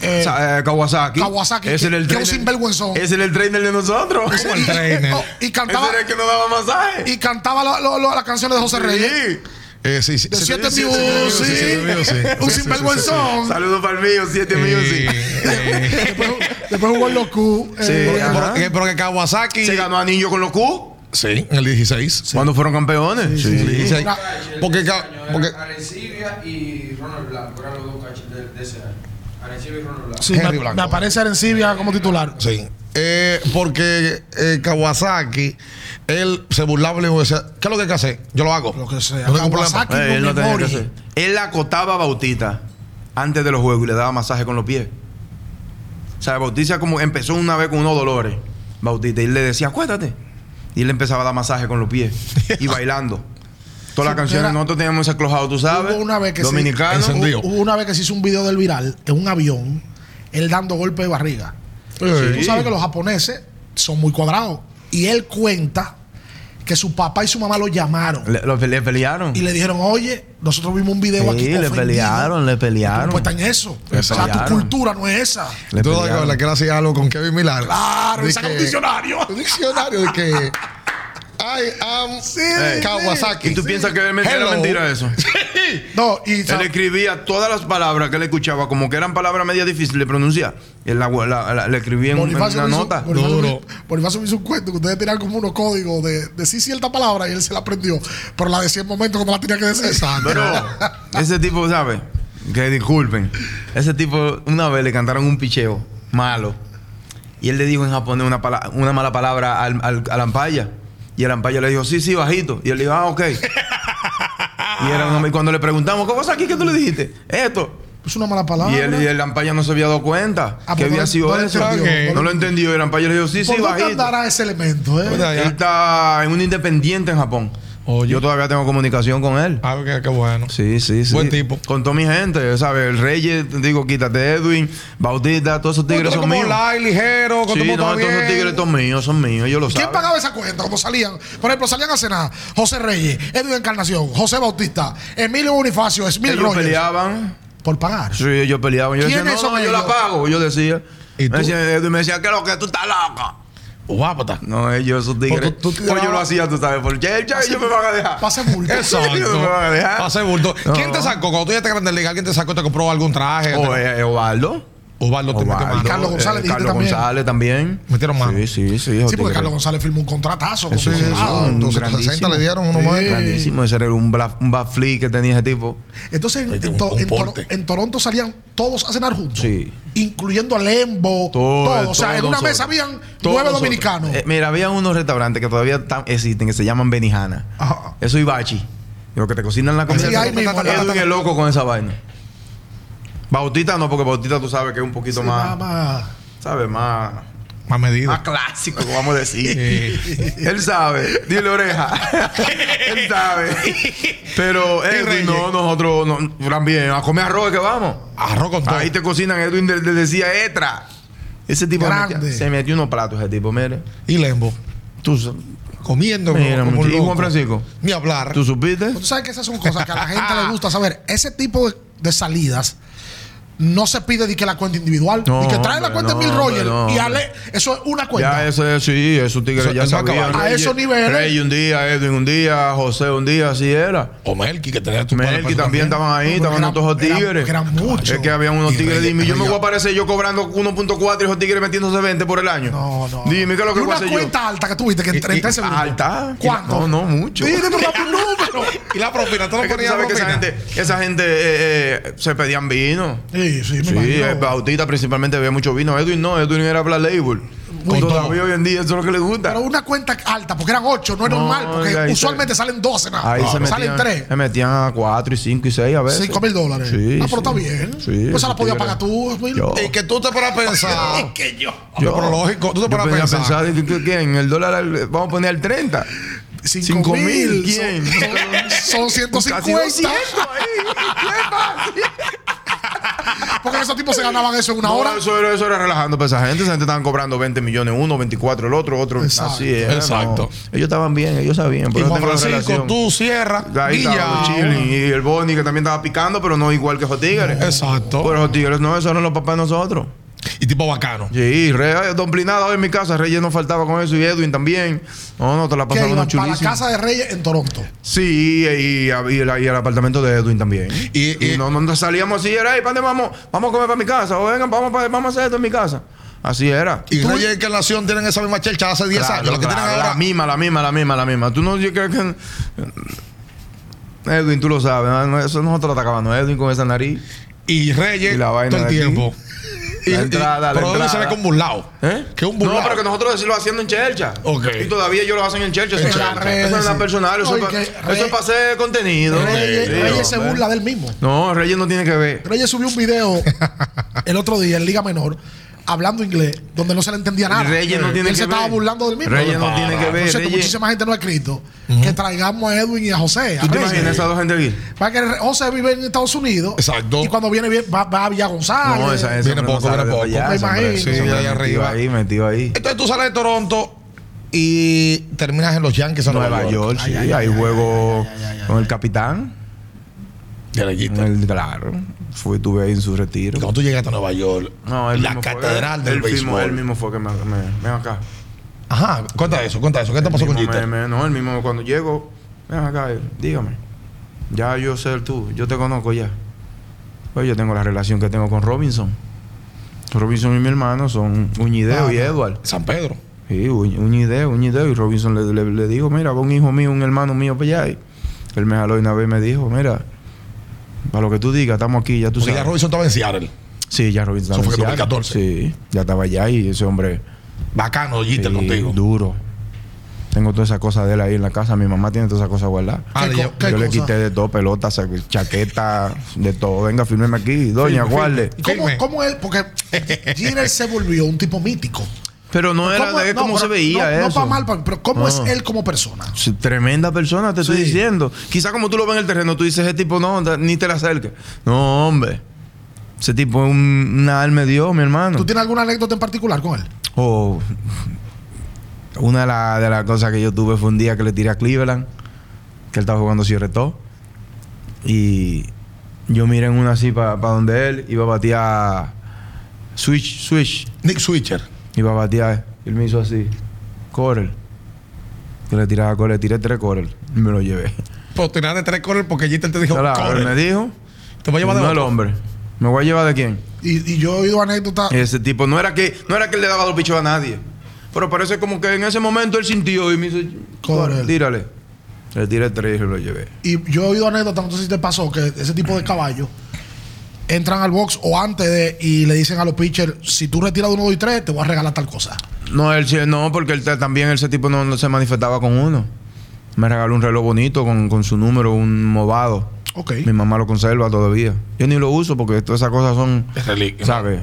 Speaker 1: eh,
Speaker 3: Sa- eh, Kawasaki.
Speaker 1: Kawasaki,
Speaker 3: Ese era el
Speaker 1: que- que
Speaker 3: trainer.
Speaker 1: un sinvergüenzón.
Speaker 3: Ese era el trainer de nosotros.
Speaker 1: ese-
Speaker 2: el trainer.
Speaker 1: oh, y cantaba,
Speaker 3: Ese era el que nos daba masaje.
Speaker 1: y cantaba la- lo- lo- las canciones de José Reyes.
Speaker 3: Sí.
Speaker 2: Eh, sí, sí,
Speaker 1: De
Speaker 2: sí,
Speaker 1: siete
Speaker 2: sí, sí,
Speaker 1: views,
Speaker 2: sí, sí, siete views, sí.
Speaker 1: sí. Un
Speaker 2: Sí, sí, sí,
Speaker 1: Pues sinvergüenzón.
Speaker 3: Saludos para el mío, 7
Speaker 2: sí, sí.
Speaker 3: millones. sí.
Speaker 2: Eh, eh,
Speaker 1: Después, después jugó en los Q. eh,
Speaker 3: Sí,
Speaker 2: pero-
Speaker 3: ajá.
Speaker 2: que- Pero que Kawasaki.
Speaker 3: Se ganó anillo con los Q.
Speaker 2: Sí, en el 16.
Speaker 3: Cuando fueron campeones.
Speaker 2: Sí, el 16.
Speaker 1: Una-
Speaker 2: Porque, Ka- porque
Speaker 5: Arencibia y Ronald Blanco eran los dos caches de, de ese año. Arencibia y Ronald
Speaker 3: Eh,
Speaker 5: Blanco.
Speaker 1: sí,
Speaker 2: Henry
Speaker 1: me,
Speaker 2: Blanco.
Speaker 1: me aparece Arencibia como titular.
Speaker 2: Sí. Eh, porque eh, Kawasaki, él se burlaba y le decía, ¿qué es lo que hay que hacer? Yo lo hago.
Speaker 1: Lo que sea.
Speaker 2: No tengo
Speaker 1: Kawasaki.
Speaker 2: problema.
Speaker 1: Aquí
Speaker 3: Eh, él,
Speaker 1: no
Speaker 3: no tenía que
Speaker 1: memoria.
Speaker 3: hacer. Él acotaba a Bautista antes de los juegos y le daba masaje con los pies. O sea, Bautista como empezó una vez con unos dolores. Bautista. Y él le decía, acuéstate. Y él empezaba a dar masaje con los pies y bailando. Todas las
Speaker 1: Sí,
Speaker 3: canciones,
Speaker 1: era-
Speaker 3: nosotros teníamos ese clojado, tú sabes.
Speaker 1: Hubo una vez que sí.
Speaker 3: Dominicano.
Speaker 2: Ese- Encendido.
Speaker 1: Hubo una vez que se hizo un video del viral en un avión, él dando golpe de barriga.
Speaker 2: Eh,
Speaker 1: Tú sabes que los japoneses son muy cuadrados. Y él cuenta que su papá y su mamá lo llamaron
Speaker 3: Le, lo pe- le pelearon.
Speaker 1: y le dijeron, oye, nosotros vimos un video aquí.
Speaker 3: Sí, le
Speaker 1: ofendido.
Speaker 3: pelearon, le pelearon.
Speaker 1: Pues está en eso.
Speaker 3: Le
Speaker 1: o sea, tu
Speaker 3: pelearon.
Speaker 1: cultura no es esa.
Speaker 3: Le
Speaker 2: Tú sabes que
Speaker 3: pelearon.
Speaker 2: la que él hacía algo con Kevin Millar.
Speaker 1: Claro, y
Speaker 2: De
Speaker 1: saca un
Speaker 2: que-
Speaker 1: diccionario.
Speaker 2: Un diccionario de que. I am Kawasaki.
Speaker 3: ¿Y tú piensas que era mentira,
Speaker 2: Hello.
Speaker 3: mentira eso?
Speaker 1: No, y
Speaker 3: Él escribía todas las palabras que él escuchaba, como que eran palabras media difíciles de pronunciar. Él la, la- la- le escribía en, en
Speaker 1: Bonifacio
Speaker 3: una
Speaker 1: me hizo-
Speaker 3: nota.
Speaker 1: Bonifacio me-
Speaker 2: Duro.
Speaker 1: Bonifacio me hizo un cuento que ustedes tenían como unos códigos de decir cierta palabra y él se la aprendió. Pero la decía en momentos cuando la tenía que decir.
Speaker 3: Pero ese tipo, ¿sabe? Que disculpen. Ese tipo, una vez le cantaron un picheo malo. Y él le dijo en japonés una, pala- una mala palabra al, al, al ampaya. Y el ampaya le dijo, sí, sí, bajito. Y él le dijo, ah, ok. y, era un hombre- y cuando le preguntamos, ¿cómo es aquí que tú le dijiste? Esto.
Speaker 1: Es una mala palabra.
Speaker 3: Y él y el ampaya no se había dado cuenta
Speaker 1: Ah,
Speaker 3: que
Speaker 1: pues no
Speaker 3: había
Speaker 1: le-
Speaker 3: sido
Speaker 1: no le
Speaker 3: eso.
Speaker 1: entendió.
Speaker 3: No lo entendió. Y el ampaya le dijo, sí,
Speaker 1: ¿Por
Speaker 3: sí,
Speaker 1: dónde
Speaker 3: bajito.
Speaker 1: andará ese elemento? eh?
Speaker 2: Mira,
Speaker 3: Él
Speaker 2: ya.
Speaker 3: está en un independiente en Japón.
Speaker 2: Oye.
Speaker 3: Yo todavía tengo comunicación con él.
Speaker 2: Ah, qué, qué bueno.
Speaker 3: Sí, sí, sí.
Speaker 2: Buen tipo.
Speaker 3: Con toda mi gente, ¿sabes? El Reyes, te digo, quítate Edwin, Bautista, todos esos tigres
Speaker 2: Tigres
Speaker 3: son
Speaker 2: como
Speaker 3: míos.
Speaker 2: light, ligero, con
Speaker 3: Sí,
Speaker 2: todo
Speaker 3: no,
Speaker 2: el mundo
Speaker 3: todos esos
Speaker 2: bien.
Speaker 3: tigres son míos, son míos, yo lo sé.
Speaker 1: ¿Quién pagaba esa cuenta cuando salían? Por ejemplo, salían a cenar José Reyes, Edwin Encarnación, José Bautista, Emilio Bonifacio, Smil
Speaker 3: Ellos
Speaker 1: Rogers.
Speaker 3: peleaban.
Speaker 1: Por pagar.
Speaker 3: Sí, ellos peleaban. Yo decía,
Speaker 1: ¿Quiénes
Speaker 3: no, no,
Speaker 1: son
Speaker 3: yo
Speaker 1: ellos?
Speaker 3: la pago. Yo decía.
Speaker 2: ¿Y tú?
Speaker 3: Me decía, Edwin me decía, ¿qué es lo que? Tú estás loco.
Speaker 2: Guapata.
Speaker 3: No, ellos, esos tigres.
Speaker 2: tú- tú te
Speaker 3: Pues yo lo
Speaker 2: dabas-
Speaker 3: hacía, tú sabes. Porque ya, ya, ellos me van a dejar.
Speaker 1: Pase bulto.
Speaker 3: Sí, no
Speaker 2: Exacto.
Speaker 3: me van a dejar.
Speaker 2: Pase bulto.
Speaker 3: No.
Speaker 2: ¿Quién te sacó? Cuando tú ya te grande liga, ¿quién te sacó? ¿Te compró algún traje?
Speaker 3: O, eh, Ovaldo.
Speaker 2: Ubaldo te metió
Speaker 3: Ovaldo,
Speaker 2: mano.
Speaker 1: Carlos González, dijiste
Speaker 3: Carlos
Speaker 1: también.
Speaker 3: González también.
Speaker 2: Metieron mano.
Speaker 3: Sí, sí, sí. esos
Speaker 1: Sí, porque
Speaker 3: tigres.
Speaker 1: Carlos González firmó un contratazo. con
Speaker 2: Sí, sí,
Speaker 1: Colorado.
Speaker 2: sí.
Speaker 3: un
Speaker 2: 260 le
Speaker 3: grandísimo.
Speaker 2: dieron uno
Speaker 1: Sí.
Speaker 2: más.
Speaker 3: Grandísimo, ese era un bla- un back flip que tenía ese tipo.
Speaker 1: Entonces, en,
Speaker 4: Este es
Speaker 1: en
Speaker 4: un
Speaker 1: Tor- en Tor-
Speaker 4: comporte.
Speaker 1: en Toronto salían todos a cenar juntos.
Speaker 3: Sí.
Speaker 1: Incluyendo a Lembo, todo.
Speaker 3: Todo,
Speaker 1: O sea, en
Speaker 3: todos
Speaker 1: una mesa
Speaker 3: nosotros.
Speaker 1: habían
Speaker 3: Todos
Speaker 1: nueve
Speaker 3: nosotros.
Speaker 1: dominicanos.
Speaker 3: Eh, mira, había unos restaurantes que todavía tam- existen que se llaman Benijana.
Speaker 1: Ajá.
Speaker 3: Eso y Bachi. Lo que te cocinan la comida.
Speaker 1: Sí, ahí mismo, la-
Speaker 3: Edwin es loco con esa vaina. Bautista no, porque Bautista tú sabes que es un poquito
Speaker 1: Sí,
Speaker 3: más,
Speaker 1: mamá.
Speaker 3: ¿sabes? Más,
Speaker 2: Más
Speaker 3: más
Speaker 2: medido.
Speaker 3: clásico, vamos a decir.
Speaker 2: Sí.
Speaker 3: Él sabe, dile oreja. Él sabe. Pero Edwin,
Speaker 2: Reyes.
Speaker 3: no, nosotros no, también, a comer arroz que vamos.
Speaker 2: Arroz con todo.
Speaker 3: Ahí te cocinan, Edwin le, le decía extra. Ese tipo
Speaker 1: Grande.
Speaker 3: metía- se metió unos platos, ese tipo, mire.
Speaker 2: Y Lembo.
Speaker 3: Tú, su-
Speaker 2: Comiendo
Speaker 3: Mira,
Speaker 2: como un
Speaker 3: muchacho. ¿Y
Speaker 2: loco.
Speaker 3: Juan Francisco?
Speaker 2: Ni hablar.
Speaker 3: ¿tú supiste?
Speaker 1: Pero Tú sabes que esas son cosas que a la gente le gusta saber. Ese tipo de, de salidas no se pide de que la cuenta individual.
Speaker 3: No,
Speaker 1: y que trae la
Speaker 3: hombre,
Speaker 1: cuenta
Speaker 3: no,
Speaker 1: Bill
Speaker 3: hombre,
Speaker 1: Rogers
Speaker 3: no,
Speaker 1: y
Speaker 3: hombre.
Speaker 1: Ale. Eso es una cuenta.
Speaker 3: Ya ese, sí, esos tigres
Speaker 2: Eso-
Speaker 3: ya
Speaker 2: eso
Speaker 3: sabían.
Speaker 2: acababa.
Speaker 1: A esos niveles.
Speaker 3: Rey un día, Edwin un día, José un día, así era.
Speaker 2: O Melky, que tenía tu
Speaker 1: pues
Speaker 3: Melky también, estaban ahí,
Speaker 1: No, porque
Speaker 3: estaban
Speaker 1: eran-
Speaker 3: todos los
Speaker 1: eran-
Speaker 3: tigres.
Speaker 1: que eran muchos.
Speaker 3: Es que habían unos
Speaker 2: Y
Speaker 3: tigres.
Speaker 2: Reyes-
Speaker 3: Dime, yo me
Speaker 2: Reyes-
Speaker 3: voy a aparecer yo cobrando 1.4 y esos tigres metiéndose 20 por el año.
Speaker 1: No, no.
Speaker 3: Dime, ¿qué es lo que
Speaker 1: Y
Speaker 3: voy a
Speaker 1: una
Speaker 3: hacer yo?
Speaker 1: cuenta alta que tuviste que
Speaker 2: Y-
Speaker 1: entré
Speaker 2: y-
Speaker 1: en ese grupo.
Speaker 3: ¿Alta?
Speaker 1: ¿Cuánto?
Speaker 3: No, no, mucho.
Speaker 1: Sí, pero dame un número.
Speaker 2: Y la propina, tú no
Speaker 3: Es que tú
Speaker 2: ponías
Speaker 3: sabes que esa
Speaker 2: propina.
Speaker 3: gente, esa gente eh, eh, se pedían vino.
Speaker 1: Sí, sí, me
Speaker 3: Sí,
Speaker 1: imagino.
Speaker 3: eh, Bautista principalmente bebía mucho vino. Edwin no, Edwin era Black Label.
Speaker 1: Uy,
Speaker 2: con
Speaker 3: Todavía hoy en día eso es lo que le gusta.
Speaker 1: Pero una cuenta alta, porque eran 8, no es
Speaker 3: No,
Speaker 1: normal, porque
Speaker 3: ahí se-
Speaker 1: usualmente salen 12 nada.
Speaker 3: Ahí se
Speaker 1: salen
Speaker 3: metían,
Speaker 1: 3.
Speaker 3: se metían a 4 y 5 y 6 a veces.
Speaker 1: 5 mil dólares.
Speaker 3: Sí,
Speaker 1: ah, pero
Speaker 3: sí.
Speaker 1: está bien. pues
Speaker 3: Sí,
Speaker 1: se
Speaker 3: ese
Speaker 1: la podía
Speaker 3: tigre.
Speaker 1: pagar tú, Will.
Speaker 3: Yo.
Speaker 2: Y que tú te paras a pensar.
Speaker 4: que yo.
Speaker 2: Yo, pero lógico, tú te
Speaker 3: Yo
Speaker 2: paras a
Speaker 3: ponía a
Speaker 2: pensar.
Speaker 3: pensar, ¿qué- qué- qué? En el dólar al- vamos a poner al 30.
Speaker 1: Cinco
Speaker 3: Cinco
Speaker 1: mil, son-
Speaker 3: mil, ¿quién?
Speaker 1: Son, son
Speaker 3: Casi
Speaker 1: 150.
Speaker 3: 200 ahí. ¿Qué pasa?
Speaker 1: Porque esos tipos se ganaban eso en una
Speaker 3: No,
Speaker 1: hora.
Speaker 3: Eso era, eso era relajando para esa gente. Esa gente estaban cobrando 20 millones uno, 24 el otro, otro.
Speaker 1: Exacto,
Speaker 3: así es.
Speaker 4: exacto.
Speaker 3: Ellos estaban bien, ellos sabían.
Speaker 2: Y
Speaker 3: Pero yo
Speaker 2: Juan
Speaker 3: tengo la
Speaker 2: Francisco,
Speaker 3: relación.
Speaker 2: tú cierras.
Speaker 3: Ahí
Speaker 2: y
Speaker 3: estaba
Speaker 2: ya.
Speaker 3: chilling. Y el Boni que también estaba picando, pero no igual que esos tigres.
Speaker 2: Exacto.
Speaker 3: Pero esos tigres no, esos eran los papás de nosotros.
Speaker 2: Y tipo bacano.
Speaker 3: Sí, re, Plinado en mi casa, Reyes no faltaba con eso y Edwin también. No, no, te la
Speaker 1: que
Speaker 3: pasaba
Speaker 1: iban
Speaker 3: uno
Speaker 1: para la
Speaker 3: chulísimo.
Speaker 1: casa de Reyes en Toronto.
Speaker 3: Sí, y, y- y el, y el apartamento de Edwin también.
Speaker 2: Y-
Speaker 3: Y,
Speaker 2: y-
Speaker 3: no, no nos salíamos así, era, "Ey, ¿pa' dónde vamos? Vamos a comer para mi casa, o vengan, vamos, pa- vamos a hacer esto en mi casa. Así era.
Speaker 2: Y Reyes que Nación tienen esa misma chelcha hace 10
Speaker 3: Claro,
Speaker 2: años. La que
Speaker 3: claro,
Speaker 2: tienen
Speaker 3: la
Speaker 2: ahora.
Speaker 3: misma, la misma, la misma, la misma. Tú no yo creo que. Edwin, tú lo sabes, ¿no? No, eso nosotros lo acabando. Edwin con esa nariz.
Speaker 2: Y Reyes
Speaker 3: Y la vaina
Speaker 2: todo el
Speaker 3: de aquí.
Speaker 2: tiempo.
Speaker 3: La entrada, la
Speaker 2: pero él se
Speaker 3: entrada.
Speaker 2: ve con burlao.
Speaker 3: ¿Eh?
Speaker 2: Que un burlao.
Speaker 3: no, pero que nosotros sí lo haciendo en Chelcha.
Speaker 2: Ok.
Speaker 3: Y todavía ellos lo hacen en Chelcha. Eso,
Speaker 1: En
Speaker 3: es-
Speaker 1: las redes,
Speaker 3: eso es
Speaker 1: sí.
Speaker 3: nada personal. Eso,
Speaker 1: Oye,
Speaker 3: es pa-
Speaker 1: que
Speaker 3: eso
Speaker 1: Reyes-
Speaker 3: es para hacer contenido.
Speaker 1: Reyes,
Speaker 3: Sí,
Speaker 1: Reyes se
Speaker 3: hombre.
Speaker 1: burla del mismo.
Speaker 3: No, Reyes no tiene que ver.
Speaker 1: Reyes subió un video el otro día en Liga Menor hablando inglés donde no se le entendía nada.
Speaker 3: Reyes no
Speaker 1: Y
Speaker 3: tiene
Speaker 1: él
Speaker 3: que
Speaker 1: se
Speaker 3: ver.
Speaker 1: estaba burlando del mismo.
Speaker 3: Reyes no tiene que ver.
Speaker 1: Por cierto,
Speaker 3: Reyes-
Speaker 1: muchísima gente no ha escrito que traigamos a Edwin y a José. a
Speaker 3: ¿Tú te
Speaker 1: Reyes.
Speaker 3: imaginas esas dos gente aquí?
Speaker 1: Para que José vive en Estados Unidos.
Speaker 2: Exacto.
Speaker 1: Y cuando viene bien, va, va a Villa González.
Speaker 3: No, esa, esa
Speaker 2: Viene
Speaker 3: hombre no
Speaker 2: poco,
Speaker 3: sabe
Speaker 2: viene
Speaker 3: de
Speaker 2: poco.
Speaker 3: allá,
Speaker 1: Ah, Me
Speaker 3: ese hombre-
Speaker 1: imagino.
Speaker 3: ese
Speaker 2: Sí,
Speaker 3: hombre
Speaker 2: allá
Speaker 3: metido
Speaker 2: arriba.
Speaker 3: Ahí, metido ahí.
Speaker 2: Entonces tú sales de Toronto y terminas en los Yankees en
Speaker 3: Nueva York, sí. Ahí juego con el capitán.
Speaker 4: De Reyito.
Speaker 3: El, claro. Fui, tuve ahí en su retiro.
Speaker 2: Cuando tú llegaste a Nueva York,
Speaker 3: No, él
Speaker 2: la
Speaker 3: mismo fue-
Speaker 2: catedral del
Speaker 3: él mismo-
Speaker 2: béisbol.
Speaker 3: Él mismo fue que me. me ven acá.
Speaker 2: Ajá, cuenta eso, cuenta eso. ¿Qué te
Speaker 3: El
Speaker 2: pasó con
Speaker 3: mismo
Speaker 2: Jeter?
Speaker 3: me- me- no, el mismo cuando llego, ven acá, eh, dígame. Ya yo sé el tú, yo te conozco ya. Pues yo tengo la relación que tengo con Robinson. Robinson y mi hermano son Uñideo y Edward.
Speaker 2: San Pedro.
Speaker 3: Sí, Uñ- Uñideo, Uñideo. Y Robinson le, le, le digo, mira, va un hijo mío, un hermano mío para allá. Y él me jaló y una vez me dijo, mira, para lo que tú digas, estamos aquí, ya tú
Speaker 2: Porque ya
Speaker 3: sabes.
Speaker 2: Robinson estaba en Seattle.
Speaker 3: sí, ya Robinson.
Speaker 2: Eso fue
Speaker 3: estaba en
Speaker 2: 2014.
Speaker 3: Seattle. Sí, ya estaba allá y ese hombre...
Speaker 2: Bacano Jeter
Speaker 3: Sí,
Speaker 2: contigo.
Speaker 3: Duro. Tengo toda esa cosa de él ahí en la casa. Mi mamá tiene toda esa cosa guardada.
Speaker 2: Ah,
Speaker 1: ¿Qué
Speaker 2: le
Speaker 1: co-
Speaker 2: llevo-
Speaker 1: qué
Speaker 3: Yo le
Speaker 1: cosa?
Speaker 3: quité de todo, pelota, sa- chaqueta, de todo. Venga, fírmeme aquí, doña,
Speaker 2: Firme,
Speaker 3: guarde.
Speaker 1: ¿Y ¿Cómo,
Speaker 2: Firme.
Speaker 1: cómo él? Porque Jeter se volvió un tipo mítico.
Speaker 3: Pero no era
Speaker 1: ¿Cómo-
Speaker 3: de
Speaker 1: no,
Speaker 3: cómo se
Speaker 1: pero-
Speaker 3: veía
Speaker 1: no,
Speaker 3: eso. Ah.
Speaker 1: No para mal, pa- pero ¿cómo es
Speaker 3: No.
Speaker 1: él como persona?
Speaker 3: Sí, Tremenda persona, te estoy
Speaker 1: Sí.
Speaker 3: diciendo. Quizá como tú lo ves en el terreno, tú dices, ese tipo no, da- ni te la acerques. No, hombre. Ese tipo es un, una alma de Dios, mi hermano.
Speaker 1: ¿Tú tienes alguna anécdota en particular con él?
Speaker 3: O una de, la- de las cosas que yo tuve fue un día que le tiré a Cleveland, que él estaba jugando Cierretó. Y yo miré en una así para donde él iba a batear switch, switch.
Speaker 2: Nick Switcher.
Speaker 3: Iba a batear. Él me hizo así. Corel. Yo le tiraba corel, tiré tres corel. Y me lo llevé.
Speaker 2: Pero tiraste tres correr porque Jeter te dijo,
Speaker 3: Claro,
Speaker 2: corre.
Speaker 3: él me dijo.
Speaker 2: Te voy a llevar de
Speaker 3: no el
Speaker 2: otro.
Speaker 3: hombre. ¿Me voy a llevar de quién?
Speaker 1: Y, y yo he oído anécdotas.
Speaker 3: Ese tipo no era que no era que él le daba los pichos a nadie. Pero parece como que en ese momento él sintió y me hizo,
Speaker 1: Corre.
Speaker 3: tírale. Le tiré tres y lo llevé.
Speaker 1: Y yo he oído anécdotas, no sé si te pasó, que ese tipo de caballo entran al box o antes de y le dicen a los pitchers, si tú retiras de uno, dos y tres, te voy a regalar tal cosa.
Speaker 3: No, él sí- no, porque él ta- también ese tipo no, no se manifestaba con uno. Me regaló un reloj bonito con, con su número, un movado.
Speaker 1: Ok.
Speaker 3: Mi mamá lo conserva todavía. Yo ni lo uso porque todas esas cosas son,
Speaker 4: Es reliquia.
Speaker 3: ¿sabes?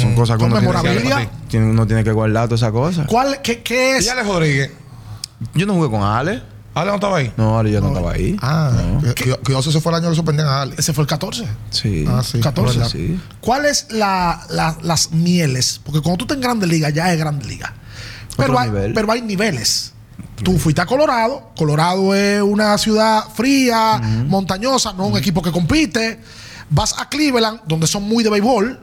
Speaker 3: Son cosas que
Speaker 1: Mm, Son
Speaker 3: uno tiene
Speaker 1: memorabilia.
Speaker 3: que, tiene- uno tiene que guardar todas esas cosas.
Speaker 1: ¿Cuál, qué, qué
Speaker 2: Y
Speaker 1: es?
Speaker 2: Alex Rodríguez.
Speaker 3: Yo no jugué con Ale.
Speaker 2: ¿Ale no estaba ahí?
Speaker 3: No, Ale ya no, estaba ahí.
Speaker 2: Ah, cuidado, cuidado si ese fue el año que suspendían a Ale.
Speaker 1: Ese fue el 14.
Speaker 3: Sí.
Speaker 2: Ah, sí.
Speaker 1: 14.
Speaker 2: ¿verdad?
Speaker 3: Sí.
Speaker 1: ¿Cuál es la, la- las mieles? Porque cuando tú estás en Grandes Ligas, ya es Grandes Ligas. Pero
Speaker 3: Otro
Speaker 1: hay,
Speaker 3: nivel.
Speaker 1: pero hay niveles. Tú fuiste a Colorado. Colorado es una ciudad fría, montañosa, no un equipo que compite. Vas a Cleveland, donde son muy de béisbol,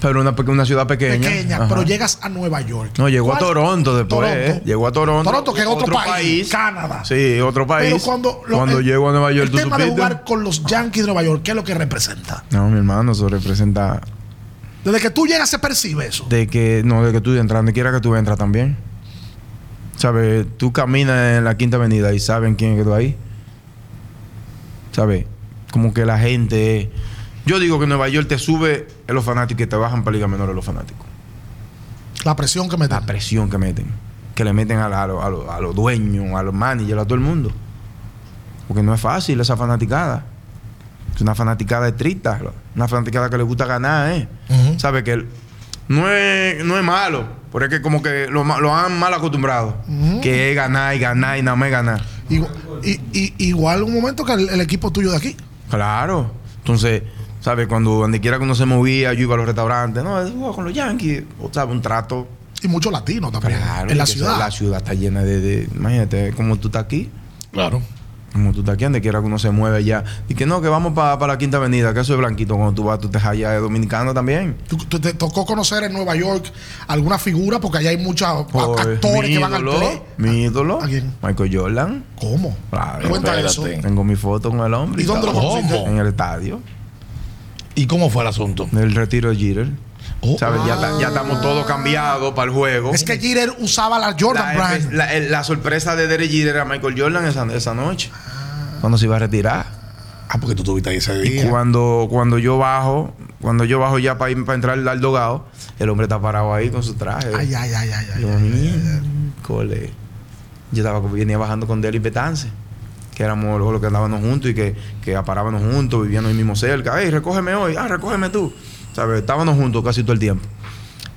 Speaker 3: Pero una, pe- una ciudad pequeña.
Speaker 1: pequeña,
Speaker 3: Ajá.
Speaker 1: pero llegas a Nueva York.
Speaker 3: No, llegó a
Speaker 1: ¿Cuál-
Speaker 3: Toronto después.
Speaker 1: Toronto.
Speaker 3: eh. Llegó a Toronto.
Speaker 1: Toronto, que es otro, país, Canadá.
Speaker 3: Sí, otro país.
Speaker 1: Pero cuando, lo- el-
Speaker 3: llego a Nueva York,
Speaker 1: el
Speaker 3: tú
Speaker 1: tema de
Speaker 3: supiste.
Speaker 1: jugar con los Yankees de Nueva York, ¿qué es lo que representa?
Speaker 3: No, mi hermano, eso representa.
Speaker 1: Desde que tú llegas se percibe eso.
Speaker 3: De que, no, de que tú entras, donde quiera que tú entras también. ¿Sabes? Tú caminas en la Quinta Avenida y saben quién quedó ahí. ¿Sabes? Como que la gente. Yo digo que Nueva York te sube en los fanáticos y te bajan para Liga Menor en los fanáticos.
Speaker 1: La presión que me
Speaker 3: La
Speaker 1: da.
Speaker 3: presión que meten. Que le meten a, la- a los- a los- a los dueños, a los managers, a todo el mundo. Porque no es fácil esa fanaticada. Es una fanaticada estricta. Una fanaticada que le gusta ganar, ¿eh?
Speaker 2: Ujú.
Speaker 3: ¿Sabe que el- no, es, no es malo? Pero es que como que lo, ma- lo han mal acostumbrado. Que es ganar y ganar y nada más es ganar.
Speaker 1: Igual, i- i- igual un momento que el, el equipo tuyo de aquí.
Speaker 3: Claro. Entonces, ¿sabes? Cuando donde quiera que uno se movía, yo iba a los restaurantes. No, es jugar con los Yankees. O, ¿Sabes? Un trato.
Speaker 1: Y muchos latinos también.
Speaker 3: Claro,
Speaker 1: en la
Speaker 3: que eso-
Speaker 1: ciudad.
Speaker 3: La ciudad está llena de, de- Imagínate, como tú estás aquí.
Speaker 4: Claro.
Speaker 3: Como tú estás aquí, donde quiera que uno se mueva ya. Y que no, que vamos para la Quinta Avenida, que eso es blanquito. Cuando tú vas, tú te hallas de dominicano también.
Speaker 1: ¿Tú- tú- te tocó conocer en Nueva York alguna figura, porque allá hay muchos a-
Speaker 3: Pues,
Speaker 1: actores
Speaker 3: mi
Speaker 1: que van al
Speaker 3: ídolo,
Speaker 1: play.
Speaker 3: Mi ídolo,
Speaker 1: ¿A quién?
Speaker 3: Michael Jordan.
Speaker 1: ¿Cómo?
Speaker 3: Claro,
Speaker 1: Cuenta eso.
Speaker 4: espérate.
Speaker 3: Tengo mi foto con el hombre.
Speaker 1: ¿Y dónde lo
Speaker 3: todo.
Speaker 1: conociste?
Speaker 3: En el estadio,
Speaker 4: ¿Y cómo fue el asunto?
Speaker 3: en el retiro de Jeter.
Speaker 4: Oh,
Speaker 3: ¿Sabes? Ya, ta- ya estamos todos cambiados para el juego.
Speaker 1: Es que Jeter usaba la Jordan
Speaker 3: la,
Speaker 1: Brand.
Speaker 3: la- el- la sorpresa de Derek Jeter era Michael Jordan esa, esa noche. Cuando se iba a retirar.
Speaker 4: Ah, porque tú estuviste ahí ese día.
Speaker 3: Cuando, cuando yo bajo, cuando yo bajo ya para entrar al dogado, el hombre está parado ahí con su traje.
Speaker 1: Ay, ay, ay, ay, ay.
Speaker 3: Yo, miércoles. Yo estaba, como- venía bajando con Deli Betance, que éramos los, los que andábamos juntos y que, que aparábamos juntos, vivíamos ahí mismo cerca. Ey, recógeme hoy, ah, recógeme tú. ¿Sabes? Estábamos juntos casi todo el tiempo.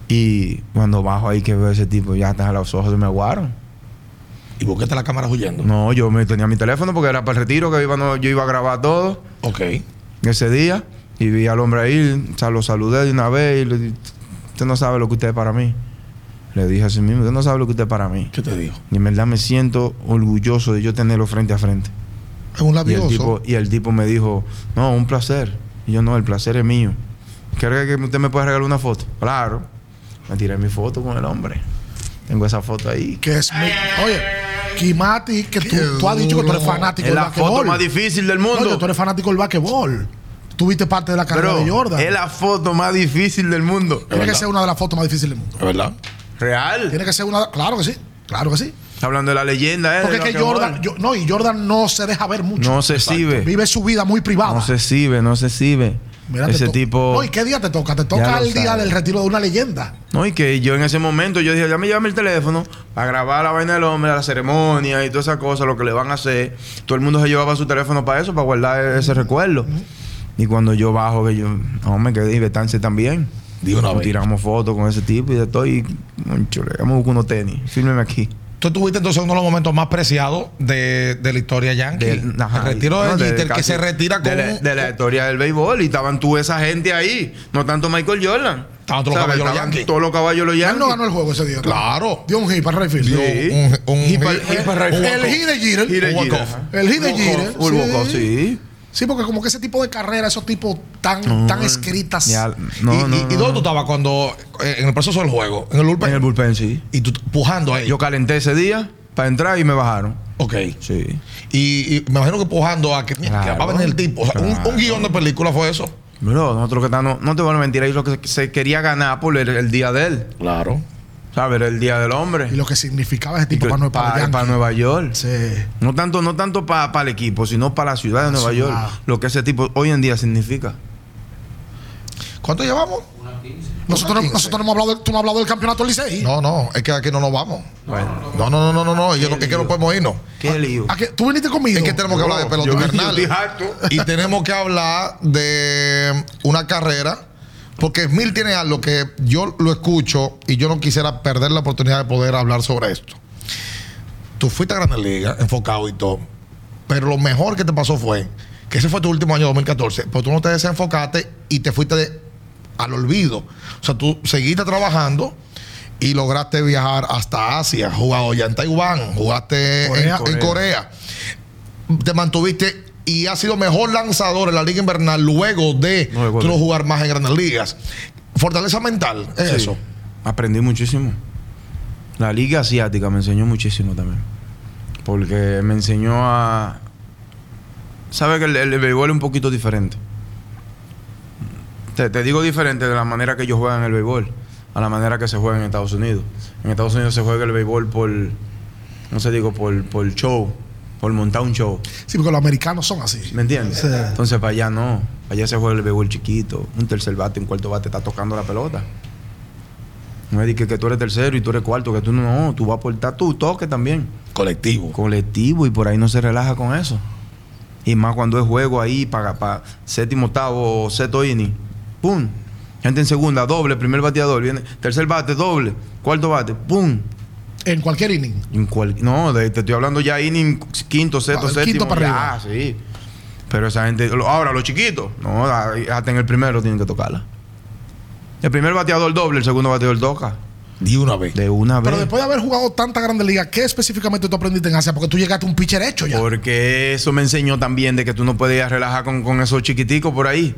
Speaker 3: Y cuando bajo ahí que veo a ese tipo, ya hasta los ojos se me aguaron.
Speaker 4: ¿Y por qué está la cámara huyendo?
Speaker 3: No, yo me tenía mi teléfono porque era para el retiro, que iba, no- yo iba a grabar todo
Speaker 4: Ok.
Speaker 3: ese día y vi al hombre ahí, o sea, lo saludé de una vez y le di- usted no sabe lo que usted es para mí. Le dije así mismo, usted no sabe lo que usted es para mí.
Speaker 4: ¿Qué te dijo?
Speaker 3: Y en verdad me siento orgulloso de yo tenerlo frente a frente.
Speaker 2: Es un
Speaker 3: Y el,
Speaker 2: labioso.
Speaker 3: tipo, y el tipo me dijo, no, un placer. Y yo, no, el placer es mío. ¿Quiere que usted me pueda regalar una foto? Claro. Me tiré mi foto con el hombre. Tengo esa foto ahí.
Speaker 1: Que es mi- Oye, Kimati, que tú,
Speaker 2: Qué
Speaker 1: tú has dicho que tú eres
Speaker 2: duro.
Speaker 1: fanático
Speaker 3: Es
Speaker 1: del
Speaker 3: la foto
Speaker 1: basquetbol.
Speaker 3: más difícil del mundo.
Speaker 1: No, que tú eres fanático del basquetbol. Tuviste parte de la carrera
Speaker 3: Bro,
Speaker 1: de Jordan.
Speaker 3: es la foto más difícil del mundo.
Speaker 1: Tiene que
Speaker 4: verdad.
Speaker 1: ser una de las fotos más difíciles del mundo.
Speaker 4: ¿Es verdad?
Speaker 3: Real.
Speaker 1: Tiene que ser una. Claro que sí. Claro que sí.
Speaker 3: Está hablando de la leyenda, ¿eh?
Speaker 1: Porque
Speaker 3: del
Speaker 1: es que
Speaker 3: basquetbol.
Speaker 1: Jordan. yo- no, y Jordan no se deja ver mucho.
Speaker 3: No se exhibe.
Speaker 1: Vive su vida muy privada.
Speaker 3: No se exhibe, no se exhibe.
Speaker 1: Mira, te
Speaker 3: Ese
Speaker 1: to-
Speaker 3: tipo.
Speaker 1: No, ¿y qué día te toca? Te toca
Speaker 3: lo
Speaker 1: el día
Speaker 3: sabe.
Speaker 1: del retiro de una leyenda.
Speaker 3: No, y que yo en ese momento yo dije, ya me llame el teléfono a grabar la vaina del hombre, la ceremonia y todas esas cosas, lo que le van a hacer. Todo el mundo se llevaba su teléfono para eso, para guardar e- ese recuerdo. Y cuando yo bajo, que yo, no me quedé y Betance también.
Speaker 4: Digo una
Speaker 3: Nos
Speaker 4: vez.
Speaker 3: Tiramos fotos con ese tipo y de todo. Y, chule, vamos a buscar unos tenis. Fírmeme aquí.
Speaker 2: Tú tuviste entonces uno de los momentos más preciados de, de la historia Yankee.
Speaker 3: Del- ajá,
Speaker 2: el retiro de
Speaker 3: no, del-
Speaker 2: Jeter, que
Speaker 3: casi-
Speaker 2: se retira con.
Speaker 3: de la,
Speaker 2: un-
Speaker 3: de la historia del béisbol y estaban tú esa gente ahí, no tanto Michael Jordan.
Speaker 2: Estaban todos los
Speaker 3: ¿Sabes?
Speaker 2: caballos los
Speaker 3: Estaban
Speaker 2: Yankees.
Speaker 3: todos los caballos los
Speaker 1: Él no
Speaker 3: Yankees.
Speaker 1: ganó el juego ese día.
Speaker 2: Claro.
Speaker 1: Dio un hit para Rayfield.
Speaker 2: Dio
Speaker 3: Sí.
Speaker 2: un, un,
Speaker 3: Y pa- y pa-
Speaker 2: un-
Speaker 1: El hit de Jeter.
Speaker 3: Hit de
Speaker 2: Un
Speaker 3: Jeter,
Speaker 2: walk-off. Eh,
Speaker 3: ajá.
Speaker 1: El hit de Jeter.
Speaker 3: Un walk-off, sí.
Speaker 1: Sí, porque como que ese tipo de carrera, esos tipos tan, tan escritas.
Speaker 3: Ya,
Speaker 2: y,
Speaker 3: no,
Speaker 2: y-
Speaker 3: no,
Speaker 2: y
Speaker 3: no,
Speaker 2: dónde
Speaker 3: no.
Speaker 2: tú estabas cuando. eh, en el proceso del juego, en el bullpen.
Speaker 3: En el bullpen, sí.
Speaker 2: y tú pujando ahí.
Speaker 3: Yo calenté ese día para entrar y me bajaron.
Speaker 2: ok.
Speaker 3: Sí.
Speaker 2: Y, y me imagino que pujando a que, que
Speaker 3: Claro.
Speaker 2: va a venir el tipo. O sea, un- un,
Speaker 3: Claro.
Speaker 2: guión de película fue eso.
Speaker 3: Bro, nosotros que estamos, no te voy a mentir, ahí lo que se quería ganar por el, el día de él,
Speaker 4: Claro.
Speaker 3: ¿sabes? Era El día del hombre.
Speaker 1: Y lo que significaba ese
Speaker 3: Y
Speaker 1: tipo
Speaker 3: que-
Speaker 1: para Nueva
Speaker 3: para,
Speaker 1: York.
Speaker 3: para Nueva York.
Speaker 1: Sí.
Speaker 3: No tanto, no tanto para el equipo, sino para la ciudad de Nueva
Speaker 1: ciudad.
Speaker 3: York. Lo que ese tipo hoy en día significa.
Speaker 2: ¿Cuánto llevamos?
Speaker 5: Una 15.
Speaker 1: Nosotros, no-
Speaker 2: 15.
Speaker 1: nosotros no hemos hablado, del- tú no has hablado del campeonato del Licey.
Speaker 2: No, no, es que aquí no nos vamos.
Speaker 3: Bueno.
Speaker 2: No, no, no, no, no, no. y yo no- es que no podemos irnos.
Speaker 3: Qué lío.
Speaker 1: ¿A qué? ¿Tú viniste conmigo?
Speaker 2: Es que tenemos que hablar de pelota
Speaker 3: yo- yo
Speaker 2: invernal.
Speaker 3: estoy harto.
Speaker 2: Y tenemos que hablar de una carrera. Porque Smil tiene algo que yo lo escucho y yo no quisiera perder la oportunidad de poder hablar sobre esto. Tú fuiste a Grandes Ligas, enfocado y todo. Pero lo mejor que te pasó fue que ese fue tu último año 2014. Pero tú no te desenfocaste y te fuiste de- al olvido. O sea, tú seguiste trabajando y lograste viajar hasta Asia. Jugado ya en Taiwán, jugaste en-
Speaker 3: Corea,
Speaker 2: en
Speaker 3: Corea.
Speaker 2: Corea te mantuviste y has sido mejor lanzador en la Liga Invernal luego de
Speaker 3: Luego
Speaker 2: tú no
Speaker 3: de.
Speaker 2: jugar más en grandes ligas. Fortaleza mental, es
Speaker 3: Sí.
Speaker 2: eso.
Speaker 3: Aprendí muchísimo. La liga asiática me enseñó muchísimo también. Porque me enseñó a... Sabes que el, el béisbol es un poquito diferente. Te, te digo diferente de la manera que ellos juegan el béisbol a la manera que se juega en Estados Unidos. En Estados Unidos se juega el béisbol por... No sé, digo, por, por show. Por montar un show.
Speaker 1: Sí, porque los americanos son así.
Speaker 3: ¿Me entiendes?
Speaker 1: Sí.
Speaker 3: Entonces para allá no. Para allá se juega el béisbol chiquito. Un tercer bate, un cuarto bate está tocando la pelota. No es de que, que tú eres tercero y tú eres cuarto, que tú no, no, tú vas a aportar tu toque también.
Speaker 4: Colectivo.
Speaker 3: Colectivo y por ahí no se relaja con eso. Y más cuando es juego ahí, para, para séptimo, octavo, o sexto inning. ¡Pum! Gente en segunda, doble, primer bateador, viene, tercer bate, doble, cuarto bate, ¡pum!
Speaker 1: En cualquier inning.
Speaker 3: En cual- no, de- te estoy hablando ya inning quinto, sexto,
Speaker 1: Ah, del
Speaker 3: séptimo.
Speaker 1: quinto para
Speaker 3: ya,
Speaker 1: arriba.
Speaker 3: sí. Pero esa gente, lo- ahora los chiquitos, no, a- hasta en el primero tienen que tocarla. El primer bateador doble, el segundo bateador toca.
Speaker 4: Di una vez.
Speaker 3: De una
Speaker 1: Pero
Speaker 3: vez.
Speaker 1: después de haber jugado tanta grande liga, ¿qué específicamente tú aprendiste en Asia? Porque tú llegaste a un pitcher hecho ya.
Speaker 3: Porque eso me enseñó también de que tú no puedes ir a relajar con, con esos chiquiticos por ahí.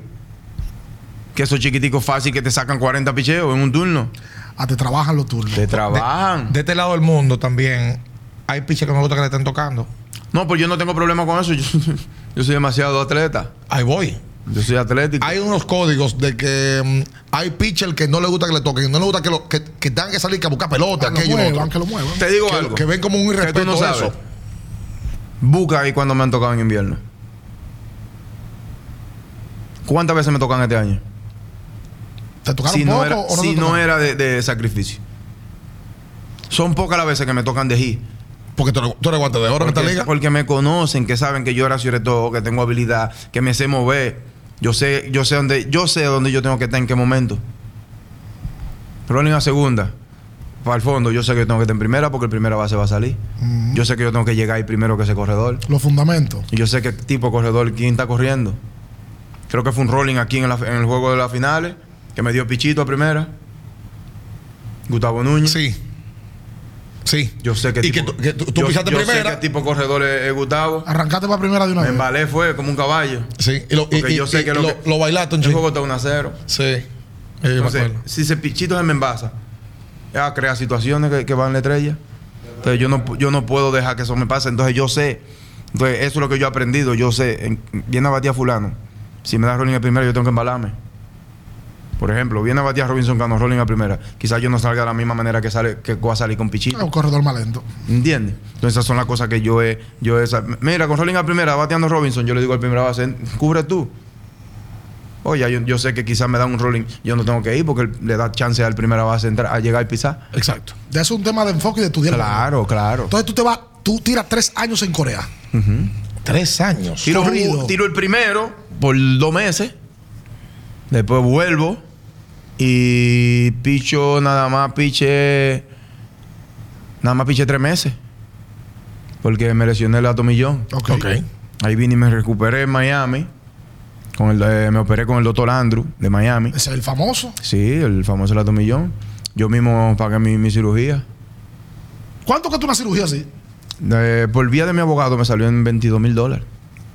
Speaker 3: Que esos chiquiticos fácil que te sacan 40 picheos en un turno.
Speaker 1: Ah, te trabajan los turnos.
Speaker 3: Te trabajan.
Speaker 2: De este lado del mundo también hay piches que no gusta que le estén tocando.
Speaker 3: No, pues yo no tengo problema con eso. Yo, yo soy demasiado atleta.
Speaker 2: Ahí voy.
Speaker 3: Yo soy atlético.
Speaker 2: Hay unos códigos de que mm, hay pitcher que no le gusta que le toquen, no le gusta que, lo- que, que tengan que salir que a buscar pelota,
Speaker 1: que lo
Speaker 2: aquello.
Speaker 1: muevan,
Speaker 2: otro.
Speaker 1: que lo muevan.
Speaker 3: Te digo
Speaker 2: Ah, que,
Speaker 3: algo.
Speaker 2: que ven como un
Speaker 3: que
Speaker 2: irrespeto
Speaker 3: tú no
Speaker 2: eso.
Speaker 3: sabes. Busca ahí cuando me han tocado en invierno. ¿Cuántas veces me tocan este año?
Speaker 1: ¿Te tocaron
Speaker 3: si
Speaker 1: poco
Speaker 3: no era,
Speaker 1: o no
Speaker 3: si
Speaker 1: te
Speaker 3: no
Speaker 1: tocaron?
Speaker 3: era de, de sacrificio. Son pocas las veces que me tocan de hit.
Speaker 2: Porque tú eres, tú eres guante de oro en esta
Speaker 3: Porque,
Speaker 2: liga.
Speaker 3: porque me conocen, que saben que yo era sobre todo, que tengo habilidad, que me sé mover. Yo sé, yo sé dónde, yo sé dónde yo tengo que estar en qué momento. Rolling a segunda. Para el fondo, yo sé que yo tengo que estar en primera porque el primera base va a salir. Yo sé que yo tengo que llegar ahí primero que ese corredor.
Speaker 1: Los fundamentos.
Speaker 3: Y yo sé qué tipo de corredor, quién está corriendo. Creo que fue un rolling aquí en, la- en el juego de las finales, que me dio Pichito a primera. Gustavo Núñez.
Speaker 2: Sí. Sí.
Speaker 3: Yo sé que
Speaker 2: Y que tú, que tú- tú
Speaker 3: yo-
Speaker 2: pisaste
Speaker 3: yo sé
Speaker 2: primera. Ah.
Speaker 3: qué tipo de corredor es, es Gustavo.
Speaker 1: Arrancaste para primera de una
Speaker 3: Me
Speaker 1: vez.
Speaker 3: embalé fue como un caballo.
Speaker 2: sí. Y lo, y,
Speaker 3: Porque
Speaker 2: y-
Speaker 3: yo sé
Speaker 2: y
Speaker 3: que lo
Speaker 2: lo,
Speaker 3: que-
Speaker 2: lo bailaste un
Speaker 3: El
Speaker 2: chico.
Speaker 3: juego está 1 a 0.
Speaker 2: Sí. Eh, me
Speaker 3: Entonces,
Speaker 2: acuerdo.
Speaker 3: si se pichito se me envasa, ya crea situaciones que, que van a la estrella. Entonces yo no, pu- yo no puedo dejar que eso me pase. Entonces yo sé, entonces eso es lo que yo he aprendido. Yo sé, en- viene a batear fulano. Si me da rolling a primera, yo tengo que embalarme. Por ejemplo, viene a batear Robinson Cano, rolling a primera. Quizás yo no salga de la misma manera que sale, que voy a salir con Pichito.
Speaker 1: Ah, Un corredor más lento.
Speaker 3: ¿Entiendes? Entonces esas son las cosas que yo he... Yo he sab- Mira, con Rolling a primera, bateando Robinson, yo le digo al primera base, cubre tú. Oye, yo, yo sé que quizás me da un rolling, yo no tengo que ir porque le da chance al primera base a, entrar, a llegar y pisar.
Speaker 2: Exacto.
Speaker 1: Ya es un tema de enfoque y de estudiar.
Speaker 3: Claro, claro.
Speaker 1: Entonces tú te vas, tú tiras tres años en Corea.
Speaker 2: Tres años.
Speaker 3: Tiro,
Speaker 1: corrido.
Speaker 3: tiro el primero por dos meses, después vuelvo y picho nada más, piche... Nada más piche tres meses. Porque me lesioné el atomillón.
Speaker 1: Ok.
Speaker 2: Ok.
Speaker 3: Ahí vine y me recuperé en Miami. Con el, eh, me operé con el doctor Andrew de Miami.
Speaker 1: Ese es el famoso.
Speaker 3: Sí, el famoso latomillón. Yo mismo pagué mi, mi cirugía.
Speaker 1: ¿Cuánto cuesta una cirugía así?
Speaker 3: Eh, por vía de mi abogado me salió en 22 mil dólares.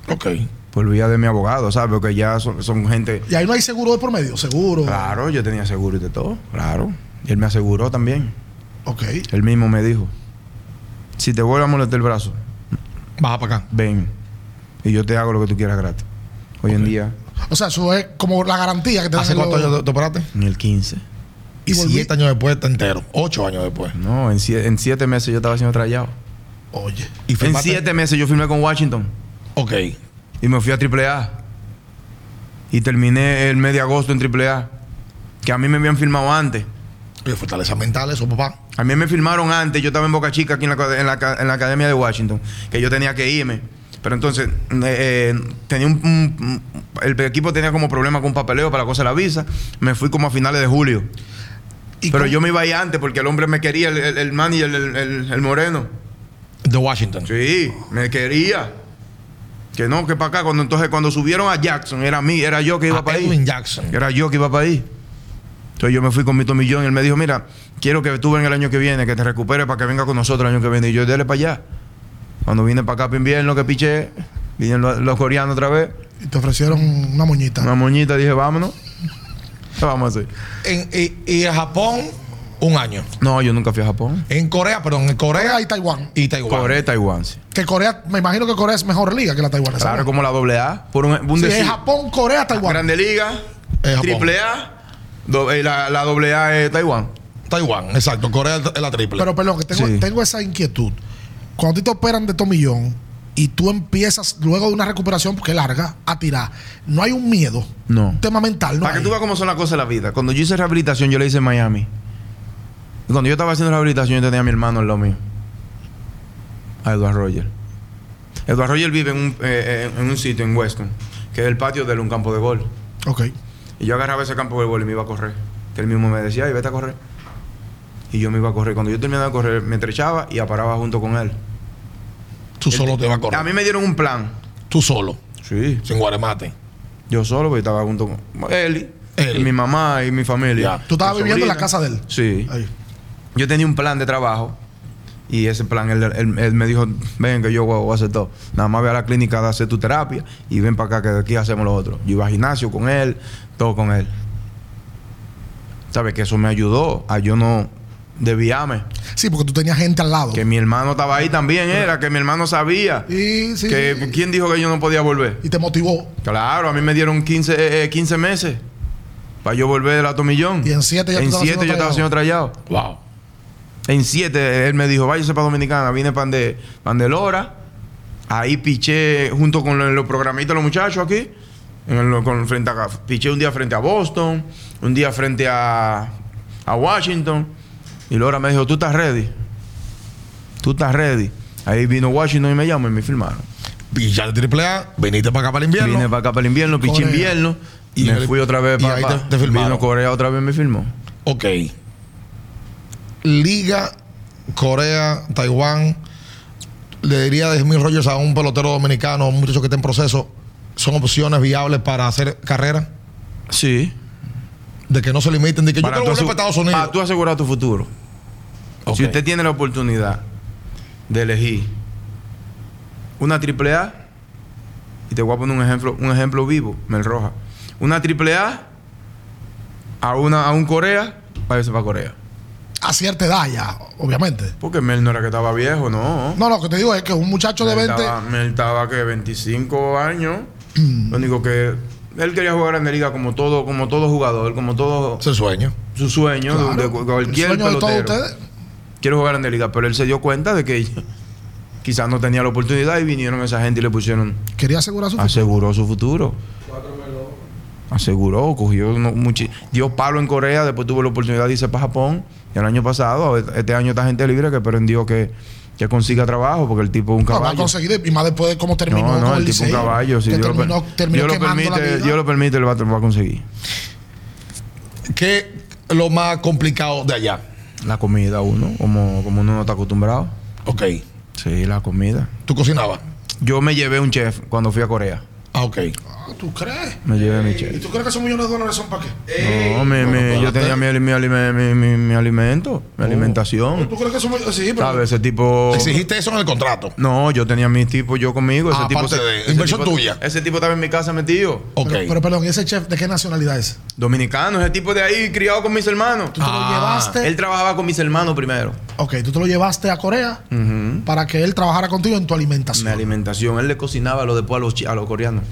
Speaker 4: Ok.
Speaker 3: Por vía de mi abogado, ¿sabes? Porque ya son, son gente...
Speaker 1: Y ahí no hay seguro de por medio. Seguro.
Speaker 3: Claro, yo tenía seguro y de todo. Claro. Y él me aseguró también.
Speaker 1: Ok.
Speaker 3: Él mismo me dijo, si te vuelve a molestar el brazo,
Speaker 2: Baja para acá.
Speaker 3: ven. Y yo te hago lo que tú quieras gratis. Hoy en día,
Speaker 1: O sea, eso es como la garantía que te dan.
Speaker 2: ¿Hace
Speaker 1: en
Speaker 2: cuántos
Speaker 1: los-
Speaker 2: años te- te operaste?
Speaker 3: en el 15.
Speaker 1: Y volví.
Speaker 2: Siete años después está entero. Ocho años después.
Speaker 3: No, en, sie- en siete meses yo estaba haciendo trayado.
Speaker 1: Oye.
Speaker 2: Y
Speaker 3: En
Speaker 2: firmaste-
Speaker 3: siete meses yo firmé con Washington
Speaker 4: Ok.
Speaker 3: y me fui a AAA. Y terminé el mes de agosto en AAA. Que a mí me habían firmado antes.
Speaker 2: Oye, fortaleza mental, eso, papá.
Speaker 3: A mí me firmaron antes. Yo estaba en Boca Chica, aquí en la, acad- en la aca- en la Academia de Washington, que yo tenía que irme. Pero entonces, eh, eh, tenía un, un- un- el equipo tenía como problema con un papeleo para la cosa de la visa. Me fui como a finales de julio.
Speaker 1: ¿Y
Speaker 3: Pero
Speaker 1: cómo-
Speaker 3: yo me iba ahí antes porque el hombre me quería, el, el, el manager, el- el- el moreno.
Speaker 2: De Washington.
Speaker 3: Sí, me quería. Que no, que para acá. Cuando entonces cuando subieron a Jackson, era mí, era yo que iba
Speaker 1: Ah,
Speaker 2: A
Speaker 3: para
Speaker 2: Edwin
Speaker 3: ahí.
Speaker 2: Jackson.
Speaker 3: Era yo que iba para ahí. Entonces yo me fui con mi tomillón y él me dijo, mira, quiero que tú vengas el año que viene, que te recuperes para que vengas con nosotros el año que viene. Y yo, dele para allá. Cuando vine para acá para invierno, que piché, vinieron los, los coreanos otra vez.
Speaker 1: Y te ofrecieron una moñita.
Speaker 3: Una moñita, dije, vámonos. ¿Qué vamos a hacer?
Speaker 2: En- y, y en Japón, un año.
Speaker 3: No, yo nunca fui a Japón.
Speaker 2: En Corea, perdón, en Corea
Speaker 1: Corea y
Speaker 2: y,
Speaker 1: Taiwán.
Speaker 2: Taiwán.
Speaker 3: Corea, y Taiwán, sí.
Speaker 1: Que Corea, me imagino que Corea es mejor liga que la taiwanesa.
Speaker 3: Claro, como la doble A. Por un, un
Speaker 1: Sí,
Speaker 3: decir.
Speaker 1: es Japón, Corea, Taiwán.
Speaker 3: Grande Liga,
Speaker 2: Eh, Japón.
Speaker 3: Triple A, do- eh, la, la doble A es Taiwán.
Speaker 2: Taiwán, exacto. Corea es la triple.
Speaker 1: Pero perdón, que tengo,
Speaker 3: Sí.
Speaker 1: tengo esa inquietud. Cuando a ti te operan de tomillón y tú empiezas luego de una recuperación, porque es larga, a tirar, no hay un miedo.
Speaker 3: No.
Speaker 1: Un tema mental, ¿no?
Speaker 3: Para que
Speaker 1: hay.
Speaker 3: tú veas cómo son las cosas de la vida. Cuando yo hice rehabilitación, yo le hice en Miami. Cuando yo estaba haciendo rehabilitación, yo tenía a mi hermano en lo mío. A Edward Roger. Edward Roger vive en un, eh, en- en un sitio en Weston, que es el patio de él, un campo de gol.
Speaker 1: Ok.
Speaker 3: Y yo agarraba ese campo de gol y me iba a correr. Que él mismo me decía, ay, vete a correr. Y yo me iba a correr. Cuando yo terminaba de correr, me estrechaba y aparaba junto con él.
Speaker 2: Tú solo te vas a correr.
Speaker 3: A mí me dieron un plan.
Speaker 2: Tú solo,
Speaker 3: Sí.
Speaker 2: sin guaremate.
Speaker 3: Yo solo, porque estaba junto con él, y-
Speaker 2: Él.
Speaker 3: y mi mamá y mi familia.
Speaker 1: ¿Tú estabas
Speaker 3: Mi
Speaker 1: viviendo en la
Speaker 3: sobrina.
Speaker 1: casa de él?
Speaker 3: Sí.
Speaker 1: Ahí.
Speaker 3: Yo tenía un plan de trabajo y ese plan, él, él- él me dijo, ven que yo voy voy a hacer todo. Nada más ve a la clínica de hacer tu terapia y ven para acá que de aquí hacemos lo otro. Yo iba al gimnasio con él, todo con él. ¿Sabes? Que eso me ayudó a yo no desviarme.
Speaker 1: Sí, porque tú tenías gente al lado.
Speaker 3: Que mi hermano estaba ahí también, era que mi hermano sabía.
Speaker 1: Y, sí,
Speaker 3: que, ¿Quién dijo que yo no podía volver?
Speaker 1: y te motivó.
Speaker 3: Claro, a mí me dieron 15, eh, eh, 15 meses para yo volver a tomillón.
Speaker 1: Y en siete ya tú
Speaker 3: En
Speaker 1: estabas siendo
Speaker 3: siete yo estaba
Speaker 1: trallado.
Speaker 3: siendo trallado.
Speaker 4: Wow.
Speaker 3: En siete eh, él me dijo, váyase para Dominicana. Vine pan de Pandelora. Ahí piché junto con los, los programitas de los muchachos aquí. en el- con, frente a, piché un día frente a Boston, un día frente a, a Washington. Y Lora me dijo, tú estás ready. Tú estás ready. Ahí vino Washington y me llamó y me firmaron.
Speaker 2: Pillar triple A, viniste para acá para el invierno.
Speaker 3: Vine para acá para el invierno, piché
Speaker 1: Corea.
Speaker 3: invierno.
Speaker 2: Y
Speaker 3: Y me
Speaker 2: ahí-
Speaker 3: fui otra vez
Speaker 2: y
Speaker 3: para.
Speaker 2: ahí te-
Speaker 3: para-
Speaker 2: te firmaron.
Speaker 3: vino Corea otra vez me firmó.
Speaker 2: Ok. Liga, Corea, Taiwán. Le diría de mil rollos a un pelotero dominicano, a un muchacho que está en proceso. Son opciones viables para hacer carrera.
Speaker 3: Sí.
Speaker 2: De que no se limiten, de que yo quiero
Speaker 3: tú
Speaker 2: volver
Speaker 3: asegu-
Speaker 2: para Estados Unidos.
Speaker 3: para tú asegurar tu futuro.
Speaker 2: Ok.
Speaker 3: Si usted tiene la oportunidad de elegir una triple A, y te voy a poner un ejemplo, un ejemplo vivo, Mel Roja. Una triple A a una a un Corea, váyase para Corea.
Speaker 1: A cierta edad ya, obviamente.
Speaker 3: Porque Mel no era que estaba viejo, no.
Speaker 1: No, lo que te digo es que un muchacho de
Speaker 3: Mel
Speaker 1: 20.
Speaker 3: estaba, Mel estaba que 25 años. Lo único que él quería jugar en la liga como todo, como todo jugador, como todo
Speaker 2: Ese sueño.
Speaker 3: su sueño de- de,
Speaker 1: Claro,
Speaker 3: cualquier
Speaker 1: el sueño de todos
Speaker 3: pelotero.
Speaker 1: ustedes.
Speaker 3: quiero jugar en la liga, pero él se dio cuenta de que quizás no tenía la oportunidad y vinieron esa gente y le pusieron,
Speaker 1: Quería asegurar su futuro.
Speaker 3: aseguró su futuro,
Speaker 5: Cuatro melones.
Speaker 3: aseguró, cogió, uno- muchi- dio palo en Corea, después tuvo la oportunidad de irse para Japón, y el año pasado, este año está gente libre que prendió que, que consiga trabajo, porque el tipo es un
Speaker 1: No, va a
Speaker 3: caballo.
Speaker 1: conseguir, y más después de cómo terminó
Speaker 3: No, no,
Speaker 1: con
Speaker 3: el tipo es un
Speaker 1: Licey,
Speaker 3: caballo. Si
Speaker 1: que
Speaker 3: Dios, lo per-
Speaker 1: terminó, terminó
Speaker 3: Dios lo
Speaker 1: quemando la
Speaker 3: permite,
Speaker 1: vida.
Speaker 3: Dios lo permite, lo va, va a conseguir.
Speaker 2: ¿Qué es lo más complicado de allá?
Speaker 3: La comida uno, como, como uno no está acostumbrado.
Speaker 2: Ok.
Speaker 3: Sí, la comida.
Speaker 2: ¿Tú cocinabas?
Speaker 3: Yo me llevé un chef cuando fui a Corea.
Speaker 2: Ah, ok.
Speaker 1: Ah, ¿Tú crees?
Speaker 3: Me llevé mi chef. Eh.
Speaker 1: ¿Y tú crees que esos millones de dólares son para qué?
Speaker 3: No, mi- mi-
Speaker 2: pero
Speaker 3: yo
Speaker 2: espérate.
Speaker 3: tenía mi, ali- mi alime- mi- mi- mi alimento, mi alimentación.
Speaker 1: ¿Tú crees que son millones? Sí, pero.
Speaker 3: ¿Sabes? Ese tipo.
Speaker 2: ¿Exigiste eso en el contrato?
Speaker 3: No, yo tenía mis tipos, yo conmigo. Ese
Speaker 2: Ah,
Speaker 3: tipo,
Speaker 2: aparte
Speaker 3: se-
Speaker 2: de-
Speaker 3: ese
Speaker 2: inversión
Speaker 3: tipo-
Speaker 2: tuya.
Speaker 3: Ese tipo estaba en mi casa metido.
Speaker 2: Ok.
Speaker 1: Pero, pero, perdón, ¿y ese chef de qué nacionalidad es?
Speaker 3: Dominicano, ese tipo de ahí, criado con mis hermanos.
Speaker 1: ¿Tú te
Speaker 2: Ah,
Speaker 1: lo llevaste?
Speaker 3: Él trabajaba con mis hermanos primero.
Speaker 1: Ok, tú te lo llevaste a Corea
Speaker 3: Ujú.
Speaker 1: para que él trabajara contigo en tu
Speaker 3: Mi
Speaker 1: alimentación.
Speaker 3: alimentación. Él le cocinaba lo después a los, chi- a los coreanos.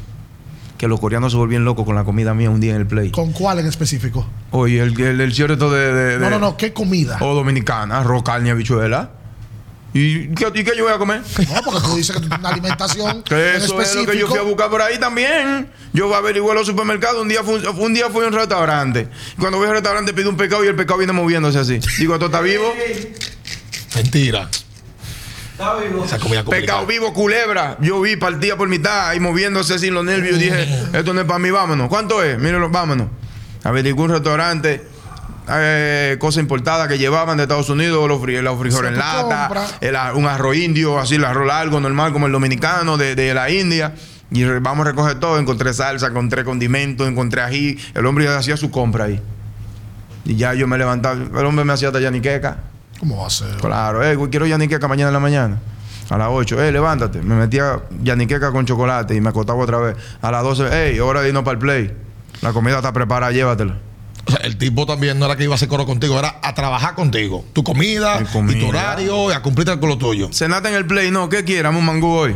Speaker 3: Que los coreanos se volvían locos con la comida mía un día en el play.
Speaker 1: ¿Con cuál en específico?
Speaker 3: Oye, el, el, el cierto de, de-
Speaker 1: No,
Speaker 3: de-
Speaker 1: no, no, ¿qué comida?
Speaker 3: O dominicana, arroz, carne, habichuela. ¿Y qué, ¿Y qué yo voy a comer?
Speaker 1: No, porque tú dices que tú tienes una alimentación
Speaker 3: Que
Speaker 1: en
Speaker 3: eso es lo que yo
Speaker 1: específico.
Speaker 3: fui a buscar por ahí también. Yo averigué los supermercados. Un día, fui, un día fui a un restaurante. Cuando voy al restaurante pido un pescado y el pescado viene moviéndose así. Digo, ¿esto está vivo?
Speaker 2: Mentira.
Speaker 5: Está vivo.
Speaker 2: Esa comida complicada.
Speaker 3: Pescado vivo, culebra. Yo vi partida por mitad y moviéndose sin los nervios. Dije, esto no es para mí, vámonos. ¿Cuánto es? Mírenlo, vámonos. Averigué un restaurante. eh, cosa importada que llevaban de Estados Unidos, los, fri- los frijoles
Speaker 1: tú
Speaker 3: en lata,
Speaker 1: compras.
Speaker 3: el a- un arroz indio, así el arroz largo, normal, como el dominicano de, de la India. Y re- vamos a recoger todo. Encontré salsa, encontré condimentos, encontré ají. El hombre ya hacía su compra ahí. Y ya yo me levantaba. El hombre me hacía hasta yaniqueca.
Speaker 1: ¿Cómo va a ser?
Speaker 3: Claro, eh, güey, quiero yaniqueca mañana en la mañana. A las 8, eh, levántate. Me metía yaniqueca con chocolate y me acostaba otra vez. A las 12, hey, hora de irnos para el play. La comida está preparada, llévatela.
Speaker 2: O sea, el tipo también no era que iba a hacer coro contigo, era a trabajar contigo. Tu comida,
Speaker 3: Mi comida.
Speaker 2: y tu horario, y a cumplir con lo tuyo.
Speaker 3: Cenate en el play, no, ¿qué quieras? Un mangú hoy.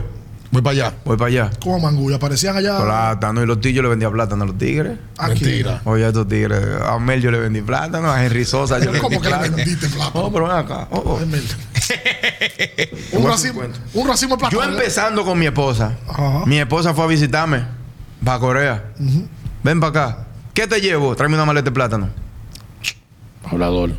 Speaker 2: Voy para allá.
Speaker 3: Voy para allá.
Speaker 1: ¿Cómo mangú? ¿Y ¿Aparecían allá?
Speaker 3: Plátano y los tíos yo le vendía plátano a los tigres.
Speaker 1: Aquí.
Speaker 2: Mentira.
Speaker 3: Oye, a estos tigres, a Mel yo le vendí plátano, a Henry Sosa yo le vendí
Speaker 1: ¿Cómo que le
Speaker 3: plátano.
Speaker 1: vendiste plátano?
Speaker 3: Oh, pero ven acá. Oh, oh.
Speaker 1: Ay, mira. un, racimo, un racimo de
Speaker 3: Yo
Speaker 1: plátano.
Speaker 3: empezando con mi esposa.
Speaker 1: Ajá.
Speaker 3: Mi esposa fue a visitarme para Corea. Ven para acá. ¿Qué te llevo? Tráeme una maleta de plátano.
Speaker 4: Hablador.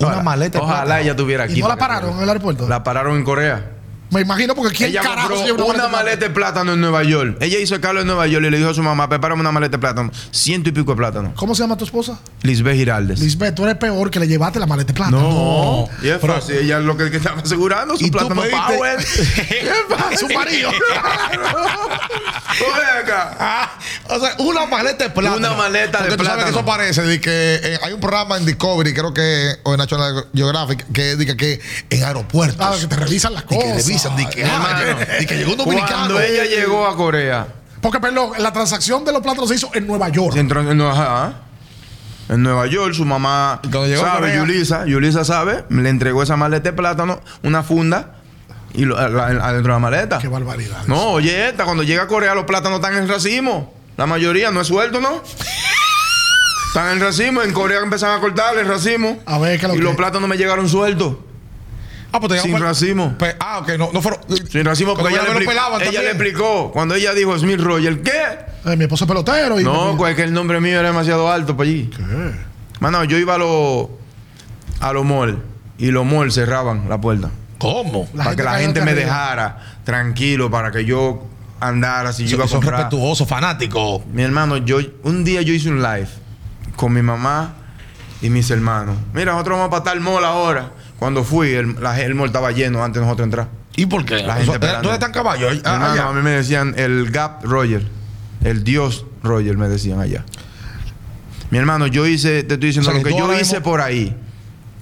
Speaker 6: una maleta. de
Speaker 3: Ojalá
Speaker 6: plátano.
Speaker 3: ella tuviera aquí.
Speaker 1: ¿Y no la
Speaker 3: para que
Speaker 1: pararon
Speaker 3: vea.
Speaker 1: en el aeropuerto?
Speaker 3: La pararon en Corea.
Speaker 1: Me imagino porque ¿quién
Speaker 3: Ella
Speaker 1: carajo se
Speaker 3: compró
Speaker 1: lleva
Speaker 3: una maleta de plátano en Nueva York. Ella hizo el carro en Nueva York y le dijo a su mamá, prepárame una maleta de plátano. Ciento y pico de plátano.
Speaker 1: ¿Cómo se llama tu esposa?
Speaker 3: Lisbeth Giraldes.
Speaker 1: Lisbeth, tú eres peor que le llevaste la maleta de plata.
Speaker 3: No. Y es fácil. Ella es lo que, que estaba asegurando, su
Speaker 6: ¿Y tú
Speaker 3: plátano
Speaker 6: pediste?
Speaker 3: power. es fácil.
Speaker 1: Su marido.
Speaker 3: Oye acá.
Speaker 2: Ah, o sea,
Speaker 6: Una maleta de plátano.
Speaker 3: Una maleta de
Speaker 2: Porque tú sabes que eso
Speaker 3: plátano.
Speaker 2: parece de que eh, hay un programa en Discovery, creo que o en National Geographic, que dice que en aeropuertos
Speaker 1: Ah, que te revisan las
Speaker 2: y que
Speaker 1: cosas.
Speaker 2: revisan, di que, ah,
Speaker 3: Hermano.
Speaker 2: di que llegó un dominicano.
Speaker 3: Cuando ella llegó a Corea,
Speaker 1: Porque, perdón, la transacción de los platos se hizo en Nueva York.
Speaker 3: Se entró en, Nueva- ajá. En Nueva York, su mamá
Speaker 2: Y cuando llegó a
Speaker 3: sabe,
Speaker 2: Corea-
Speaker 3: Yulisa, Yulisa sabe, le entregó esa maleta de plátano, una funda, y lo- la- la- adentro de la maleta.
Speaker 1: Qué barbaridad.
Speaker 3: No, oye, esta, cuando llega a Corea, los plátanos están en racimo. La mayoría no es suelto, ¿no? Están en racimo, en Corea empezaron a cortar el racimo.
Speaker 1: A ver, ¿qué es lo
Speaker 3: Y
Speaker 1: que-
Speaker 3: los plátanos me llegaron sueltos.
Speaker 2: Ah, pues te
Speaker 3: Sin
Speaker 2: llegó-
Speaker 3: racimo.
Speaker 2: Pe- ah, ok, no, no fueron.
Speaker 3: Sin racimo, porque ella,
Speaker 2: Como ya me
Speaker 3: le,
Speaker 2: lo
Speaker 3: explicó-
Speaker 2: pelaban
Speaker 3: ella le
Speaker 2: también.
Speaker 3: explicó. Cuando ella dijo Smith Roger, ¿qué?
Speaker 1: Eh, mi esposo es pelotero. Y "Eh,
Speaker 3: No, pues es que el nombre mío era demasiado alto para allí. Mano, yo iba a los a los malls y los malls cerraban la puerta
Speaker 2: ¿Cómo?
Speaker 1: La
Speaker 3: para
Speaker 1: gente
Speaker 3: que la
Speaker 1: caía
Speaker 3: gente me
Speaker 1: arriba.
Speaker 3: dejara tranquilo para que yo andara si yo iba a
Speaker 2: Son, son
Speaker 3: comprar.
Speaker 2: respetuosos, fanáticos.
Speaker 3: Mi hermano, yo un día yo hice un live con mi mamá y mis hermanos. Mira, nosotros vamos para tal mall ahora. Cuando fui, el, la- el mall estaba lleno antes de nosotros entrar.
Speaker 2: ¿Y por qué?
Speaker 3: La gente esperando.
Speaker 2: ¿Dónde están caballos? Ah,
Speaker 3: Hermano,
Speaker 2: allá.
Speaker 3: a mí me decían el Gap Roger, el Dios Roger, me decían allá. Mi hermano, yo hice, te estoy diciendo,
Speaker 2: O sea,
Speaker 3: lo
Speaker 2: que
Speaker 3: que
Speaker 2: tú
Speaker 3: yo
Speaker 2: ahora
Speaker 3: hice
Speaker 2: mismo-
Speaker 3: por ahí,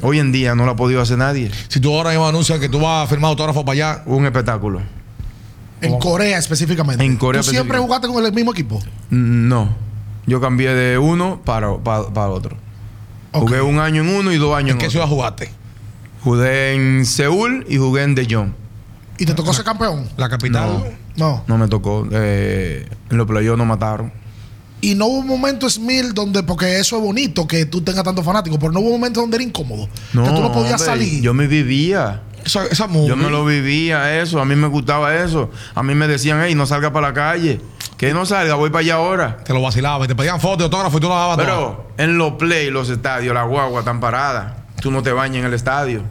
Speaker 3: hoy en día no lo ha podido hacer nadie.
Speaker 2: Si tú ahora mismo anuncias que tú vas a firmar autógrafo para allá,
Speaker 3: Un espectáculo.
Speaker 1: En Corea específicamente.
Speaker 3: En Corea
Speaker 1: ¿Tú siempre jugaste con el mismo equipo?
Speaker 3: No, yo cambié de uno para, para, para otro.
Speaker 1: Ok.
Speaker 3: Jugué un año en uno y dos años
Speaker 2: ¿en
Speaker 3: en,
Speaker 2: qué
Speaker 3: otro.
Speaker 2: ciudad jugaste?
Speaker 3: Jugué en Seúl y jugué en Daejeon.
Speaker 1: ¿Y te tocó ser campeón?
Speaker 2: La capital.
Speaker 1: No.
Speaker 3: No me tocó. eh, en los playoffs no mataron.
Speaker 1: Y no hubo un momento, Smil, donde, porque eso es bonito que tú tengas tantos fanáticos, pero no hubo un momento donde era incómodo.
Speaker 3: No,
Speaker 1: que tú no podías
Speaker 3: hombre,
Speaker 1: salir.
Speaker 3: Yo me vivía.
Speaker 2: Esa, esa movie.
Speaker 3: Yo me lo vivía eso, a mí me gustaba eso. A mí me decían, hey, no salga para la calle. Que no salga, voy para allá ahora.
Speaker 2: Te lo vacilaba y te pedían fotos y autógrafo y tú lo dabas todo.
Speaker 3: Pero en los play, los estadios, la guagua están paradas. Tú no te bañas en el estadio.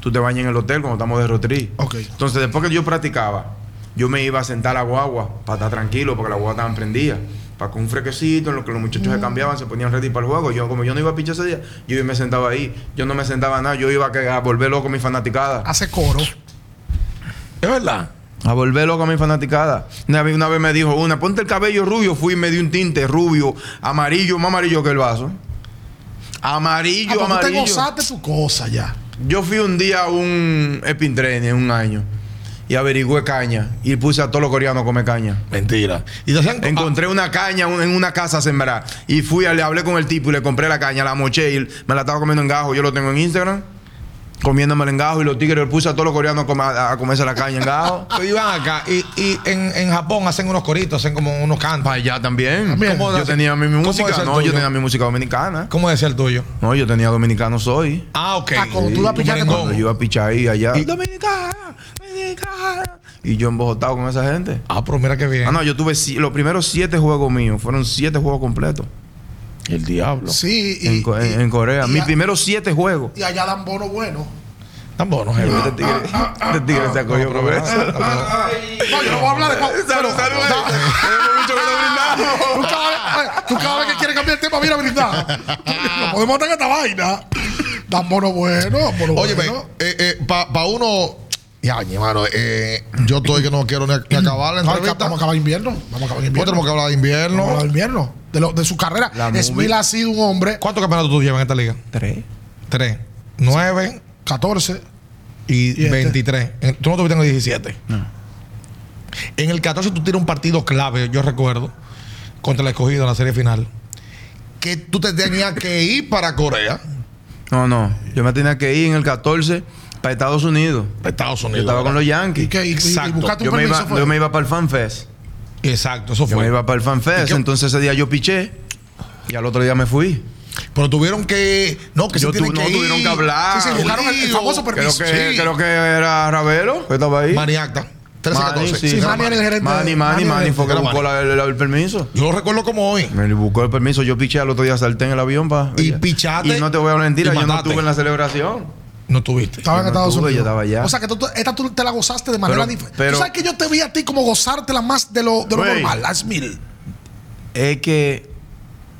Speaker 3: Tú te bañas en el hotel cuando estamos de rotri.
Speaker 1: Ok.
Speaker 3: Entonces, después que yo practicaba, yo me iba a sentar a la guagua para estar tranquilo, porque la guagua estaba prendida. Para con un frequecito, en lo que los muchachos se cambiaban, se ponían ready para el juego. Yo, como yo no iba a pichar ese día, yo me sentaba ahí. Yo no me sentaba nada, yo iba a, que- a volver loco a mi fanaticada.
Speaker 1: Hace coro.
Speaker 4: Es verdad.
Speaker 3: A volver loco a mi fanaticada. Una vez, una vez me dijo una, ponte el cabello rubio. Fui y me di un tinte rubio, amarillo, más amarillo que el vaso.
Speaker 1: Ah,
Speaker 3: Amarillo,
Speaker 1: pero tú te
Speaker 3: amarillo.
Speaker 1: gozaste tu cosa ya.
Speaker 3: Yo fui un día a un epintrene, un año, y averigüé caña. Y puse a todos los coreanos a comer caña.
Speaker 4: Mentira.
Speaker 2: Y te hacían
Speaker 3: Encontré una caña un- en una casa sembrada. Y fui, a- le hablé con el tipo y le compré la caña, la moché y me la estaba comiendo en gajo. Yo lo tengo en Instagram. Comiéndome en gajo y los tigres le puse a todos los coreanos a, comer- a- a comerse la caña en gajo.
Speaker 2: Ah, Iban acá y, y en, en Japón hacen unos coritos, hacen como unos cantos.
Speaker 3: Para allá también.
Speaker 1: También.
Speaker 3: ¿Cómo
Speaker 2: de-
Speaker 3: Yo tenía mi, mi
Speaker 2: Ah, cómo
Speaker 3: música.
Speaker 2: es el
Speaker 3: No,
Speaker 2: tuyo?
Speaker 3: yo tenía mi música dominicana.
Speaker 2: ¿Cómo decía el tuyo?
Speaker 3: No, yo tenía dominicano soy.
Speaker 2: Ah, ok.
Speaker 1: Ah, cuando tú la pichaste
Speaker 2: merengón.
Speaker 3: Cuando yo iba a pichar ahí allá.
Speaker 2: Y-
Speaker 3: Dominicana, dominicana. Y yo embojotado con esa gente.
Speaker 2: Ah, pero mira qué bien.
Speaker 3: Ah, no, yo tuve si- los primeros siete juegos míos. Fueron siete juegos completos
Speaker 4: El diablo.
Speaker 1: Sí, y,
Speaker 3: en, Co- en- en Corea.
Speaker 1: y
Speaker 3: Mis
Speaker 1: a-
Speaker 3: primeros siete juegos.
Speaker 1: y allá dan bono bueno.
Speaker 2: Tan bueno, jefe.
Speaker 3: Este tigre, este tigre se acogió por eso.
Speaker 1: No, yo no voy a hablar de cuál. pero- Tú cada, vez, eh, tú cada vez que quieres cambiar el tema, mira, brindar. No podemos estar en esta vaina. Dan bono bueno, dan bono
Speaker 2: Oye, eh,
Speaker 1: bueno.
Speaker 2: para uno. Ya, mi hermano, eh, yo estoy que no quiero ni, ni acabar la
Speaker 1: No,
Speaker 2: entrevista.
Speaker 1: vamos a acabar invierno. Vamos a acabar
Speaker 2: Hoy
Speaker 1: invierno.
Speaker 2: tenemos que hablar
Speaker 1: Vamos
Speaker 2: de
Speaker 1: a
Speaker 2: invierno.
Speaker 1: hablar de invierno. De, lo- de su carrera.
Speaker 3: La
Speaker 1: Smil
Speaker 3: movie.
Speaker 1: ha sido un hombre
Speaker 2: ¿Cuántos campeonatos tú llevas en esta liga?
Speaker 3: Tres.
Speaker 2: Tres. Nueve
Speaker 1: 14.
Speaker 2: y,
Speaker 1: ¿Y este?
Speaker 2: 23. En- Tú no tuviste en el 17. En el 14 tú tiras un partido clave, yo recuerdo, contra el escogido en la serie final. Que tú te tenías que ir para Corea,
Speaker 3: No, no. Yo me tenía que ir en el 14 para Estados Unidos.
Speaker 2: para Estados
Speaker 3: Yo
Speaker 2: Unidos.
Speaker 3: estaba con los Yankees.
Speaker 1: ¿Y, qué? y, y- y
Speaker 2: Exacto.
Speaker 1: buscaste un
Speaker 3: Yo me,
Speaker 1: permiso.
Speaker 3: iba,
Speaker 1: fue.
Speaker 3: yo me iba para el FanFest.
Speaker 2: Exacto, eso
Speaker 3: Yo
Speaker 2: fue.
Speaker 3: me iba para el
Speaker 2: ¿Y
Speaker 3: FanFest.
Speaker 2: qué-
Speaker 3: Entonces ese día yo piché. Y al otro día me fui.
Speaker 2: Pero tuvieron que. No, que
Speaker 3: Yo
Speaker 2: se tienen
Speaker 3: tu- no
Speaker 2: que ir.
Speaker 3: tuvieron que hablar.
Speaker 2: Sí, sí, buscaron el, el famoso
Speaker 1: Creo
Speaker 2: permiso.
Speaker 3: Creo que,
Speaker 2: Sí.
Speaker 3: creo que era Ravelo que estaba ahí.
Speaker 2: Maniacta. 13-14.
Speaker 3: sí,
Speaker 1: Sí,
Speaker 3: era
Speaker 1: Manny era el gerente
Speaker 3: Manny,
Speaker 1: de-
Speaker 3: Manny,
Speaker 1: Manny era
Speaker 3: Manny
Speaker 1: el-
Speaker 3: fue que
Speaker 2: era
Speaker 3: buscó la- el, el permiso.
Speaker 2: Yo lo recuerdo como hoy.
Speaker 3: Me buscó el permiso. Yo piché al otro día, salté en el avión para.
Speaker 2: Y pichaste
Speaker 3: Y no te voy a mentir,
Speaker 2: y
Speaker 3: yo no
Speaker 2: mandaste.
Speaker 3: estuve en la celebración.
Speaker 2: No tuviste.
Speaker 1: Estaba en
Speaker 3: Yo no
Speaker 1: Estados
Speaker 3: tuve,
Speaker 1: Unidos.
Speaker 3: yo estaba allá.
Speaker 1: O sea que tú, tú- esta tú te la gozaste de manera
Speaker 3: Pero-
Speaker 1: diferente.
Speaker 3: pero-
Speaker 1: Tú sabes que yo te vi a ti como gozártela más de lo, de lo
Speaker 3: Güey.
Speaker 1: normal. Las mil.
Speaker 3: Es que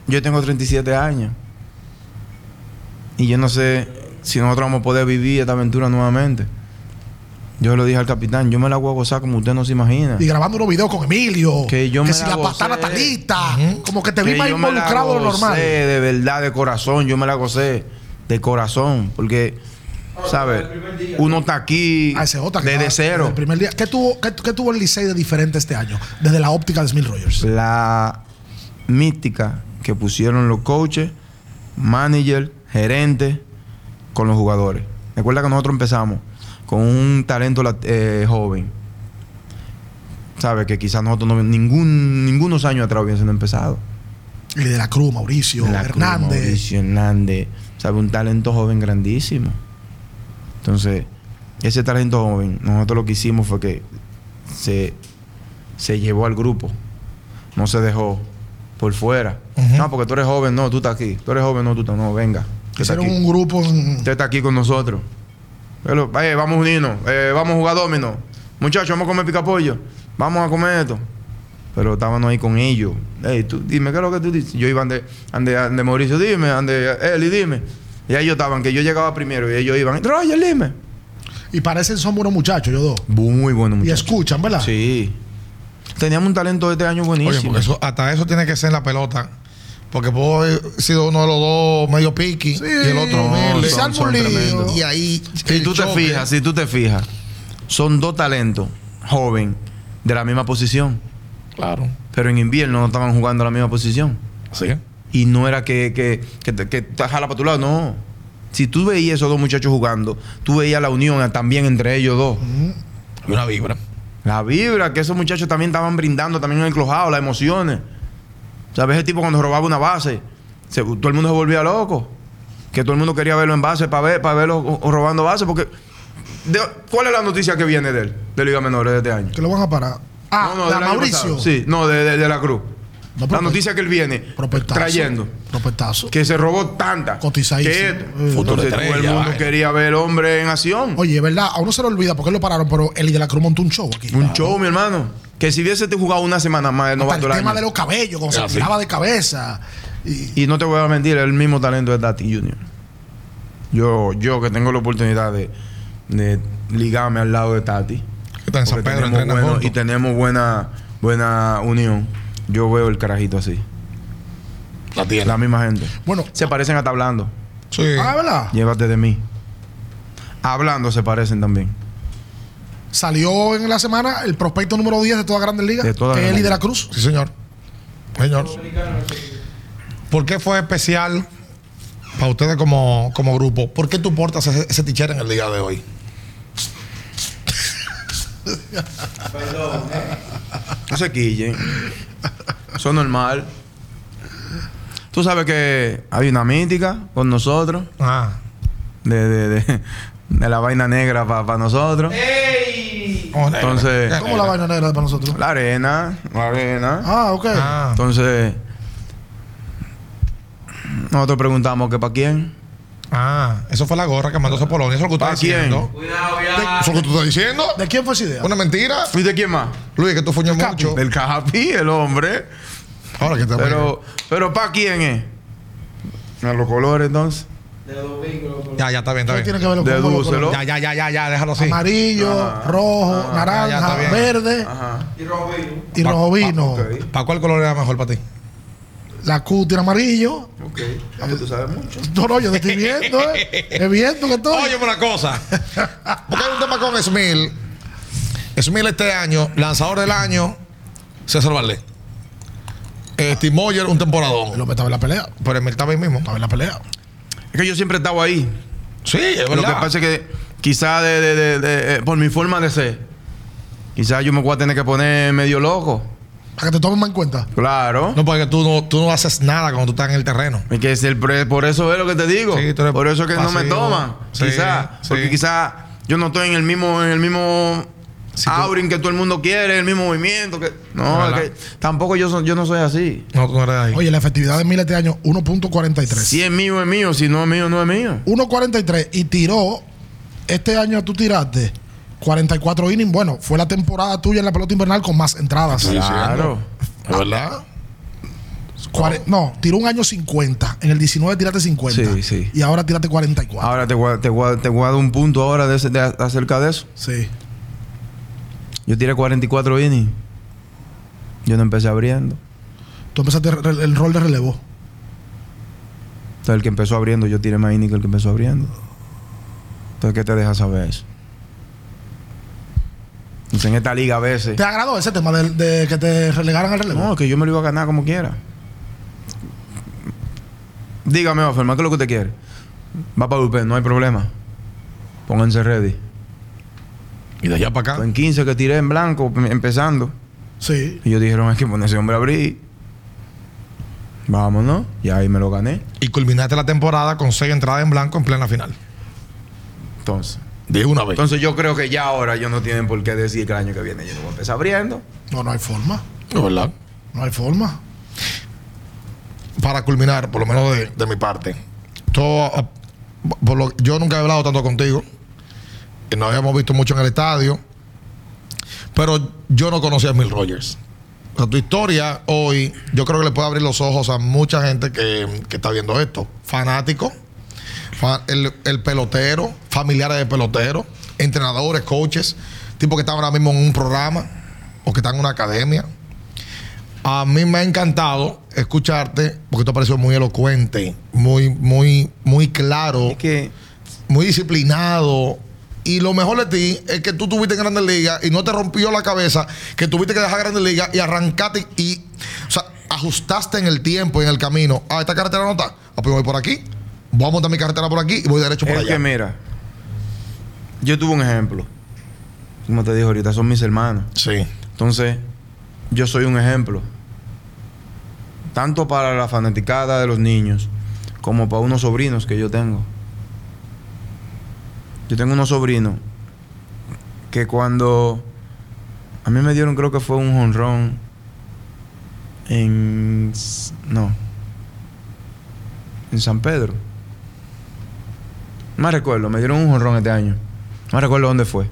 Speaker 3: yo tengo 37 años. Y yo no sé si nosotros vamos a poder vivir esta aventura nuevamente. Yo le dije al capitán, yo me la voy a gozar como usted no se imagina.
Speaker 1: Y grabando unos videos con Emilio.
Speaker 3: Que yo me
Speaker 1: si
Speaker 3: la
Speaker 1: la
Speaker 3: gocé.
Speaker 1: patana talita. Como que te vi
Speaker 3: Que
Speaker 1: más
Speaker 3: yo me la
Speaker 1: involucrado de lo
Speaker 3: gocé,
Speaker 1: normal.
Speaker 3: De verdad, de corazón, yo me la gocé. De corazón. Porque, ¿sabes?
Speaker 5: el primer día.
Speaker 3: Uno está aquí
Speaker 1: Ah, ese es otra que
Speaker 3: desde
Speaker 1: va-
Speaker 3: cero.
Speaker 1: El primer día. ¿Qué tuvo, qué, qué tuvo el Licey de diferente este año? Desde la óptica de Smil Rogers.
Speaker 3: la mística que pusieron los coaches, manager, gerente con los jugadores. Recuerda que nosotros empezamos con un talento lat- eh, joven. Sabes que quizás nosotros no ningún ningunos años atrás hubiesen empezado.
Speaker 1: Y de la Cruz, Mauricio,
Speaker 3: La Cruz,
Speaker 1: Hernández.
Speaker 3: Mauricio Hernández. Sabe, un talento joven grandísimo. Entonces, ese talento joven, nosotros lo que hicimos fue que se, se llevó al grupo. No se dejó por fuera. No, porque tú eres joven, no, tú estás aquí. Tú eres joven, no, tú estás, no, venga. Usted está
Speaker 1: Hicieron
Speaker 3: aquí,
Speaker 1: un grupo en-
Speaker 3: Usted está aquí con nosotros. Pero, eh, vamos a unirnos, eh, vamos a jugar domino. Muchachos, vamos a comer picapollo. Vamos a comer esto. Pero estábamos ahí con ellos. Ey, tú dime, ¿qué es lo que tú dices? Yo iba ande, ande, ande Mauricio, dime, ande Eli, dime. Y ellos estaban, que yo llegaba primero y ellos iban, Roger, dime.
Speaker 1: y parecen son buenos muchachos, yo dos.
Speaker 3: Muy bueno,
Speaker 1: Y
Speaker 3: muchachos.
Speaker 1: escuchan, ¿verdad?
Speaker 3: Sí. Teníamos un talento este año
Speaker 2: Oye,
Speaker 3: buenísimo.
Speaker 2: porque eso, hasta eso tiene que ser la pelota. Porque puedo haber sido uno de los dos medio piqui y el otro
Speaker 3: No,
Speaker 2: humilde.
Speaker 1: se arma un lío.
Speaker 2: Y ahí.
Speaker 3: Si
Speaker 2: el
Speaker 3: tú te
Speaker 2: choque.
Speaker 3: fijas, si tú te fijas, son dos talentos joven de la misma posición.
Speaker 4: Claro.
Speaker 3: Pero en invierno no estaban jugando a la misma posición.
Speaker 4: Sí.
Speaker 3: Y no era que, que, que, te- que te jala para tu lado, no. Si tú veías esos dos muchachos jugando, tú veías la unión ah, también entre ellos dos.
Speaker 4: Y una vibra.
Speaker 3: La vibra que esos muchachos también estaban brindando, también en el clojado, las emociones. ¿Sabes? Ese tipo cuando robaba una base, se- todo el mundo se volvía loco. Que todo el mundo quería verlo en base para ver, para verlo o- o robando base, porque. de- ¿Cuál es la noticia que viene de él, de Liga Menores de este año?
Speaker 1: Que lo van a parar. Ah,
Speaker 3: No, no,
Speaker 1: la
Speaker 3: del año
Speaker 1: Mauricio.
Speaker 3: pasado. Sí, no, de, de- de la Cruz.
Speaker 1: No,
Speaker 3: la
Speaker 1: pero-
Speaker 3: noticia que él viene
Speaker 1: Prospectazo.
Speaker 3: trayendo.
Speaker 1: Prospectazo.
Speaker 3: Que se robó tanta.
Speaker 1: Cotizadísimo.
Speaker 3: Que
Speaker 1: Eh.
Speaker 4: Futuro
Speaker 3: entonces, todo
Speaker 4: estrella,
Speaker 3: el mundo
Speaker 4: vaina.
Speaker 3: quería ver el hombre en acción.
Speaker 1: Oye, es verdad, a uno se le olvida porque lo pararon, pero Eli de la Cruz montó un show aquí.
Speaker 3: un show, mi hermano. Que si hubiese jugado una semana más, no
Speaker 1: Hasta
Speaker 3: va
Speaker 1: el tema de los cabellos,
Speaker 3: Ah,
Speaker 1: cuando se
Speaker 4: Así.
Speaker 1: tiraba de cabeza. Y,
Speaker 3: Y no te voy a mentir, el mismo talento de Tati Junior. Yo, yo que tengo la oportunidad de, de ligarme al lado de Tati.
Speaker 2: Que está en San
Speaker 3: porque
Speaker 2: Pedro,
Speaker 3: tenemos
Speaker 2: entrena
Speaker 3: bueno-
Speaker 2: juntos.
Speaker 3: y tenemos buena, buena unión. Yo veo el carajito así.
Speaker 4: La tiene.
Speaker 3: La misma gente.
Speaker 1: bueno,
Speaker 3: Se parecen hasta hablando.
Speaker 2: Sí.
Speaker 1: ah, ¿verdad?
Speaker 3: Llévate de mí. Hablando se parecen también.
Speaker 1: Salió en la semana el prospecto número 10 de toda Grandes Ligas,
Speaker 3: De toda
Speaker 1: que es
Speaker 3: Grandes
Speaker 1: Eli de la
Speaker 3: Ligas.
Speaker 1: Cruz.
Speaker 2: Sí, señor. Señor. ¿Por qué fue especial para ustedes como, como grupo? ¿Por qué tú portas ese, ese tichero en el día de hoy?
Speaker 5: Perdón, eh.
Speaker 3: No se quillen. Eso es normal. Tú sabes que hay una mítica con nosotros.
Speaker 2: Ah.
Speaker 3: De, de, de- de la vaina negra para nosotros.
Speaker 5: ¡Ey!
Speaker 2: oh, negra.
Speaker 3: Entonces,
Speaker 1: ¿Cómo la vaina negra para nosotros?
Speaker 3: la arena, la arena.
Speaker 1: Ah, ok.
Speaker 2: Ah.
Speaker 3: Entonces, nosotros preguntamos que para quién.
Speaker 2: Ah, eso fue la gorra que mandó ese Polonia. Eso es lo que tú
Speaker 3: ¿Para
Speaker 2: estás
Speaker 3: quién?
Speaker 2: diciendo.
Speaker 5: Cuidado,
Speaker 2: Eso
Speaker 5: cuidado.
Speaker 2: es lo que tú estás diciendo.
Speaker 1: ¿De quién fue esa idea?
Speaker 2: Una mentira.
Speaker 3: ¿Y de quién más?
Speaker 2: Luis, que tú fuñes mucho.
Speaker 3: Del Cajapi, el hombre.
Speaker 2: Ahora que te
Speaker 3: Pero, pero ¿para quién es? A los colores, entonces.
Speaker 5: De domingo, loco.
Speaker 2: Ya, ya, está bien,
Speaker 1: ¿Qué
Speaker 2: está
Speaker 1: tiene
Speaker 2: bien.
Speaker 1: que ver con los colores?
Speaker 3: Dedúcelo.
Speaker 2: Ya, ya, ya, ya, ya, déjalo así.
Speaker 1: Amarillo, rojo,
Speaker 2: ya está
Speaker 1: naranja,
Speaker 2: bien.
Speaker 1: verde
Speaker 3: Ajá.
Speaker 5: Y rojo vino.
Speaker 1: y
Speaker 2: Pa-
Speaker 1: rojo
Speaker 2: pa-
Speaker 1: vino.
Speaker 3: ok.
Speaker 2: ¿Para cuál color era mejor para ti?
Speaker 1: La Q tiene amarillo.
Speaker 3: Ok. Ah, pues tú sabes mucho.
Speaker 1: No, no, yo te estoy viendo, ¿eh? Estoy viendo que estoy.
Speaker 2: Oye, una cosa. Porque hay un tema con Smil. Smil este año, lanzador del año, César Valdés. Eh, Steve Moyer, un
Speaker 1: El
Speaker 2: temporadón.
Speaker 1: hombre estaba en la pelea.
Speaker 2: Pero Smil estaba ahí mismo.
Speaker 1: Estaba en la pelea.
Speaker 3: Es que yo siempre he estado ahí.
Speaker 2: Sí, es verdad.
Speaker 3: Lo que pasa es que quizás de, de- de- de- eh, por mi forma de ser, quizás yo me voy a tener que poner medio loco.
Speaker 1: Para que te tomen más en cuenta.
Speaker 3: Claro.
Speaker 2: No, porque tú no, tú no haces nada cuando tú estás en el terreno.
Speaker 3: Es que es el pre- por eso es lo que te digo.
Speaker 2: Sí, tú eres
Speaker 3: por eso es que no me
Speaker 2: pasivo.
Speaker 3: toman.
Speaker 2: Sí,
Speaker 3: quizás.
Speaker 2: sí.
Speaker 3: Porque quizás yo no estoy en el mismo, en el mismo
Speaker 2: Si tú-
Speaker 3: Aurin, que todo el mundo quiere, el mismo movimiento. Que... No,
Speaker 2: ¿Verdad?
Speaker 3: es que tampoco yo, so- yo no soy así.
Speaker 2: No, tú no eres ahí.
Speaker 1: Oye, la efectividad de Mil este año, 1.43.
Speaker 2: Pues
Speaker 3: Si es mío, es mío. Si no es mío, no es mío.
Speaker 1: 1.43 y tiró. Este año tú tiraste 44 innings. Bueno, fue la temporada tuya en la pelota invernal con más entradas.
Speaker 4: Sí.
Speaker 3: Claro.
Speaker 4: ¿Es verdad?
Speaker 1: Cuare- no, tiró un año 50. En el 19 tiraste 50.
Speaker 3: Sí, sí.
Speaker 1: Y ahora tiraste 44.
Speaker 3: Ahora te voy, a- te, voy a- te voy a dar un punto ahora de, ese- de a- acerca de eso.
Speaker 1: Sí.
Speaker 3: Yo tiré 44 innings. Yo no empecé abriendo.
Speaker 1: Tú empezaste re- el rol de relevo.
Speaker 3: Entonces el que empezó abriendo, yo tiré más innings que el que empezó abriendo. Entonces, ¿qué te deja saber eso? Entonces, en esta liga a veces...
Speaker 1: ¿Te agradó ese tema de, de que te relegaran al relevo?
Speaker 3: No, que yo me lo iba a ganar como quiera. Dígame, Offerman, ¿qué es lo que usted quiere? Va para bullpen, no hay problema. Pónganse ready.
Speaker 2: Y de allá para acá.
Speaker 3: En 15 que tiré en blanco, em- empezando.
Speaker 1: Sí.
Speaker 3: Ellos dijeron, es que poner ese hombre a abrir. Vámonos. Y ahí me lo gané.
Speaker 2: Y culminaste la temporada con seis entradas en blanco en plena final.
Speaker 3: Entonces.
Speaker 4: De una vez.
Speaker 3: Entonces yo creo que ya ahora ellos no tienen por qué decir que el año que viene yo no voy a empezar abriendo.
Speaker 1: No, no hay forma.
Speaker 4: ¿Es verdad?
Speaker 1: No hay forma.
Speaker 2: Para culminar, por lo menos de, de mi parte. Todo, ah, por lo- yo nunca he hablado tanto contigo. Y Nos habíamos visto mucho en el estadio. Pero yo no conocía a Mil Rogers. O sea, tu historia hoy, yo creo que le puede abrir los ojos a mucha gente que, que está viendo esto. Fanático, fa- el, el pelotero, familiares de pelotero, entrenadores, coaches, tipos que están ahora mismo en un programa o que están en una academia. A mí me ha encantado escucharte porque tú pareció muy elocuente, muy, muy, muy claro
Speaker 3: Es que
Speaker 2: muy disciplinado. Y lo mejor de ti es que tú tuviste en Grandes Ligas y no te rompió la cabeza, que tuviste que dejar Grandes Ligas y arrancaste y, o sea, ajustaste en el tiempo y en el camino. Ah, esta carretera no está. Ah, pues voy por aquí, voy a montar mi carretera por aquí y voy derecho por
Speaker 3: Es
Speaker 2: allá.
Speaker 3: que mira, yo tuve un ejemplo. Como te dije ahorita, son mis hermanos.
Speaker 2: Sí.
Speaker 3: Entonces, yo soy un ejemplo. Tanto para la fanaticada de los niños como para unos sobrinos que yo tengo. Yo tengo unos sobrinos que cuando a mí me dieron creo que fue un honrón en S- no en San Pedro. No me recuerdo, me dieron un honrón este año. No me recuerdo dónde fue.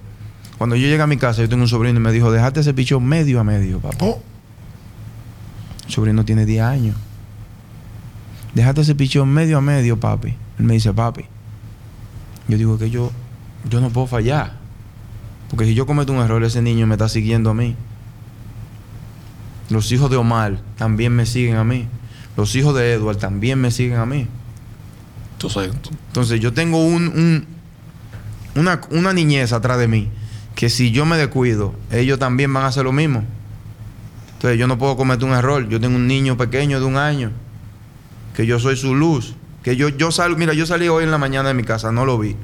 Speaker 3: Cuando yo llegué a mi casa, yo tengo un sobrino y me dijo, dejate ese pichón medio a medio, papá.
Speaker 1: Oh,
Speaker 3: Mi sobrino tiene 10 años. Déjate ese pichón medio a medio, papi. Él me dice, papi. Yo digo que yo, yo no puedo fallar. Porque si yo cometo un error, ese niño me está siguiendo a mí. Los hijos de Omar también me siguen a mí. Los hijos de Edward también me siguen a mí.
Speaker 4: Entonces, tú-
Speaker 3: Entonces yo tengo un, un- una, una niñez atrás de mí que si yo me descuido, ellos también van a hacer lo mismo. Entonces yo no puedo cometer un error. Yo tengo un niño pequeño de un año que yo soy su luz. Que yo, yo salgo, mira, yo salí hoy en la mañana de mi casa, no lo vi.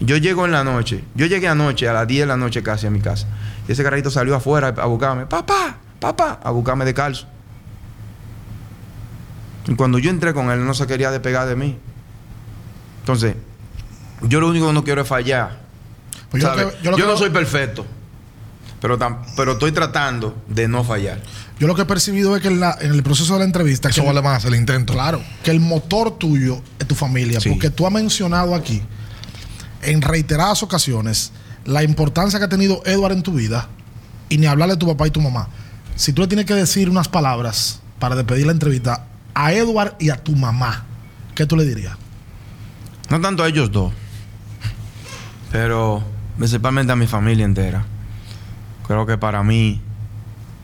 Speaker 3: Yo llego en la noche, yo llegué anoche, a las 10 de la noche casi a mi casa. Y ese carrito salió afuera a buscarme, papá, papá, a buscarme de calzo. Y cuando yo entré con él, no se quería despegar de mí. Entonces, yo lo único que no quiero es fallar.
Speaker 1: pues yo, lo
Speaker 3: ¿sabes?
Speaker 1: que- yo
Speaker 3: Yo,
Speaker 1: lo que-
Speaker 3: no soy perfecto, pero, tam- pero estoy tratando de no fallar.
Speaker 1: yo lo que he percibido es que en, la- en el proceso de la entrevista.
Speaker 2: Eso
Speaker 1: que-
Speaker 2: vale más el intento.
Speaker 1: Claro, que el motor tuyo es tu familia,
Speaker 3: Sí.
Speaker 1: porque tú has mencionado aquí en reiteradas ocasiones la importancia que ha tenido Edward en tu vida y ni hablarle de tu papá y tu mamá. Si tú le tienes que decir unas palabras para despedir la entrevista a Edward y a tu mamá, ¿qué tú le dirías?
Speaker 3: No tanto a ellos dos, pero principalmente a mi familia entera. Creo que para mí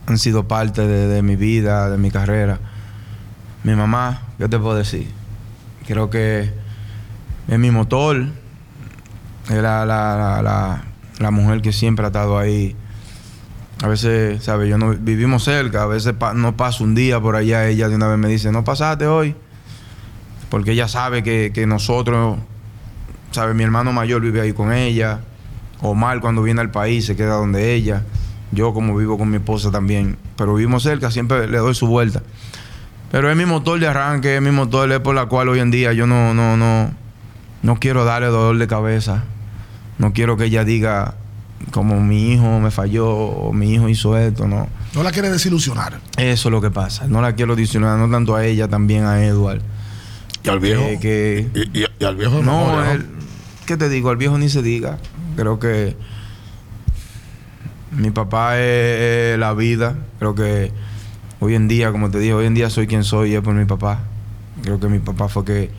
Speaker 3: han sido parte de, de mi vida, de mi carrera. Mi mamá, ¿qué te puedo decir? Creo que es mi motor, es la, la- la- la- la mujer que siempre ha estado ahí. A veces, ¿sabes? Yo no vivimos cerca, a veces pa- no paso un día por allá, ella de una vez me dice, no pasaste hoy porque ella sabe que, que nosotros, sabe, mi hermano mayor vive ahí con ella, Omar cuando viene al país se queda donde ella, yo como vivo con mi esposa también, pero vivimos cerca, siempre le doy su vuelta. Pero es mi motor de arranque, es mi motor, es por la cual hoy en día yo no, no, no, no quiero darle dolor de cabeza, no quiero que ella diga, como mi hijo me falló, o mi hijo hizo esto, ¿no?
Speaker 1: No la quiere desilusionar.
Speaker 3: Eso es lo que pasa. No la quiero disimular, no tanto a ella, también a Eduard.
Speaker 4: Y al viejo.
Speaker 3: Eh, que-
Speaker 4: y, y- y al viejo de
Speaker 3: No,
Speaker 4: memoria,
Speaker 3: él- ¿qué te digo? Al viejo ni se diga. Creo que mi papá es, es la vida. Creo que hoy en día, como te dije, hoy en día soy quien soy y es por mi papá. Creo que mi papá fue que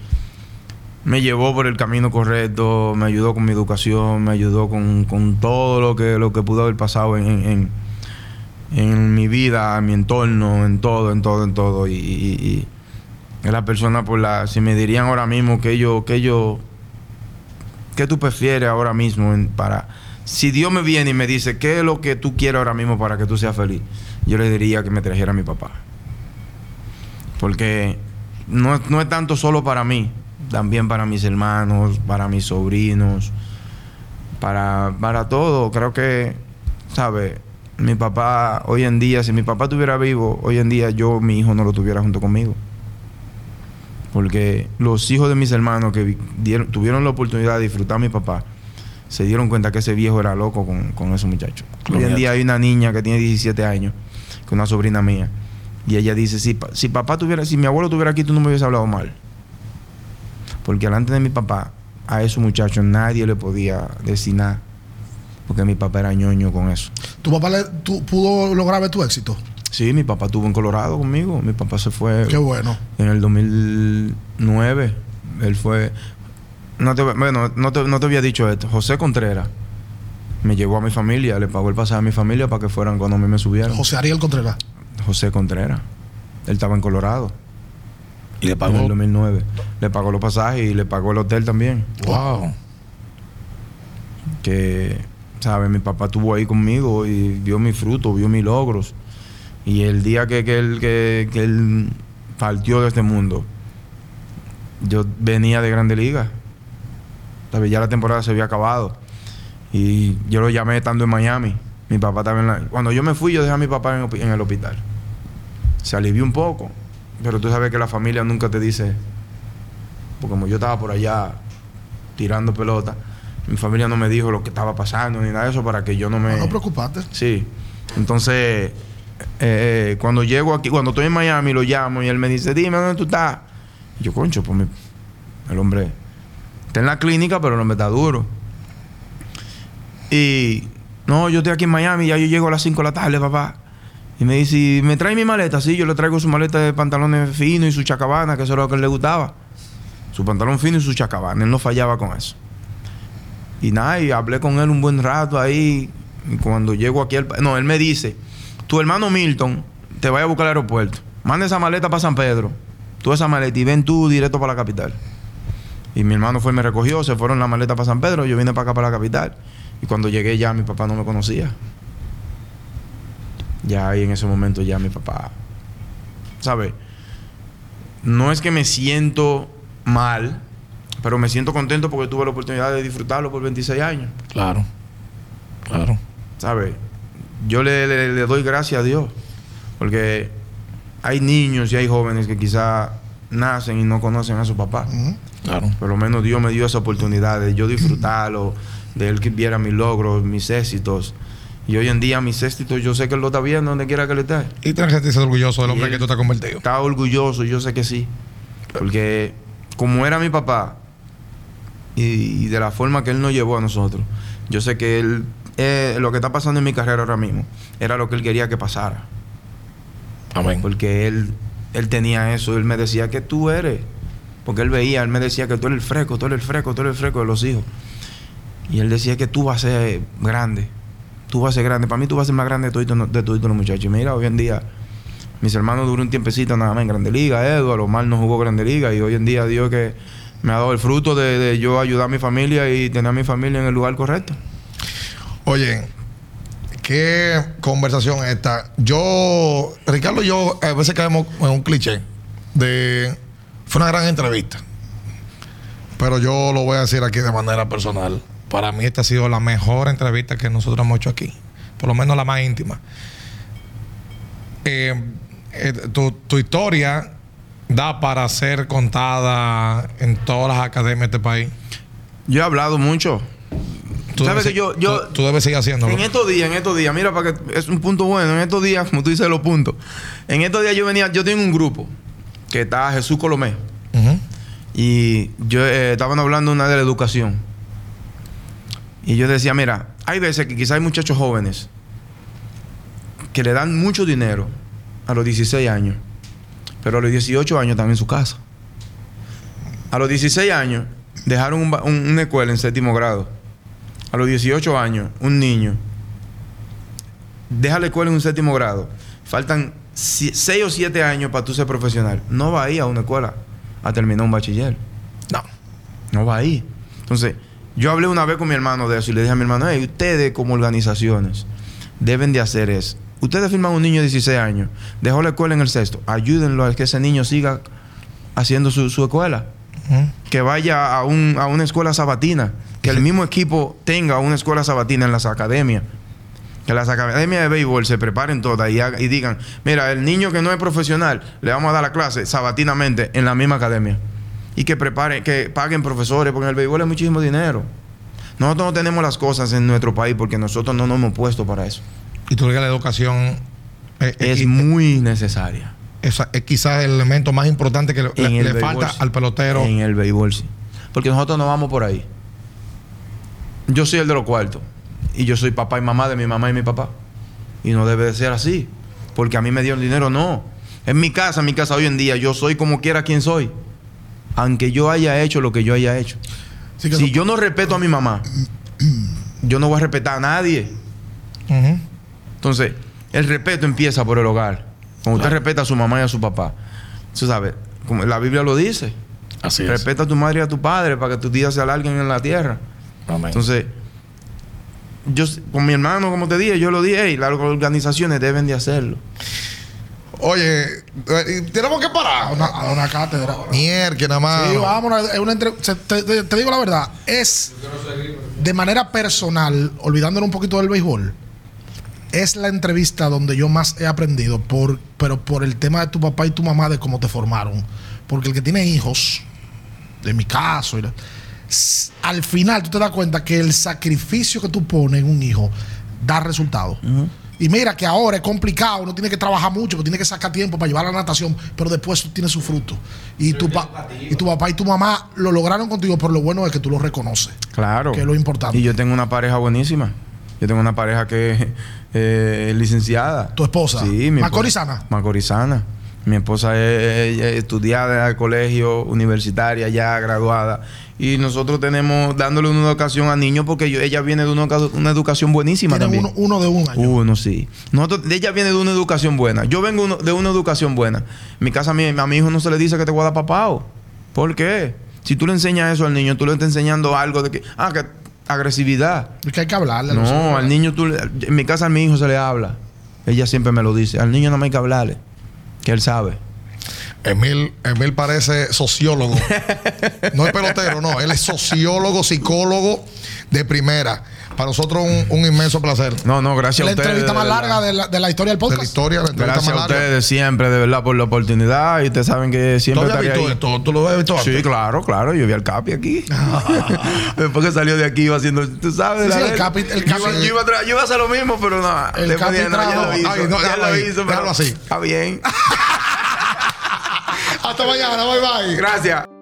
Speaker 3: me llevó por el camino correcto, me ayudó con mi educación, me ayudó con, con todo lo que, lo que pudo haber pasado en, en- en- en mi vida, en mi entorno, en todo, en todo, en todo. Y, y- y- y es la persona por la... Si me dirían ahora mismo que yo... Que yo ¿Qué tú prefieres ahora mismo en- para... Si Dios me viene y me dice, ¿qué es lo que tú quieres ahora mismo para que tú seas feliz? Yo le diría que me trajera a mi papá. Porque no, es- no es tanto solo para mí, también para mis hermanos, para mis sobrinos, para, para todo. Creo que, ¿sabes? Mi papá, hoy en día, si mi papá estuviera vivo, hoy en día yo, mi hijo, no lo tuviera junto conmigo. Porque los hijos de mis hermanos que vi- dieron- tuvieron la oportunidad de disfrutar a mi papá, se dieron cuenta que ese viejo era loco con, con esos muchachos.
Speaker 4: Lo
Speaker 3: Hoy en
Speaker 4: nieto.
Speaker 3: día hay una niña que tiene 17 años, que es una sobrina mía, y ella dice, si, pa- si papá tuviera, si mi abuelo tuviera aquí, tú no me hubieses hablado mal. Porque delante de mi papá, a esos muchachos nadie le podía decir nada. Porque mi papá era ñoño con eso.
Speaker 1: ¿Tu papá le, tú- pudo lograr ver tu éxito?
Speaker 3: Sí, mi papá estuvo en Colorado conmigo. Mi papá se fue
Speaker 1: Qué bueno.
Speaker 3: en el 2009. Él fue... No te, bueno, no te, no te había dicho esto. José Contreras me llevó a mi familia, le pagó el pasaje a mi familia para que fueran cuando a mí me subieron.
Speaker 1: José Ariel Contreras.
Speaker 3: José Contreras. Él estaba en Colorado
Speaker 4: y le
Speaker 3: en el
Speaker 4: pagó.
Speaker 3: 2009. Le pagó los pasajes y le pagó el hotel también.
Speaker 4: Wow.
Speaker 3: que, ¿sabes? Mi papá estuvo ahí conmigo y vio mis frutos, vio mis logros. Y el día que, que él, que, que él partió de este mundo, yo venía de Grande Liga. ¿Sabes? Ya la temporada se había acabado. Y yo lo llamé estando en Miami. Mi papá estaba en la... Cuando yo me fui, yo dejé a mi papá en, opi- en el hospital. Se alivió un poco. Pero tú sabes que la familia nunca te dice... Porque como yo estaba por allá tirando pelota, mi familia no me dijo lo que estaba pasando ni nada de eso para que yo no me...
Speaker 2: Eh.
Speaker 1: No, No preocupate.
Speaker 3: Sí. Entonces, eh, eh, cuando llego aquí, cuando estoy en Miami, lo llamo y él me dice, dime dónde tú estás. Y yo, concho, pues mi- el hombre está en la clínica, pero el hombre está duro. Y no, yo estoy aquí en Miami, ya yo llego a las 5 de la tarde, papá. Y me dice, "¿Y ¿me trae mi maleta? Sí, yo le traigo su maleta de pantalones finos y su chacabana, que eso era lo que le gustaba. Su pantalón fino y su chacabana, él no fallaba con eso. Y nada, y hablé con él un buen rato ahí. Y cuando llego aquí, al pa- no, él me dice, tu hermano Milton te vaya a buscar al aeropuerto. Manda esa maleta para San Pedro. Tú esa maleta y ven tú directo para la capital. Y mi hermano fue y me recogió, se fueron la maleta para San Pedro, yo vine para acá para la capital. Y cuando llegué ya mi papá no me conocía. Ya ahí en ese momento ya mi papá, ¿sabes? No es que me siento mal, pero me siento contento porque tuve la oportunidad de disfrutarlo por 26 años.
Speaker 4: Claro. Claro.
Speaker 3: ¿sabes? Yo le, le- le doy gracias a Dios, porque hay niños y hay jóvenes que quizás nacen y no conocen a su papá.
Speaker 4: Claro.
Speaker 3: Por lo menos Dios me dio esa oportunidad de yo disfrutarlo, de él que viera mis logros, mis éxitos. Y hoy en día mis éxitos, yo sé que él lo está viendo donde quiera que le esté.
Speaker 2: Y te sentiste orgulloso del hombre
Speaker 3: Y
Speaker 2: que
Speaker 3: él-
Speaker 2: tú te has convertido.
Speaker 3: Está orgulloso, yo sé que sí. Porque como era mi papá y, y de la forma que él nos llevó a nosotros, yo sé que él, eh, lo que está pasando en mi carrera ahora mismo, era lo que él quería que pasara.
Speaker 4: Amén.
Speaker 3: Porque él, él tenía eso, él me decía que tú eres. Porque él veía, él me decía que tú eres el fresco, tú eres el fresco, tú eres el fresco de los hijos. Y él decía que tú vas a ser grande. Tú vas a ser grande. Para mí tú vas a ser más grande de todos de todito los muchachos. Y mira, hoy en día, mis hermanos duró un tiempecito nada más en Grande Liga. Eduardo Omar no jugó Grande Liga. Y hoy en día Dios que me ha dado el fruto de, de yo ayudar a mi familia y tener a mi familia en el lugar correcto.
Speaker 2: Oye, qué conversación esta. Yo, Ricardo y yo a veces caemos en un cliché de fue una gran entrevista. Pero yo lo voy a decir aquí de manera personal. Para mí esta ha sido la mejor entrevista que nosotros hemos hecho aquí. Por lo menos la más íntima. Eh, eh, tu, tu historia da para ser contada en todas las academias de este país.
Speaker 3: Yo he hablado mucho.
Speaker 2: Tú
Speaker 3: ¿Sabes
Speaker 2: debes,
Speaker 3: que yo- yo-
Speaker 2: tú, tú debes seguir haciéndolo.
Speaker 3: En este estos días, en estos días, mira, para que es un punto bueno, en estos días, como tú dices los puntos, en estos días yo venía, yo tengo un grupo que está Jesús Colomé
Speaker 2: Ujú.
Speaker 3: y yo eh, estaban hablando una de la educación. Y yo decía, mira, hay veces que quizás hay muchachos jóvenes que le dan mucho dinero a los 16 años, pero a los 18 años están en su casa. A los 16 años dejaron un ba- un- una escuela en séptimo grado. A los 18 años, un niño deja la escuela en un séptimo grado. Faltan 6 o 7 años para tú ser profesional. No va a ir a una escuela a terminar un bachiller.
Speaker 2: No.
Speaker 3: No va ahí. Entonces, yo hablé una vez con mi hermano de eso y le dije a mi hermano, hey, ustedes como organizaciones deben de hacer es, ustedes firman un niño de 16 años, dejó la escuela en el sexto, ayúdenlo a que ese niño siga haciendo su, su escuela,
Speaker 2: Ujú.
Speaker 3: que vaya a, un- a una escuela sabatina, que el mismo equipo tenga una escuela sabatina en las academias. Que las academias de béisbol se preparen todas y, haga- y digan, mira, el niño que no es profesional, le vamos a dar la clase sabatinamente en la misma academia. Y que preparen, que paguen profesores, porque en el béisbol es muchísimo dinero. Nosotros no tenemos las cosas en nuestro país porque nosotros no nos hemos puesto para eso.
Speaker 2: Y tú crees que la educación eh, eh,
Speaker 3: Es
Speaker 2: y-
Speaker 3: muy necesaria.
Speaker 2: esa- es quizás el elemento más importante que le,
Speaker 3: En
Speaker 2: le-
Speaker 3: el
Speaker 2: le
Speaker 3: béisbol,
Speaker 2: falta
Speaker 3: sí.
Speaker 2: al pelotero.
Speaker 3: En el béisbol, sí. Porque nosotros no vamos por ahí. Yo soy el de los cuartos. Y yo soy papá y mamá de mi mamá y mi papá. Y no debe de ser así. Porque a mí me dio el dinero, no. En mi casa, en mi casa hoy en día, yo soy como quiera quien soy. Aunque yo haya hecho lo que yo haya hecho.
Speaker 1: Así que
Speaker 3: si
Speaker 1: eso-
Speaker 3: yo no respeto a mi mamá, yo no voy a respetar a nadie.
Speaker 2: Ujú.
Speaker 3: Entonces, el respeto empieza por el hogar. Cuando usted respeta a su mamá y a su papá. Usted sabe, como la Biblia lo dice.
Speaker 4: Así es.
Speaker 3: Respeta a tu madre y a tu padre para que tus días se alarguen en la tierra.
Speaker 4: Amén.
Speaker 3: Entonces, yo s- con mi hermano, como te dije, yo lo dije, y las organizaciones deben de hacerlo.
Speaker 2: Oye, eh, tenemos que
Speaker 1: a
Speaker 2: parar.
Speaker 1: una, a una cátedra.
Speaker 2: Mierda, que nada
Speaker 3: Ah,
Speaker 2: más.
Speaker 1: Sí, vámonos, es una entre- se- te, te- te digo la verdad, es de manera personal, olvidándonos un poquito del béisbol, es la entrevista donde yo más he aprendido, por, pero por el tema de tu papá y tu mamá, de cómo te formaron. Porque el que tiene hijos, de mi caso, y la- s- al final tú te das cuenta que el sacrificio que tú pones en un hijo da resultado. Y mira que ahora es complicado, uno tiene que trabajar mucho, porque tiene que sacar tiempo para llevar a la natación, pero después tú tienes su fruto. Y tu, pa- y tu papá y tu mamá lo lograron contigo, pero lo bueno es que tú lo reconoces.
Speaker 3: Claro.
Speaker 1: Que es lo importante.
Speaker 3: Y yo tengo una pareja buenísima. Yo tengo una pareja que eh, es licenciada.
Speaker 1: ¿Tu esposa?
Speaker 3: Sí, mi esposa-
Speaker 1: ¿Macorizana?
Speaker 3: Macorizana. Mi esposa es, es- es estudiada al colegio, universitaria, ya graduada. Y nosotros tenemos dándole una educación a niños porque yo- ella viene de una, educa- una educación buenísima
Speaker 1: Tienen
Speaker 3: también. Uh.
Speaker 1: uno, uno de un año.
Speaker 3: Uno, sí. Nosotros, ella viene de una educación buena. Yo vengo uno- de una educación buena. En mi casa a mi, a mi hijo no se le dice que te voy a dar papao. ¿Por qué? Si tú le enseñas eso al niño, tú le estás enseñando algo de que... Ah, que agresividad.
Speaker 1: Es que hay que hablarle. a los hijos.
Speaker 3: No, al niño tú... le- En mi casa a mi hijo se le habla. Ella siempre me lo dice. Al niño no me hay que hablarle. Que él sabe.
Speaker 2: Emil, Emil parece sociólogo. No es pelotero, no. Él es sociólogo, psicólogo de primera. Para nosotros un, un inmenso placer.
Speaker 3: No, no, gracias
Speaker 1: la
Speaker 3: a ustedes.
Speaker 1: entrevista
Speaker 3: de
Speaker 1: más
Speaker 3: verdad.
Speaker 1: larga de la, de la historia del
Speaker 2: De la
Speaker 1: podcast.
Speaker 2: historia, la entrevista
Speaker 3: Gracias
Speaker 2: más
Speaker 3: a
Speaker 2: larga.
Speaker 3: ustedes siempre, de verdad, por la oportunidad. Y ustedes saben que
Speaker 2: ¿Tú
Speaker 3: siempre
Speaker 2: habías visto
Speaker 3: estaré ahí.
Speaker 2: esto? ¿Tú lo habías visto antes?
Speaker 3: Sí, claro, claro. Yo vi al Capi aquí. Después que salió de aquí iba haciendo, tú sabes.
Speaker 1: Sí,
Speaker 3: la
Speaker 1: sí, el
Speaker 3: vez.
Speaker 1: Capi- el Capi-
Speaker 3: yo, iba, yo iba a tra- yo iba a hacer lo mismo, pero no.
Speaker 1: El
Speaker 3: después
Speaker 1: Capi
Speaker 3: dije, no, ya
Speaker 1: trajo-
Speaker 3: lo hizo.
Speaker 2: Ay, no,
Speaker 3: ya
Speaker 2: déjalo
Speaker 3: lo
Speaker 2: ahí,
Speaker 3: hizo,
Speaker 2: déjalo
Speaker 3: pero
Speaker 2: así.
Speaker 3: Está bien.
Speaker 2: Hasta mañana, bye bye.
Speaker 3: Gracias.